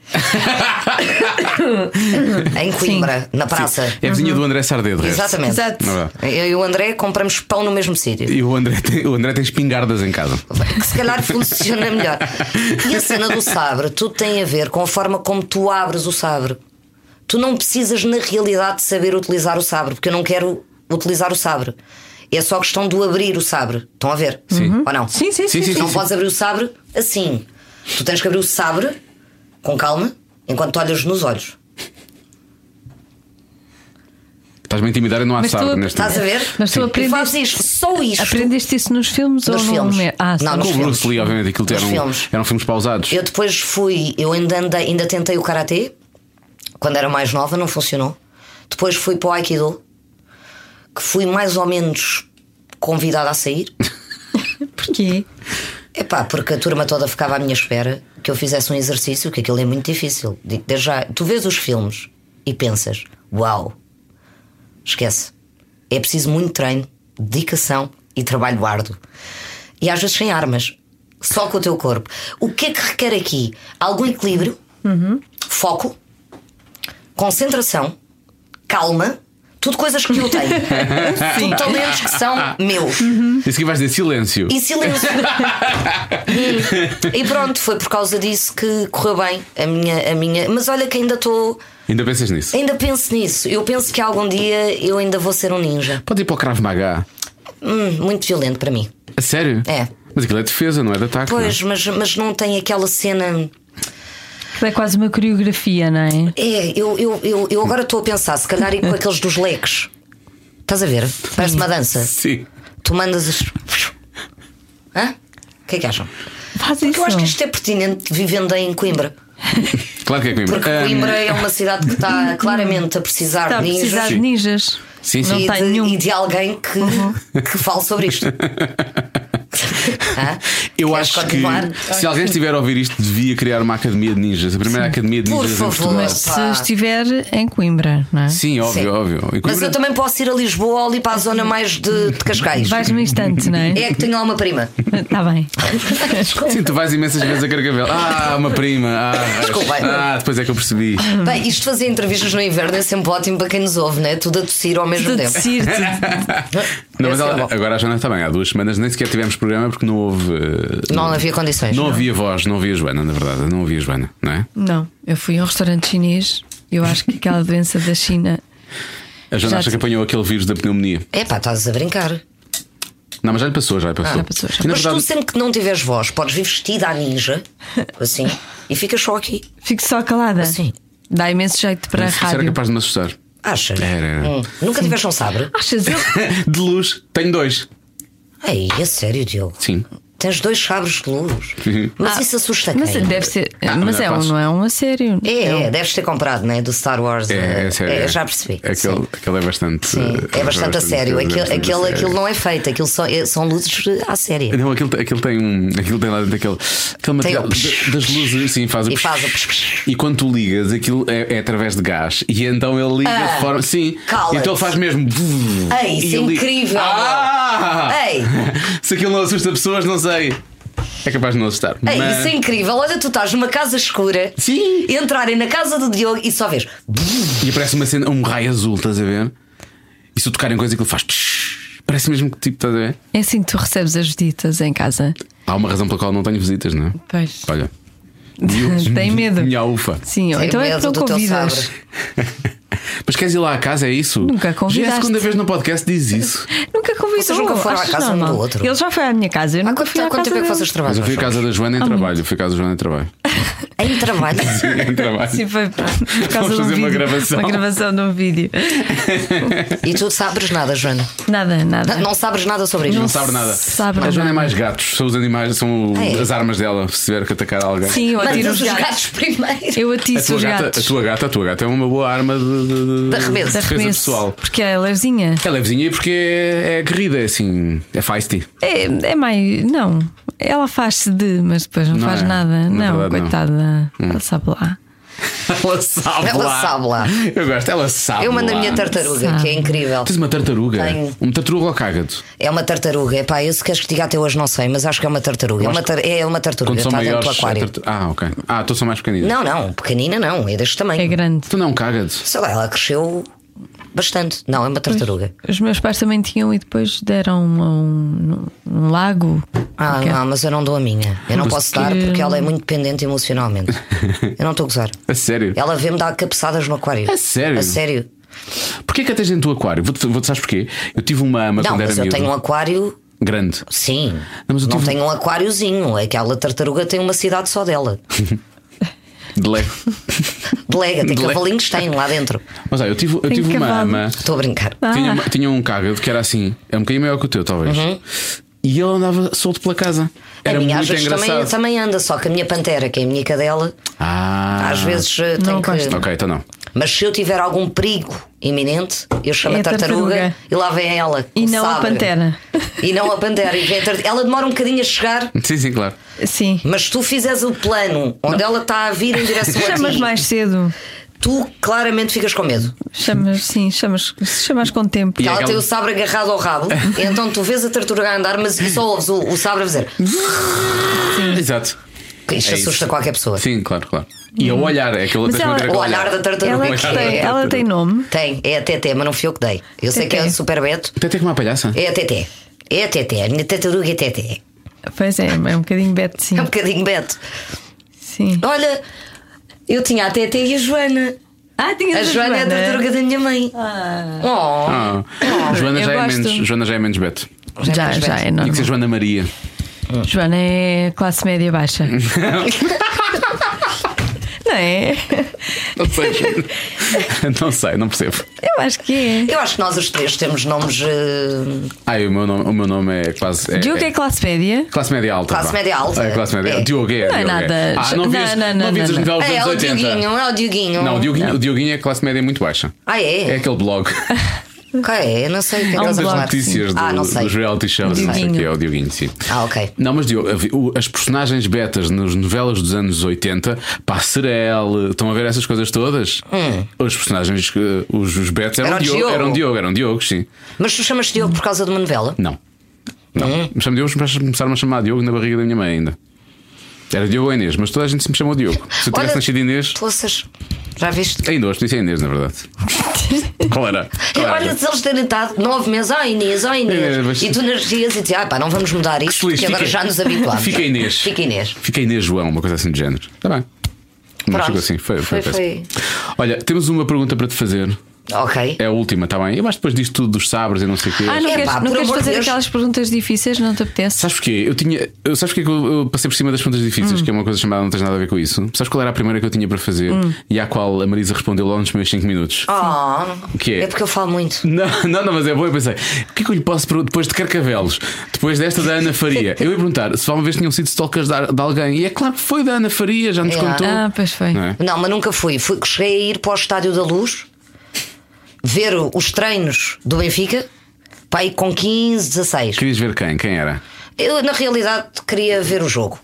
Speaker 5: em Coimbra, na praça.
Speaker 2: É a vizinha do André Sardê, de resto.
Speaker 5: Uhum. Exatamente.
Speaker 6: Exato.
Speaker 2: Não é?
Speaker 5: Eu e o André compramos pão no mesmo sítio.
Speaker 2: E o André, tem, o André tem espingardas em casa.
Speaker 5: que se calhar funciona melhor. E a cena do sabre, tudo tem a ver com a forma como tu abres o sabre. Tu não precisas, na realidade, de saber utilizar o sabre, porque eu não quero utilizar o sabre. É só questão do abrir o sabre. Estão a ver? Sim. Ou não?
Speaker 6: Sim,
Speaker 2: Sim,
Speaker 6: sim, sim.
Speaker 2: sim,
Speaker 5: Tu não podes abrir o sabre assim. Tu tens que abrir o sabre com calma enquanto olhas nos olhos.
Speaker 2: Estás-me a intimidar e não há
Speaker 6: Mas tu-
Speaker 2: sabre neste
Speaker 5: Estás a
Speaker 2: momento.
Speaker 5: ver?
Speaker 6: Mas tu
Speaker 5: E
Speaker 6: aprendeste-
Speaker 5: fazes isto, só isto.
Speaker 6: Aprendeste isso nos filmes
Speaker 5: Nos
Speaker 6: ou no
Speaker 5: filmes.
Speaker 6: me- Ah,
Speaker 5: Não,
Speaker 6: sim.
Speaker 5: nos
Speaker 2: Com o
Speaker 5: filmes.
Speaker 2: Bruce Lee, obviamente, aquilo
Speaker 5: Nos
Speaker 2: eram,
Speaker 5: filmes.
Speaker 2: eram filmes pausados.
Speaker 5: Eu depois fui, eu ainda, andei- ainda tentei o karatê quando era mais nova, não funcionou. Depois fui para o Aikido, que fui mais ou menos convidada a sair.
Speaker 6: Porquê?
Speaker 5: Epá, porque a turma toda ficava à minha espera que eu fizesse um exercício, que aquilo é muito difícil. Digo, desde já, tu vês os filmes e pensas, uau, esquece. É preciso muito treino, dedicação e trabalho árduo. E às vezes sem armas, só com o teu corpo. O que é que requer aqui? Algum equilíbrio, foco, concentração, calma, tudo coisas que eu tenho. tudo talentos que são meus
Speaker 2: Isso que vais dizer silêncio.
Speaker 5: e silêncio. Hum. e pronto, foi por causa disso que correu bem a minha. A minha... Mas olha que ainda estou.
Speaker 2: Ainda pensas nisso?
Speaker 5: Ainda penso nisso. Eu penso que algum dia eu ainda vou ser um ninja.
Speaker 2: Pode ir para o Krav Maga.
Speaker 5: Hum, muito violento para mim.
Speaker 2: A sério?
Speaker 5: É.
Speaker 2: Mas aquilo é defesa, não é de ataque.
Speaker 5: Pois, mas, mas não tem aquela cena.
Speaker 6: Aquilo é quase uma coreografia, não é?
Speaker 5: É, eu, eu, eu, eu agora estou a pensar, se calhar ir com aqueles dos leques. Estás a ver? Parece uma dança.
Speaker 2: não é? Sim.
Speaker 5: Tu mandas as. Hã? O que é que acham?
Speaker 6: Faz
Speaker 5: Porque
Speaker 6: isso.
Speaker 5: eu acho que isto é pertinente vivendo em Coimbra.
Speaker 2: Claro que é Coimbra.
Speaker 5: Porque
Speaker 2: Ahm,
Speaker 5: Coimbra é uma cidade que está claramente a precisar
Speaker 6: Está a
Speaker 5: de ninjas
Speaker 6: precisar de
Speaker 2: Sim.
Speaker 6: ninjas.
Speaker 2: Sim,
Speaker 6: Não
Speaker 2: sim.
Speaker 5: e,
Speaker 6: tem
Speaker 5: de,
Speaker 6: nenhum.
Speaker 5: e de alguém que, que fale sobre isto. Hã?
Speaker 2: Eu
Speaker 5: Queres
Speaker 2: acho que
Speaker 5: continuar?
Speaker 2: se alguém estiver a ouvir isto, devia criar uma academia de ninjas. A primeira academia de
Speaker 5: Por
Speaker 2: ninjas em
Speaker 5: favor.
Speaker 2: Portugal.
Speaker 5: Mas-
Speaker 6: Se estiver em Coimbra, não é?
Speaker 2: Sim, óbvio,
Speaker 5: Sim.
Speaker 2: óbvio. E
Speaker 5: Mas eu
Speaker 2: Coimbra-
Speaker 5: também posso ir a Lisboa ou ali para a zona mais de, de Cascais.
Speaker 6: Vais num instante, não é?
Speaker 5: É que tenho lá uma prima.
Speaker 6: Está bem.
Speaker 2: Sim, tu vais imensas vezes a Carcavel. Ah, uma prima. Ah,
Speaker 5: Desculpa.
Speaker 2: ah depois é que eu percebi.
Speaker 5: Bem, isto de fazer entrevistas no inverno é sempre ótimo para quem nos ouve, né? Tudo a tossir ao mesmo
Speaker 6: De
Speaker 5: tempo.
Speaker 6: desistir
Speaker 2: Não,
Speaker 5: É
Speaker 2: mas
Speaker 5: ser
Speaker 2: ela-
Speaker 5: bom.
Speaker 2: agora a Joana está bem. Há duas semanas nem sequer tivemos programa porque não houve. eh,
Speaker 5: Não é havia condições.
Speaker 2: Não havia voz, não havia Joana, na verdade. Não havia Joana, não é?
Speaker 6: Não, eu fui a um restaurante chinês. Eu acho que aquela doença da China.
Speaker 2: A Joana
Speaker 6: Já
Speaker 2: acha
Speaker 6: te-
Speaker 2: que apanhou aquele vírus da pneumonia.
Speaker 5: É pá, estás a brincar.
Speaker 2: Não, mas já lhe passou, já lhe
Speaker 5: Ah,
Speaker 2: passou.
Speaker 6: já passou, já
Speaker 2: E na
Speaker 5: Mas tu
Speaker 2: verdade,
Speaker 5: sempre que não tiveres voz, podes vir vestida à ninja, assim, e ficas só aqui.
Speaker 6: Fico só calada.
Speaker 5: Assim.
Speaker 6: Dá imenso jeito para a
Speaker 5: é
Speaker 2: isso era
Speaker 6: rádio.
Speaker 2: capaz de me assustar.
Speaker 5: Achas?
Speaker 2: Era, era.
Speaker 5: Hum. Nunca tiveste um sabre?
Speaker 6: Achas eu?
Speaker 2: De luz, tenho dois.
Speaker 5: Ei, é sério, Diogo.
Speaker 2: Sim.
Speaker 5: Tens dois sabres de luz. Mas isso assusta quem?
Speaker 6: Ah, Mas deve ser.
Speaker 2: Ah,
Speaker 6: mas
Speaker 2: olha,
Speaker 6: é um,
Speaker 2: passo.
Speaker 6: não é um a sério.
Speaker 5: É, é, deves ter comprado, né? Do Star Wars.
Speaker 2: É,
Speaker 5: eh,
Speaker 2: é sério.
Speaker 5: eh,
Speaker 2: é.
Speaker 5: já percebi.
Speaker 2: Aquele,
Speaker 5: Sim.
Speaker 2: aquele é bastante.
Speaker 5: Sim, É bastante a sério. Aquilo,
Speaker 2: bastante a
Speaker 5: aquilo,
Speaker 2: sério.
Speaker 5: aquilo não é feito, aquilo só, é- são luzes eh, à séria.
Speaker 2: Não, aquilo, aquilo tem um. Aquilo tem lá dentro aquele, aquele material
Speaker 5: o
Speaker 2: da- das luzes, sim, faz o
Speaker 5: E faz o
Speaker 2: E quando tu ligas, aquilo é, é através de gás. E então ele liga
Speaker 5: Ah,
Speaker 2: de forma. Sim.
Speaker 5: cala-te.
Speaker 2: Então ele faz mesmo.
Speaker 5: Ei, isso
Speaker 2: E
Speaker 5: é
Speaker 2: ele-
Speaker 5: incrível,
Speaker 2: Ah!
Speaker 5: Ei.
Speaker 2: Se aquilo não assusta pessoas, não sei. É capaz de não assustar.
Speaker 5: Ei, Isso é incrível. Olha, tu estás numa casa escura,
Speaker 2: Sim.
Speaker 5: entrarem na casa do Diogo e só vês.
Speaker 2: E aparece uma cena, um raio azul, estás a ver? E se eu tocar em coisa que ele faz. tsh, Parece mesmo que tipo, estás a ver?
Speaker 6: É assim que tu recebes as visitas em casa.
Speaker 2: Há uma razão pela qual não tenho visitas, não é?
Speaker 6: Pois.
Speaker 2: Olha. Viu?
Speaker 6: Tem medo.
Speaker 2: Minha ufa.
Speaker 6: Sim, ou
Speaker 5: Tem
Speaker 6: então é que
Speaker 5: medo
Speaker 6: não
Speaker 5: do teu
Speaker 6: convidas.
Speaker 5: sabre.
Speaker 2: Mas queres ir lá à casa? É isso?
Speaker 6: Nunca convidaste.
Speaker 2: Já é a segunda vez no podcast diz isso.
Speaker 6: Nunca convidou.
Speaker 5: Vocês nunca foram à
Speaker 6: achas
Speaker 5: casa um do
Speaker 6: normal?
Speaker 5: outro?
Speaker 6: Ele já foi à minha casa. Eu
Speaker 5: Há
Speaker 6: nunca
Speaker 5: quanto,
Speaker 6: fui
Speaker 5: há
Speaker 6: à
Speaker 5: quanto
Speaker 6: casa
Speaker 5: tempo é que
Speaker 6: dele.
Speaker 5: vocês
Speaker 2: Mas
Speaker 5: trabalham?
Speaker 2: eu fui à casa da Joana em trabalho. Eu fui à casa da Joana em trabalho.
Speaker 5: Em trabalho.
Speaker 2: em trabalho.
Speaker 6: Sim, foi por por causa
Speaker 2: Vamos
Speaker 6: de um
Speaker 2: fazer uma
Speaker 6: vídeo,
Speaker 2: gravação.
Speaker 6: Uma gravação de um vídeo.
Speaker 5: e tu sabes nada, Joana.
Speaker 6: Nada, nada.
Speaker 5: Não sabes nada sobre
Speaker 2: Não
Speaker 5: isto.
Speaker 2: sabe nada.
Speaker 6: sabe
Speaker 2: a Joana
Speaker 6: nada.
Speaker 2: é mais gatos. São os animais, são o-
Speaker 5: Ah, é?
Speaker 2: as armas dela. Se tiver que atacar alguém.
Speaker 6: Sim, eu atiro
Speaker 5: Matas
Speaker 6: os
Speaker 5: os
Speaker 6: gatos.
Speaker 5: gatos primeiro.
Speaker 6: Eu
Speaker 2: A
Speaker 6: atiro
Speaker 2: tua,
Speaker 6: os
Speaker 2: gata, a
Speaker 6: gatos.
Speaker 2: tua gata, a tua gata é uma boa arma de, de, de-
Speaker 5: De arremesso.
Speaker 2: de defesa
Speaker 6: Arremesso.
Speaker 2: pessoal.
Speaker 6: Porque é levezinha.
Speaker 2: Ela é vizinha porque é, é aguerrida, é assim, é feisty.
Speaker 6: É, é mais. Não. Ela faz-se de, mas depois não,
Speaker 2: Não
Speaker 6: faz
Speaker 2: é.
Speaker 6: nada.
Speaker 2: Na
Speaker 6: não,
Speaker 2: verdade, não. Hum.
Speaker 6: coitada. Ela sabe lá.
Speaker 2: Ela sabe
Speaker 5: Ela
Speaker 2: lá.
Speaker 5: sabe lá.
Speaker 2: Eu gosto, ela sabe.
Speaker 5: Eu mando a
Speaker 2: lá.
Speaker 5: É minha tartaruga,
Speaker 6: Sabe.
Speaker 5: que é incrível.
Speaker 2: Tens uma tartaruga?
Speaker 5: Tenho.
Speaker 2: Uma tartaruga ou cágado?
Speaker 5: É uma tartaruga. Epá, eu se queres que te diga até hoje não sei, mas acho que é uma tartaruga. É uma, tar- é uma tartaruga,
Speaker 2: Quando são
Speaker 5: está dentro
Speaker 2: maiores.
Speaker 5: do
Speaker 2: a
Speaker 5: aquário.
Speaker 2: tartar- Ah, ok. Ah, tu são mais pequeninas.
Speaker 5: Não, não, pequenina não, é deste
Speaker 6: É
Speaker 5: tamanho.
Speaker 6: grande.
Speaker 2: Tu não é um cágado.
Speaker 5: Sei lá, ela cresceu bastante. Não, é uma tartaruga.
Speaker 6: Os meus pais também tinham e depois deram a um, um lago.
Speaker 5: Ah,
Speaker 6: Porque- é
Speaker 5: não, mas eu não dou a minha. Eu não posso dar porque ela é muito dependente emocionalmente. Eu não estou a gozar.
Speaker 2: A sério.
Speaker 5: Ela vê-me dar cabeçadas no aquário.
Speaker 2: A É sério?
Speaker 5: A sério.
Speaker 2: Porquê que a tens dentro do aquário? Vou-te, vou-te sabes porquê? Eu tive uma, uma
Speaker 5: Não,
Speaker 2: quando era
Speaker 5: mas eu
Speaker 2: miúdo.
Speaker 5: tenho um aquário.
Speaker 2: Grande.
Speaker 5: Sim.
Speaker 2: Não, mas eu
Speaker 5: não
Speaker 2: tive-
Speaker 5: tenho um aquáriozinho. Aquela tartaruga tem uma cidade só dela.
Speaker 2: De leve.
Speaker 5: Delega, tem
Speaker 2: De leve.
Speaker 5: cavalinhos, tem lá dentro.
Speaker 2: Mas olha, eu tive, eu
Speaker 6: Tem
Speaker 2: tive uma
Speaker 6: cavalo.
Speaker 2: ama.
Speaker 5: Estou a brincar.
Speaker 6: Ah.
Speaker 2: Tinha, uma- tinha um cágado que era assim. É um bocadinho maior que o teu, talvez. E ele andava solto pela casa. Era
Speaker 5: a Uhum. É minha às
Speaker 2: muito
Speaker 5: vezes também,
Speaker 2: engraçado.
Speaker 5: também anda, só que a minha pantera, que é a minha cadela,
Speaker 2: Ah.
Speaker 5: às vezes eh, tem que.
Speaker 6: gosto.
Speaker 2: Ok, então não.
Speaker 5: Mas se eu tiver algum perigo iminente, eu chamo
Speaker 6: É
Speaker 5: a
Speaker 6: a tartaruga.
Speaker 5: tartaruga, e lá vem ela. com
Speaker 6: E
Speaker 5: o
Speaker 6: não a
Speaker 5: Um sabre.
Speaker 6: pantera.
Speaker 5: E não a pantera. E vem a tar- Ela demora um bocadinho a chegar,
Speaker 2: Sim, sim, claro.
Speaker 6: Sim.
Speaker 5: mas se tu fizeres o plano onde ela está a vir em direção a
Speaker 6: Chamas
Speaker 5: ti,
Speaker 6: mais cedo.
Speaker 5: tu claramente ficas com medo.
Speaker 6: Chamas, sim, chamas, se chamas com tempo.
Speaker 2: E
Speaker 5: Porque ela
Speaker 2: aquela-
Speaker 5: tem o sabre agarrado ao rabo, e então tu vês a tartaruga a andar, mas só ouves o, o sabre a dizer.
Speaker 2: Exato.
Speaker 5: Isto
Speaker 2: É
Speaker 5: assusta
Speaker 2: isso.
Speaker 5: qualquer pessoa.
Speaker 2: Sim, claro, claro. E ao olhar, é aquele
Speaker 6: Hum. Mas
Speaker 2: tens de
Speaker 6: ela-
Speaker 2: manter
Speaker 6: o
Speaker 2: aquele
Speaker 5: olhar da tartaruga.
Speaker 6: Ela, é que tem, ela tem nome.
Speaker 5: Tem, é a TT, mas não fui eu que dei. Eu sei que é
Speaker 6: TT.
Speaker 5: o Super Beto.
Speaker 2: Até tem que uma palhaça.
Speaker 5: É a TT. É a TT. A minha tartaruga é TT.
Speaker 6: Pois é, é um bocadinho Beto, sim.
Speaker 5: É um bocadinho Beto.
Speaker 6: sim.
Speaker 5: Olha, eu tinha a TT e a Joana.
Speaker 6: Ah, tinha
Speaker 5: A Joana é a tartaruga da minha mãe. Oh.
Speaker 2: Ah. Joana,
Speaker 6: eu
Speaker 2: já é
Speaker 6: gosto.
Speaker 2: menos, Joana já é menos Beto.
Speaker 5: Já é
Speaker 6: Já,
Speaker 5: mais
Speaker 6: já
Speaker 5: Beto.
Speaker 6: é
Speaker 2: Tinha
Speaker 6: normal.
Speaker 2: que ser Joana Maria.
Speaker 6: Joana é classe média baixa. não é?
Speaker 2: Não sei. não sei, não percebo.
Speaker 6: Eu acho que é.
Speaker 5: Eu acho que nós os três temos nomes eh,
Speaker 2: Ai, o meu nome, o meu nome é quase. É,
Speaker 6: Diogo é classe média.
Speaker 2: Classe média alta.
Speaker 5: Classe
Speaker 2: vá.
Speaker 5: média alta.
Speaker 2: É, classe média
Speaker 5: É.
Speaker 2: Diogo é.
Speaker 6: Não é
Speaker 2: Diogo
Speaker 6: nada.
Speaker 2: Ah, não
Speaker 6: Não,
Speaker 2: vias, vias
Speaker 6: não, não, não,
Speaker 2: as
Speaker 6: não.
Speaker 2: novelas dos
Speaker 5: É, é o
Speaker 2: anos 80.
Speaker 5: Dioguinho, é o Dioguinho.
Speaker 2: Não, o Dioguinho, o Dioguinho é classe média muito baixa.
Speaker 5: Ah, é?
Speaker 2: É aquele blog.
Speaker 5: Ok, eu não sei o que é
Speaker 6: Há
Speaker 5: que estás a
Speaker 6: um
Speaker 2: As
Speaker 5: falar.
Speaker 6: blog,
Speaker 2: notícias do,
Speaker 5: Ah, não sei.
Speaker 2: dos reality shows. Não sei o
Speaker 6: Dioguinho.
Speaker 2: que é o Dioguinho, sim.
Speaker 5: Ah, ok.
Speaker 2: Não, mas Diogo, havia- o- as personagens betas nas novelas dos anos 80, Passerelle, estão a ver essas coisas todas? Os personagens, que- os, os betas eram,
Speaker 5: Era o
Speaker 2: Diogo,
Speaker 5: Diogo.
Speaker 2: eram Diogo, eram Diogo, sim.
Speaker 5: Mas tu chamas-te Diogo por causa de uma novela?
Speaker 2: Não. Não. Me chamo Diogo, mas começaram a chamar Diogo na barriga da minha mãe ainda. Era Diogo ou Inês, mas toda a gente se me chamou Diogo. Se eu
Speaker 5: Olha-
Speaker 2: tivesse nascido Inês,
Speaker 5: Poças, já viste?
Speaker 2: ainda hoje disse Inês, na verdade. Qual era? Qual era?
Speaker 5: Olha, se eles terem estado nove meses, ai Inês, ai
Speaker 2: Tá É, mas-
Speaker 5: Inês. E tu nascias e dizes, ah pá, não vamos mudar isto,
Speaker 2: Feliz,
Speaker 5: porque agora
Speaker 2: fica-
Speaker 5: já nos habituámos.
Speaker 2: Fica Inês.
Speaker 5: Fica Inês.
Speaker 2: Fica Inês João, uma coisa assim de género. Está bem. Não
Speaker 5: Pronto.
Speaker 2: chegou assim, foi, foi,
Speaker 5: Foi,
Speaker 2: péssimo. Olha, temos uma pergunta para te fazer.
Speaker 5: Ok.
Speaker 2: É a última, está bem? Eu acho que depois disto tudo dos sabres e não sei o quê.
Speaker 6: Ah, não
Speaker 5: Epá,
Speaker 6: queres,
Speaker 5: É por
Speaker 6: não queres
Speaker 5: amor de
Speaker 6: fazer
Speaker 5: Deus.
Speaker 6: aquelas perguntas difíceis? Não te apetece?
Speaker 2: Sabes porquê? Eu tinha. Eu, sabes porquê que eu, eu passei por cima das perguntas
Speaker 5: Hum.
Speaker 2: difíceis, que é uma coisa chamada não tens nada a ver com isso? Sabes qual era a primeira que eu tinha para fazer
Speaker 5: Hum.
Speaker 2: e à qual a Marisa respondeu logo nos meus 5 minutos?
Speaker 5: Oh,
Speaker 2: O que é?
Speaker 5: é porque eu falo muito.
Speaker 2: Não, não, não, mas é bom. Eu pensei, o que é que eu lhe posso perguntar depois de Carcavelos, depois desta da Ana Faria? Eu ia perguntar se alguma vez tinham sido stalkers de, de alguém. E é claro que foi da Ana Faria, já nos
Speaker 5: É.
Speaker 2: contou.
Speaker 6: Ah, pois foi.
Speaker 2: Não é?
Speaker 5: Não, mas nunca fui. fui. Cheguei a ir para o Estádio da Luz ver os treinos do Benfica. Pai, com 15, 16.
Speaker 2: Querias ver quem? Quem era?
Speaker 5: Eu, na realidade, queria ver o jogo.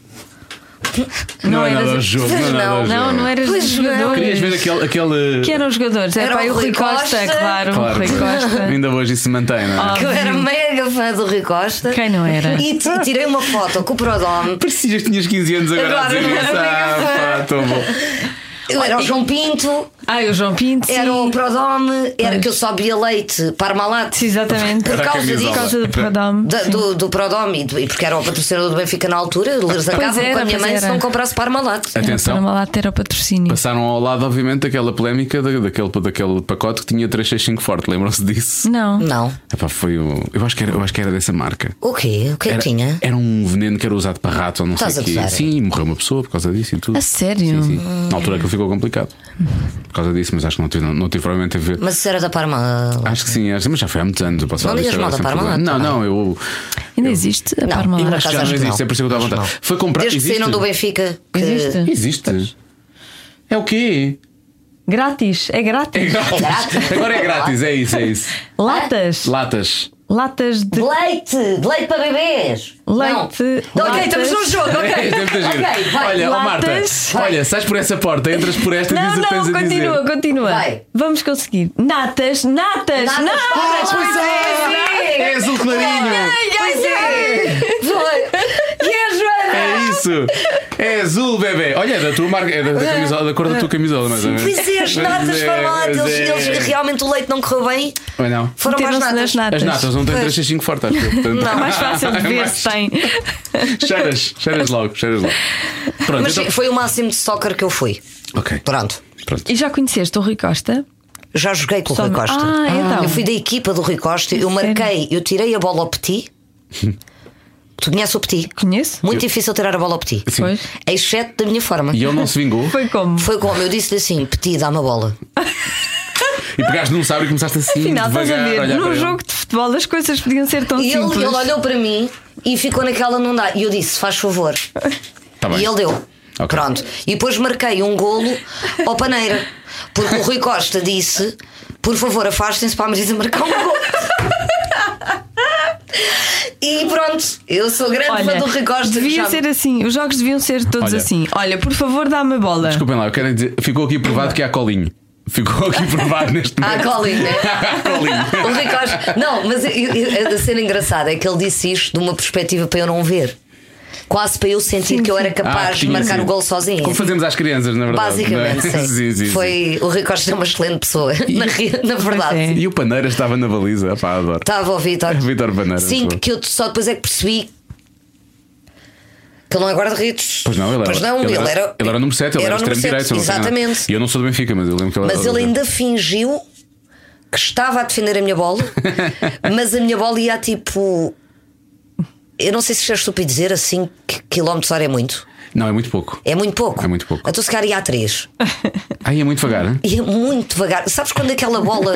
Speaker 2: Não, é nada
Speaker 6: eras-
Speaker 2: ao jogo. Não, é
Speaker 5: Pois
Speaker 2: nada ao
Speaker 5: não.
Speaker 2: jogo.
Speaker 6: Não, não eras
Speaker 5: Pois
Speaker 6: dos
Speaker 5: não.
Speaker 6: jogadores.
Speaker 2: Querias ver aquele. aquele...
Speaker 6: Que eram os jogadores?
Speaker 5: Era
Speaker 6: Era, pá,
Speaker 5: o
Speaker 6: e o
Speaker 5: Rui
Speaker 6: Rui Costa,
Speaker 5: Costa.
Speaker 6: claro.
Speaker 2: Claro,
Speaker 6: o Rui Costa. Ah.
Speaker 2: ainda hoje isso se mantém, não é?
Speaker 5: Que eu era mega fã do Rui Costa.
Speaker 6: Quem não era?
Speaker 5: E t- tirei uma foto com o Prodome.
Speaker 2: Precisas, tinhas 15 anos agora a
Speaker 5: Agora,
Speaker 2: dizer isso.
Speaker 5: agora,
Speaker 2: Ah, pá, estou bom.
Speaker 5: Eu era o João Pinto,
Speaker 6: Ah, e o João Pinto. sim.
Speaker 5: era o Prodome, era que eu só bebia leite Parmalat.
Speaker 6: Sim, exatamente.
Speaker 5: Por
Speaker 2: Era a
Speaker 5: causa
Speaker 2: camisola.
Speaker 5: disso.
Speaker 6: Por causa do Prodome.
Speaker 5: Da- do, do Prodome e, do- e porque era o patrocinador do Benfica na altura, eles arrancavam com
Speaker 6: era,
Speaker 5: a minha
Speaker 6: pois
Speaker 5: mãe se
Speaker 6: era.
Speaker 5: não comprasse Parmalat.
Speaker 6: Era
Speaker 2: Atenção.
Speaker 6: uma lata, era o patrocínio.
Speaker 2: Passaram ao lado, obviamente, daquela polémica da- daquele, daquele pacote que tinha 365 forte, lembram-se disso?
Speaker 6: Não.
Speaker 5: Não.
Speaker 2: Epá, foi o. Eu acho que era, eu acho que era dessa marca.
Speaker 5: O quê? O que é que
Speaker 2: Era,
Speaker 5: tinha?
Speaker 2: era um veneno que era usado para ratos ou não
Speaker 5: Estás
Speaker 2: sei o
Speaker 5: a gozar? é?
Speaker 2: quê. Sim, morreu uma pessoa por causa disso e tudo.
Speaker 6: A sério?
Speaker 2: Sim, sim. Na altura que ficou complicado. Por causa disso, mas acho que não tive, não, não tive provavelmente a ver.
Speaker 5: Mas isso era da Parmalat.
Speaker 2: Acho que sim, acho, mas já foi há muitos anos. Eu posso
Speaker 5: Não
Speaker 2: falar disto
Speaker 5: digas mal
Speaker 2: agora
Speaker 5: da
Speaker 2: sem
Speaker 5: Parmalat,
Speaker 2: problema. Não, não, eu.
Speaker 6: Ainda existe a
Speaker 5: Não,
Speaker 6: Parmalat?
Speaker 5: ainda
Speaker 2: Acho que
Speaker 5: Acaso
Speaker 2: já não
Speaker 5: acho que
Speaker 2: existe,
Speaker 5: não.
Speaker 2: é por isso que eu estou à
Speaker 5: Acho
Speaker 2: vontade.
Speaker 5: que não.
Speaker 2: Foi comprar.
Speaker 5: Desde que
Speaker 2: existe?
Speaker 5: saíram do Benfica. que-
Speaker 6: Existe?
Speaker 2: Existe. É o quê?
Speaker 6: Grátis, é
Speaker 2: É
Speaker 6: grátis.
Speaker 2: grátis.
Speaker 5: grátis.
Speaker 2: Agora é grátis, é isso, é isso.
Speaker 6: Latas,
Speaker 2: Latas.
Speaker 6: latas de
Speaker 5: De leite! De leite para bebês!
Speaker 6: Leite,
Speaker 5: Ah. Não. Ok,
Speaker 6: latas.
Speaker 5: estamos num jogo, ok!
Speaker 2: É, deve ter giro.
Speaker 5: Ok, vai!
Speaker 2: olha, ó Marta,
Speaker 6: latas.
Speaker 2: olha, sais por essa porta, entras por esta e
Speaker 6: Não,
Speaker 2: dizes o que tens
Speaker 6: não,
Speaker 2: a dizer.
Speaker 6: continua, continua.
Speaker 5: Vai.
Speaker 6: Vamos conseguir. Natas, natas,
Speaker 5: Natas,
Speaker 6: natas.
Speaker 5: natas,
Speaker 2: Pois é! É azul clarinho!
Speaker 5: Pois é! Foi! E a Joana?
Speaker 2: É isso! É azul, bebê! Olha, é da tua marca, é da,
Speaker 6: Ah.
Speaker 2: da camisola, da cor da tua camisola, mais ou menos.
Speaker 5: Pois é, as
Speaker 2: Pois
Speaker 5: natas
Speaker 2: é,
Speaker 5: para lá,
Speaker 2: pois
Speaker 5: eles,
Speaker 2: é.
Speaker 5: eles- realmente o leite não correu bem,
Speaker 2: Ou não?
Speaker 5: foram para as
Speaker 6: Meteram-se
Speaker 5: natas.
Speaker 6: nas
Speaker 2: As
Speaker 6: natas.
Speaker 2: natas um não têm 365 forte, acho eu. Portanto,
Speaker 6: É mais fácil de ver se tem.
Speaker 2: Cheiras, cheiras logo, cheiras logo. Pronto,
Speaker 5: Mas
Speaker 2: então-
Speaker 5: foi o máximo de soccer que eu fui.
Speaker 2: Ok,
Speaker 5: Pronto.
Speaker 2: pronto.
Speaker 6: E já conheceste o Rui Costa?
Speaker 5: Já joguei com o
Speaker 6: Só-
Speaker 5: Rui Costa.
Speaker 6: Ah, então.
Speaker 5: Eu fui da equipa do Rui Costa, eu marquei, eu tirei a bola ao Petit. tu conheces o Petit?
Speaker 6: Conheço?
Speaker 5: Muito difícil tirar a bola ao Petit.
Speaker 2: Sim.
Speaker 6: Pois.
Speaker 5: Exceto da minha forma.
Speaker 2: E ele não se vingou
Speaker 6: Foi como?
Speaker 5: Foi como eu disse-lhe assim: Petit, dá-me a bola.
Speaker 2: e pegaste num sabre e começaste assim.
Speaker 6: Afinal, estás a
Speaker 2: devagar,
Speaker 6: ver,
Speaker 2: olhar para
Speaker 6: num
Speaker 2: ele.
Speaker 6: jogo de futebol as coisas podiam ser tão
Speaker 5: E ele,
Speaker 6: simples.
Speaker 5: ele olhou para mim e ficou naquela não dá. E eu disse: faz favor.
Speaker 2: Tá bem.
Speaker 5: E ele deu.
Speaker 2: Ok.
Speaker 5: Pronto. E depois marquei um golo ao Paneira. Porque o Rui Costa disse: por favor, afastem-se para a Marisa marcar um golo. e pronto, eu sou grande fã
Speaker 6: Olha,
Speaker 5: do Rui Costa.
Speaker 6: devia
Speaker 5: já-
Speaker 6: ser assim, os jogos deviam ser todos
Speaker 2: Olha.
Speaker 6: assim. Olha, por favor, dá-me a bola.
Speaker 2: Desculpem lá, eu quero dizer, ficou aqui provado que há colinho. Ficou aqui provado neste
Speaker 5: Ah,
Speaker 2: momento.
Speaker 5: Colin, né?
Speaker 2: Há colinho.
Speaker 5: O Rui Costa. Não, mas eu- eu- a cena engraçada é que ele disse isto de uma perspectiva para eu não ver. Quase para eu sentir que eu era
Speaker 2: Ah,
Speaker 5: capaz
Speaker 2: que
Speaker 5: de
Speaker 2: tinha
Speaker 5: marcar
Speaker 2: sido.
Speaker 5: o gol sozinha.
Speaker 2: Como fazemos às crianças, na verdade. não
Speaker 5: Basicamente,
Speaker 2: é?
Speaker 5: sim.
Speaker 2: Sim, sim, sim.
Speaker 5: Foi o Rui Costa é uma excelente pessoa, na, re- na verdade.
Speaker 6: Pois é.
Speaker 2: E o Paneira estava na baliza. Pá, adoro.
Speaker 5: Estava o Vitor.
Speaker 2: Vítor Bandeira,
Speaker 5: Sim,
Speaker 2: boa.
Speaker 5: que eu só depois é que percebi que ele não é guarda-redes.
Speaker 2: Pois não, ele era.
Speaker 5: Pois não, ele, era.
Speaker 2: Ele era o número 7, ele era,
Speaker 5: era o número
Speaker 2: extremo direito. assim,
Speaker 5: sete,
Speaker 2: não sei nada.
Speaker 5: Exatamente.
Speaker 2: E eu não sou do Benfica, mas eu lembro que ele
Speaker 5: Mas ele ainda fingiu que estava a defender a minha bola, mas a minha bola ia tipo. Eu não sei se já estúpido dizer assim que quilómetros hora é muito.
Speaker 2: Não, é muito pouco.
Speaker 5: É muito pouco.
Speaker 2: É muito pouco.
Speaker 5: Então se calhar ia a 3.
Speaker 2: Aí é muito devagar. hein?
Speaker 5: E é muito devagar. Sabes quando aquela bola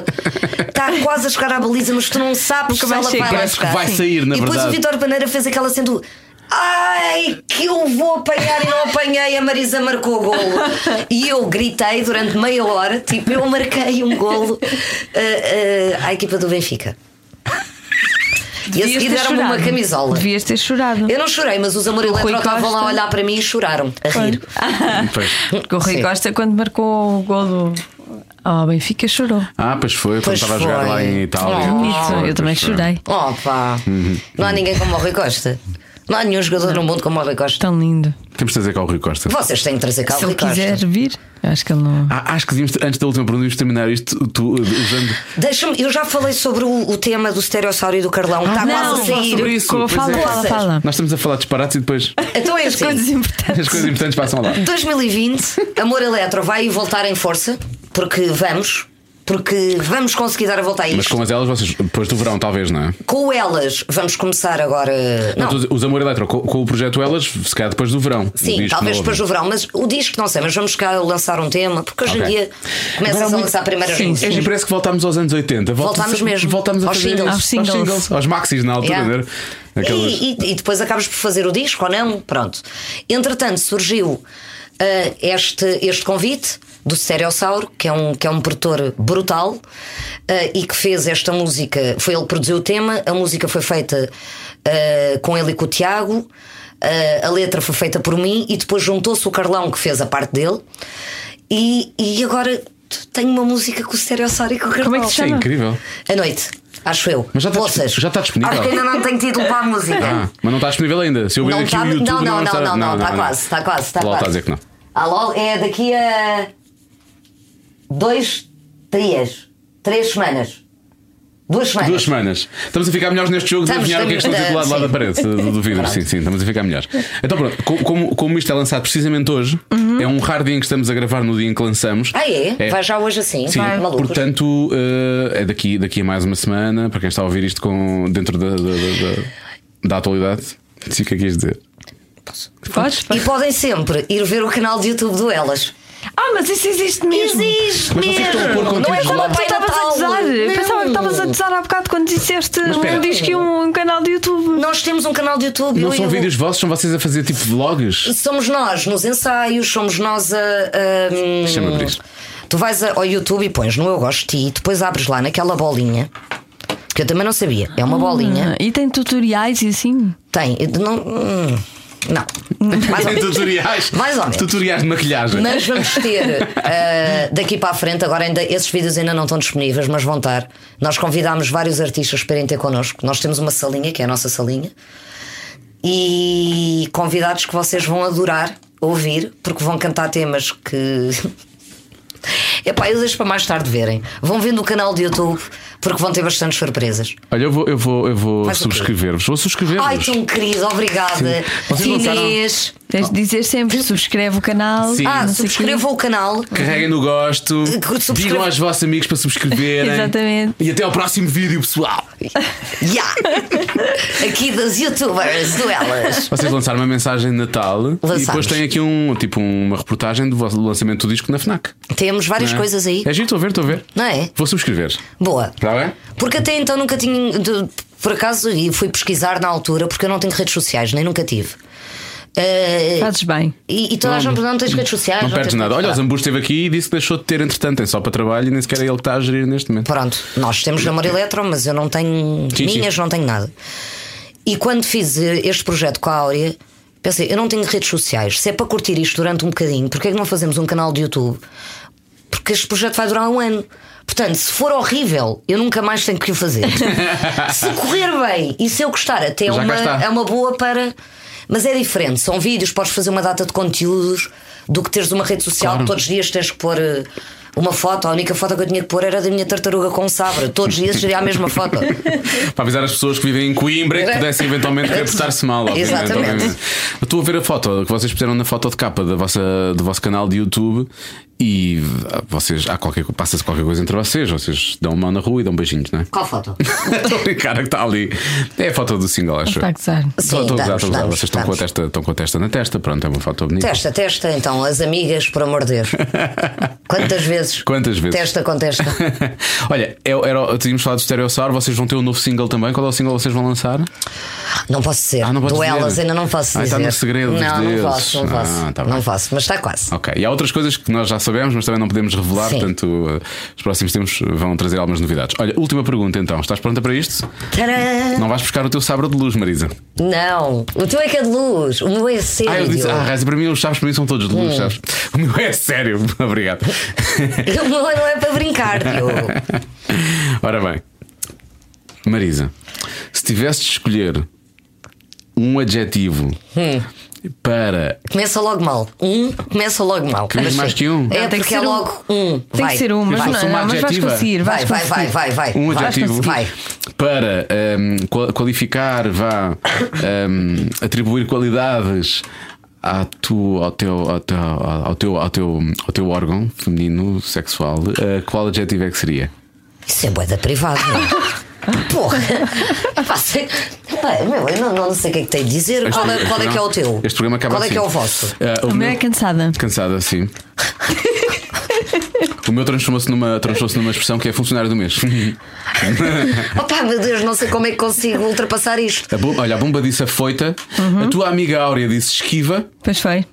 Speaker 5: está quase a chegar à baliza, mas tu não sabes se
Speaker 6: Nunca vai
Speaker 5: ela
Speaker 6: chegar.
Speaker 5: vai lá
Speaker 2: Parece que
Speaker 5: chegar.
Speaker 2: vai sair, na
Speaker 5: E depois
Speaker 2: verdade.
Speaker 5: o Vitor Paneira fez aquela cena do Ai, que eu vou apanhar e não apanhei. A Marisa marcou o golo. E eu gritei durante meia hora, tipo, eu marquei um golo ah, ah, à equipa do Benfica. E a
Speaker 6: Devias
Speaker 5: seguir
Speaker 6: ter
Speaker 5: deram-me uma
Speaker 6: chorado.
Speaker 5: camisola.
Speaker 6: Devias ter chorado.
Speaker 5: Eu não chorei, mas os Amor
Speaker 6: O Rui
Speaker 5: Eletro estavam lá a
Speaker 6: Costa.
Speaker 5: olhar para mim e choraram, a rir.
Speaker 2: Hum, Pois.
Speaker 6: Porque o Rui
Speaker 5: Sim.
Speaker 6: Costa, quando marcou o golo ao Benfica, chorou.
Speaker 2: Ah, pois foi,
Speaker 5: Pois
Speaker 2: quando estava a jogar
Speaker 5: foi.
Speaker 2: lá em Itália.
Speaker 5: Oh,
Speaker 2: Pois
Speaker 6: Bonito,
Speaker 2: foi,
Speaker 6: eu também
Speaker 2: pois foi.
Speaker 6: chorei.
Speaker 5: Opa! Não há ninguém como o Rui Costa. Não há nenhum jogador no mundo como o Rui Costa.
Speaker 6: Tão lindo.
Speaker 2: Temos de trazer cá o Rui Costa.
Speaker 5: Vocês têm que trazer cá o
Speaker 6: Se ele
Speaker 5: Ah, Rui Costa.
Speaker 6: quiser vir, eu acho que ele não.
Speaker 2: Ah, acho que devíamos, antes da última pergunta, devíamos terminar isto tu, uh, usando.
Speaker 5: Deixa-me, eu já falei sobre o, o tema do estereossauro e do Carlão. Está quase a
Speaker 2: sobre
Speaker 5: sair.
Speaker 2: isso,
Speaker 6: Com-
Speaker 2: pois
Speaker 6: fala,
Speaker 2: é.
Speaker 6: fala, fala.
Speaker 2: Nós estamos a falar de disparates e depois
Speaker 5: Então é
Speaker 6: As coisas
Speaker 5: assim.
Speaker 6: importantes.
Speaker 2: as coisas importantes passam lá.
Speaker 5: 2020, Amor Eletro vai voltar em força, porque vamos, porque vamos conseguir dar a volta a
Speaker 2: Mas é-
Speaker 5: isto.
Speaker 2: com as elas, vocês, depois do verão, talvez, não é?
Speaker 5: Com elas, vamos começar agora. Não,
Speaker 2: Mas Os Amor Eletro, com, com o projeto Elas, se calhar depois do verão. o
Speaker 5: sim,
Speaker 2: disco
Speaker 5: talvez
Speaker 2: novo.
Speaker 5: depois do verão, mas o disco não sei, mas vamos cá lançar um tema, porque hoje em
Speaker 2: Ok.
Speaker 5: dia
Speaker 2: Agora
Speaker 5: começas
Speaker 2: há
Speaker 5: a
Speaker 2: muito-
Speaker 5: lançar primeiras
Speaker 6: Sim,
Speaker 5: músicas.
Speaker 2: É,
Speaker 6: sim.
Speaker 2: parece que voltámos aos anos 80. Volta-
Speaker 5: Voltámos mesmo.
Speaker 2: Voltámos a
Speaker 5: Aos
Speaker 2: fazer
Speaker 5: singles.
Speaker 2: isso.
Speaker 6: Aos singles.
Speaker 2: Aos singles, aos maxis na altura.
Speaker 5: Yeah.
Speaker 2: não era? Aquelas-
Speaker 5: E, e- e depois acabas por fazer o disco ou não? Pronto. Entretanto, surgiu ah, este, este convite do Stereossauro, que é um, que é um produtor brutal ah, e que fez esta música. Foi ele que produziu o tema, a música foi feita ah, com ele e com o Tiago. Ah, a letra foi feita por mim e depois juntou-se o Carlão que fez a parte dele. E, e agora tenho uma música com o Stereossauro e com o Carlão.
Speaker 6: Como é que se
Speaker 2: Isso é
Speaker 6: chama?
Speaker 2: incrível.
Speaker 5: A noite, acho eu.
Speaker 2: Mas já está
Speaker 5: Ouças.
Speaker 2: disponível- já está disponível.
Speaker 5: Acho que ainda não tenho título para a música.
Speaker 2: Ah, mas não está disponível ainda. Se eu ver
Speaker 5: Não
Speaker 2: aqui
Speaker 5: está-
Speaker 2: o YouTube.
Speaker 5: não, não, não,
Speaker 2: está-
Speaker 5: não, não, está quase, está quase, está
Speaker 2: Lá
Speaker 5: quase.
Speaker 2: está a dizer que não.
Speaker 5: A LOL é daqui a. dois, três. três semanas. Duas semanas.
Speaker 2: Duas semanas. Estamos a ficar melhores neste jogo de
Speaker 5: Estamos,
Speaker 2: adivinhar o que é que
Speaker 5: estamos,
Speaker 2: estão titulados lá
Speaker 5: sim.
Speaker 2: da parede do, do vidro. Sim, sim, estamos a ficar melhores. Então pronto, co- como, como isto é lançado precisamente hoje, é um raro dia em que estamos a gravar no dia em que lançamos.
Speaker 5: Uhum. Ah, é? Vai já hoje assim?
Speaker 2: Sim,
Speaker 5: Vai, malucos.
Speaker 2: portanto, eh, é daqui, daqui a mais uma semana, para quem está a ouvir isto com, dentro da, da, da, da- da atualidade, disse o que é que ias dizer.
Speaker 6: Podes?
Speaker 5: E podem sempre ir ver o canal de YouTube do Elas.
Speaker 6: Ah, mas isso existe mesmo.
Speaker 5: Existe
Speaker 2: Mas vocês estão a pôr
Speaker 5: mesmo! Não é
Speaker 2: conteúdos
Speaker 5: como
Speaker 2: lá?
Speaker 5: o
Speaker 6: Tu
Speaker 5: Pai
Speaker 6: estavas a
Speaker 5: Natal.
Speaker 6: gozar.
Speaker 5: Não.
Speaker 6: Pensava que estavas a gozar há bocado quando disseste
Speaker 2: espera.
Speaker 6: um disco e um, um canal de YouTube.
Speaker 5: Nós temos um canal de YouTube. eu
Speaker 2: Não
Speaker 5: e
Speaker 2: são
Speaker 5: o-
Speaker 2: vídeos vossos, são vocês a fazer tipo vlogs?
Speaker 5: Somos nós nos ensaios, somos nós a. a-
Speaker 2: Deixa-me abrir.
Speaker 5: Tu vais a- ao YouTube e pões no Eu Gosto de Ti, depois abres lá naquela bolinha. Que eu também não sabia. É
Speaker 6: Hum.
Speaker 5: uma bolinha.
Speaker 6: E tem tutoriais e assim.
Speaker 5: Tem. eu Não. hum, Não. Mais ou
Speaker 2: Tem
Speaker 5: menos.
Speaker 2: tutoriais,
Speaker 5: Mais ou menos.
Speaker 2: tutoriais de maquilhagem.
Speaker 5: Mas vamos ter eh, daqui para a frente, agora ainda esses vídeos ainda não estão disponíveis, mas vão estar. Nós convidámos vários artistas para irem ter connosco. Nós temos uma salinha, que é a nossa salinha, e convidados que vocês vão adorar ouvir, porque vão cantar temas que. Epá, eu deixo para mais tarde verem. Vão vendo o canal do YouTube, porque vão ter bastantes surpresas.
Speaker 2: Olha, eu vou, eu vou, eu vou
Speaker 5: Faz o quê?
Speaker 2: subscrever-vos. Vou subscrever-vos.
Speaker 5: Ai, tão querido, obrigada.
Speaker 2: Vocês lançaram-
Speaker 5: Inês.
Speaker 6: Tens de dizer sempre: subscreve o canal.
Speaker 2: Sim.
Speaker 5: Ah,
Speaker 6: não sei o quê.
Speaker 5: subscrevam o canal.
Speaker 2: Carreguem no gosto,
Speaker 5: Eh, Subscreve-
Speaker 2: digam aos vossos amigos para subscreverem.
Speaker 6: Exatamente.
Speaker 2: E até ao próximo vídeo, pessoal.
Speaker 5: Yeah. Aqui das youtubers do Elas.
Speaker 2: Vocês lançaram uma mensagem de Natal e
Speaker 5: Lançámos.
Speaker 2: depois tem aqui um, tipo, uma reportagem do vosso lançamento do disco na Fnac.
Speaker 5: Temos várias
Speaker 2: não é?
Speaker 5: coisas aí,
Speaker 2: É giro, estou a ver, estou a ver.
Speaker 5: não é?
Speaker 2: Vou subscrever.
Speaker 5: Boa.
Speaker 2: Está bem?
Speaker 5: Porque até então nunca tinha. de- Por acaso, e fui pesquisar na altura, porque eu não tenho redes sociais, nem nunca tive. Eh,
Speaker 6: Fazes bem.
Speaker 5: e, e toda a gente pergunta, não tens redes sociais?
Speaker 2: Não perdes
Speaker 5: tens
Speaker 2: nada. Olha, o
Speaker 5: nada."
Speaker 2: Zambu esteve aqui e disse que deixou de ter, entretanto, é só para trabalho e nem sequer é ele que está a gerir neste momento.
Speaker 5: Pronto, nós temos namoro eletro, mas eu não tenho
Speaker 2: Sim,
Speaker 5: minhas,
Speaker 2: sim.
Speaker 5: não tenho nada. E quando fiz eh, este projeto com a Áurea, pensei, eu não tenho redes sociais. Se é para curtir isto durante um bocadinho, porque é que não fazemos um canal de YouTube? Porque este projeto vai durar um ano. Portanto, se for horrível, eu nunca mais tenho que o fazer. se correr bem e se eu gostar, até é
Speaker 2: Já cá
Speaker 5: uma,
Speaker 2: está.
Speaker 5: é uma boa para. Mas é diferente, são vídeos, podes fazer uma data de conteúdos do que teres uma rede social que todos os dias tens que pôr eh, uma foto. A única foto que eu tinha que pôr era da minha tartaruga com sabra. Todos os dias seria a mesma foto.
Speaker 2: Para avisar as pessoas que vivem em Coimbra que pudessem eventualmente querer portar-se mal. obviamente,
Speaker 5: Exatamente.
Speaker 2: obviamente. Eu Estou a ver a foto que vocês puseram na foto de capa da vossa, do vosso canal de YouTube e ah, vocês, há qualquer, co- passa-se qualquer coisa entre vocês. Vocês dão mão na rua e dão beijinhos, não é?
Speaker 5: Qual foto?
Speaker 2: Estou a brincar, que está ali. É a foto do single, acho. eu.
Speaker 6: Está a gozar.
Speaker 5: Sim,
Speaker 2: Estou a gozar,
Speaker 5: damos,
Speaker 2: estou a gozar.
Speaker 5: damos,
Speaker 2: Vocês estão com, a
Speaker 5: damos.
Speaker 2: testa, estão com a testa na testa, pronto, é uma foto bonita.
Speaker 5: Testa, testa, então, as amigas, por amor de Deus. Quantas vezes?
Speaker 2: Quantas vezes?
Speaker 5: Testa com testa.
Speaker 2: Olha, eu- era, tínhamos falado do Stereossauro, vocês vão ter um novo single também. Qual é o single que vocês vão lançar?
Speaker 5: Não posso ser.
Speaker 2: Ah, não podes
Speaker 5: do elas
Speaker 2: dizer.
Speaker 5: ainda não posso
Speaker 2: Ah,
Speaker 5: dizer.
Speaker 2: está no segredo dos
Speaker 5: Não,
Speaker 2: deuses.
Speaker 5: não posso, não
Speaker 2: Ah,
Speaker 5: posso.
Speaker 2: tá bem.
Speaker 5: não posso, mas está quase.
Speaker 2: Ok. E há outras coisas que nós já sabemos, mas também não podemos revelar,
Speaker 5: Sim.
Speaker 2: portanto, eh, os próximos tempos vão trazer algumas novidades. Olha, última pergunta então. Estás pronta para isto?
Speaker 5: Tcharam!
Speaker 2: Não vais buscar o teu sabre de luz, Marisa.
Speaker 5: Não, o teu é que é de luz, o meu é sério.
Speaker 2: Ah, eu disse, ah, Reza, para mim os chaves para mim são todos de luz, sabes? O meu é sério, obrigado.
Speaker 5: O meu não é para brincar, Diogo.
Speaker 2: Ora bem, Marisa, se tivesse de escolher um adjetivo para.
Speaker 5: Começa logo mal. Um começa logo mal.
Speaker 2: Queres
Speaker 5: Mas
Speaker 2: mais
Speaker 5: sim.
Speaker 2: que um?
Speaker 5: É
Speaker 6: Não, tem que
Speaker 5: porque é
Speaker 6: ser um.
Speaker 5: logo um.
Speaker 6: Tem
Speaker 5: Vai,
Speaker 6: que ser um, mas,
Speaker 5: vai.
Speaker 2: Vai, sou uma
Speaker 6: não, mas vais
Speaker 2: adjetiva.
Speaker 6: conseguir.
Speaker 5: Vai,
Speaker 6: Vais
Speaker 5: vai,
Speaker 6: conseguir.
Speaker 5: vai, vai, vai.
Speaker 2: Um
Speaker 5: É, vai.
Speaker 2: adjetivo
Speaker 5: Vai.
Speaker 2: para ehm, qual- qualificar, vá, ehm, atribuir qualidades à tu, ao, teu, ao, teu, ao, teu, ao, teu, ao teu órgão feminino sexual, eh, qual adjetivo é que seria?
Speaker 5: Isso é boeda privada. não é? Porra. Pá, sei- Pá, meu, eu não, não sei o que é que tenho de dizer. Qual é,
Speaker 2: Este-
Speaker 5: qual é
Speaker 2: este
Speaker 5: que é o teu?
Speaker 2: programa- Este programa acaba
Speaker 5: Qual é que é o
Speaker 2: assim.
Speaker 5: vosso?
Speaker 2: Eh,
Speaker 6: O meu é cansada.
Speaker 2: Cansada, sim. o meu transformou-se numa, transformou numa expressão que é funcionário do mês.
Speaker 5: Opa, Oh, meu Deus, não sei como é que consigo ultrapassar isto.
Speaker 2: A bom- olha, a bomba disse afoita,
Speaker 6: Uhum.
Speaker 2: a tua amiga Áurea disse esquiva.
Speaker 6: Pois foi.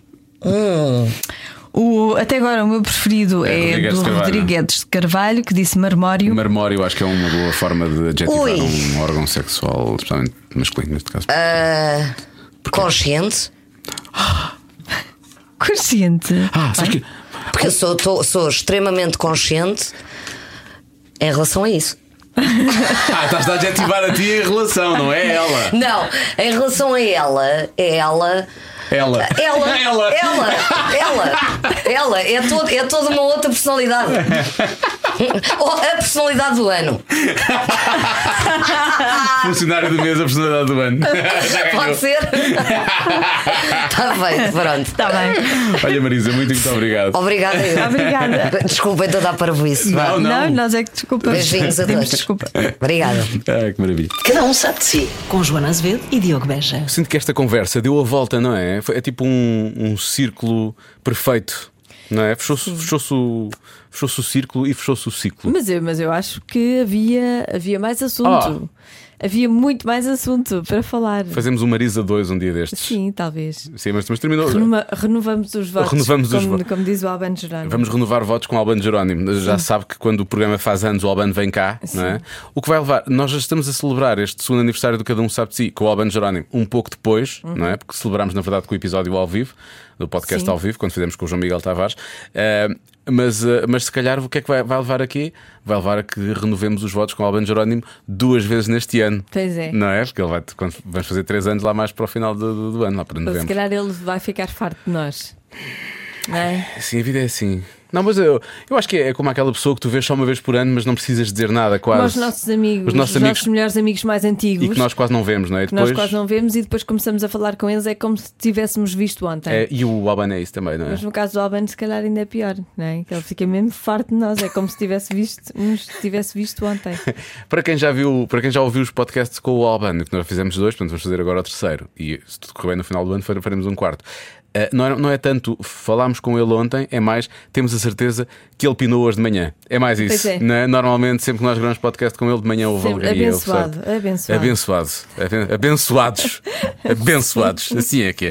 Speaker 6: O, até agora o meu preferido
Speaker 2: É
Speaker 6: é,
Speaker 2: Rodrigues
Speaker 6: do
Speaker 2: de Carvalho.
Speaker 6: Rodrigues de Carvalho, que disse marmório.
Speaker 2: Marmório, acho que é uma boa forma de adjetivar
Speaker 5: Ui.
Speaker 2: um órgão sexual, especialmente masculino, neste caso.
Speaker 5: consciente,
Speaker 6: Consciente.
Speaker 2: Ah, sabes que.
Speaker 5: porque eu sou, tô- sou extremamente consciente em relação a isso.
Speaker 2: Ah, estás a adjetivar a ti a relação, não é ela.
Speaker 5: Não, em relação a ela, é ela.
Speaker 2: Ela.
Speaker 5: Ela,
Speaker 2: Ela.
Speaker 5: ela, ela, ela, é, todo, é toda uma outra personalidade. Ou a personalidade do ano.
Speaker 2: Funcionário do mês, a personalidade do ano. Já ganhou.
Speaker 5: Pode ser? Está bem, pronto.
Speaker 6: Está bem.
Speaker 2: Olha, Marisa, muito, muito obrigado.
Speaker 5: Obrigada. então eu.
Speaker 6: Obrigada.
Speaker 5: Desculpem toda a parvoíce. vá.
Speaker 2: Não, não.
Speaker 6: Não, nós é que desculpamos.
Speaker 5: Beijinhos a
Speaker 6: Pedimos
Speaker 5: todos.
Speaker 6: Desculpa.
Speaker 5: Obrigada.
Speaker 2: Ah, que maravilha.
Speaker 1: Cada um sabe de si. Com Joana Azevedo e Diogo Beja.
Speaker 2: Sinto que esta conversa deu a volta, não é? Foi- É tipo um, um círculo perfeito, não é? Fechou-se fechou-se o- fechou-se o círculo e fechou-se o ciclo.
Speaker 3: Mas eu, mas eu acho que havia, havia mais assunto.
Speaker 2: Oh.
Speaker 3: Havia muito mais assunto para falar.
Speaker 2: Fazemos o Marisa 2 um dia destes.
Speaker 3: Sim, talvez.
Speaker 2: Sim, mas, mas terminou.
Speaker 3: Renova- renovamos os votos.
Speaker 2: Renovamos os
Speaker 3: como,
Speaker 2: votos.
Speaker 3: como diz o Albano Gerano.
Speaker 2: Vamos renovar votos com o Albano Jerónimo. Já sabe que quando o programa faz anos, o Albano vem cá, não é? O que vai levar. Nós já estamos a celebrar este segundo aniversário do Cada Um Sabe de Si com o Albano Jerónimo um pouco depois, não é? Porque celebramos, na verdade, com o episódio ao vivo, do podcast
Speaker 3: Uhum. Sim.
Speaker 2: ao vivo, quando fizemos com o João Miguel Tavares. Eh, mas, eh, mas se calhar o que é que vai, vai levar aqui? Vai levar a que renovemos os votos com o Albano Jerónimo duas vezes neste ano.
Speaker 3: Pois é.
Speaker 2: Não é? Porque ele vai quando- vamos fazer três anos lá mais para o final do, do- do ano, lá para
Speaker 3: Ou Se
Speaker 2: novembro.
Speaker 3: calhar ele vai ficar farto de nós. Não é?
Speaker 2: Sim, a vida é assim. Não, mas eu, eu acho que é como aquela pessoa que tu vês só uma vez por ano, mas não precisas dizer nada quase.
Speaker 3: Os nossos amigos,
Speaker 2: Os nossos amigos-
Speaker 3: melhores amigos mais antigos,
Speaker 2: E que nós quase não vemos, não é?
Speaker 3: que nós quase não vemos e depois começamos a falar com eles, é como se tivéssemos visto ontem.
Speaker 2: é, e o albanês também, não é?
Speaker 3: Mas no caso do Albano, se calhar ainda é pior, não é? Que ele fica mesmo farto de nós, é como se tivesse visto, nos tivesse visto ontem.
Speaker 2: Para quem já viu, para quem já ouviu os podcasts com o Albano, que nós fizemos dois, portanto vamos fazer agora o terceiro. E se tudo correr bem no final do ano, fare- faremos um quarto. Ah, não, é, não é tanto falámos com ele ontem, é mais temos a certeza que ele pinou hoje de manhã. É mais isso.
Speaker 3: Pois é.
Speaker 2: não é? Normalmente, sempre que nós gravamos podcast com ele, de manhã houve
Speaker 3: Sempre
Speaker 2: alegria. houve
Speaker 3: abençoado,
Speaker 2: sorte.
Speaker 3: abençoado.
Speaker 2: Abençoado. Aben- Abençoados. Abençoados. Assim é que é.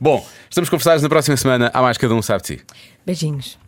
Speaker 2: Bom, estamos conversados na próxima semana. Há mais cada um sabe de si.
Speaker 3: Beijinhos.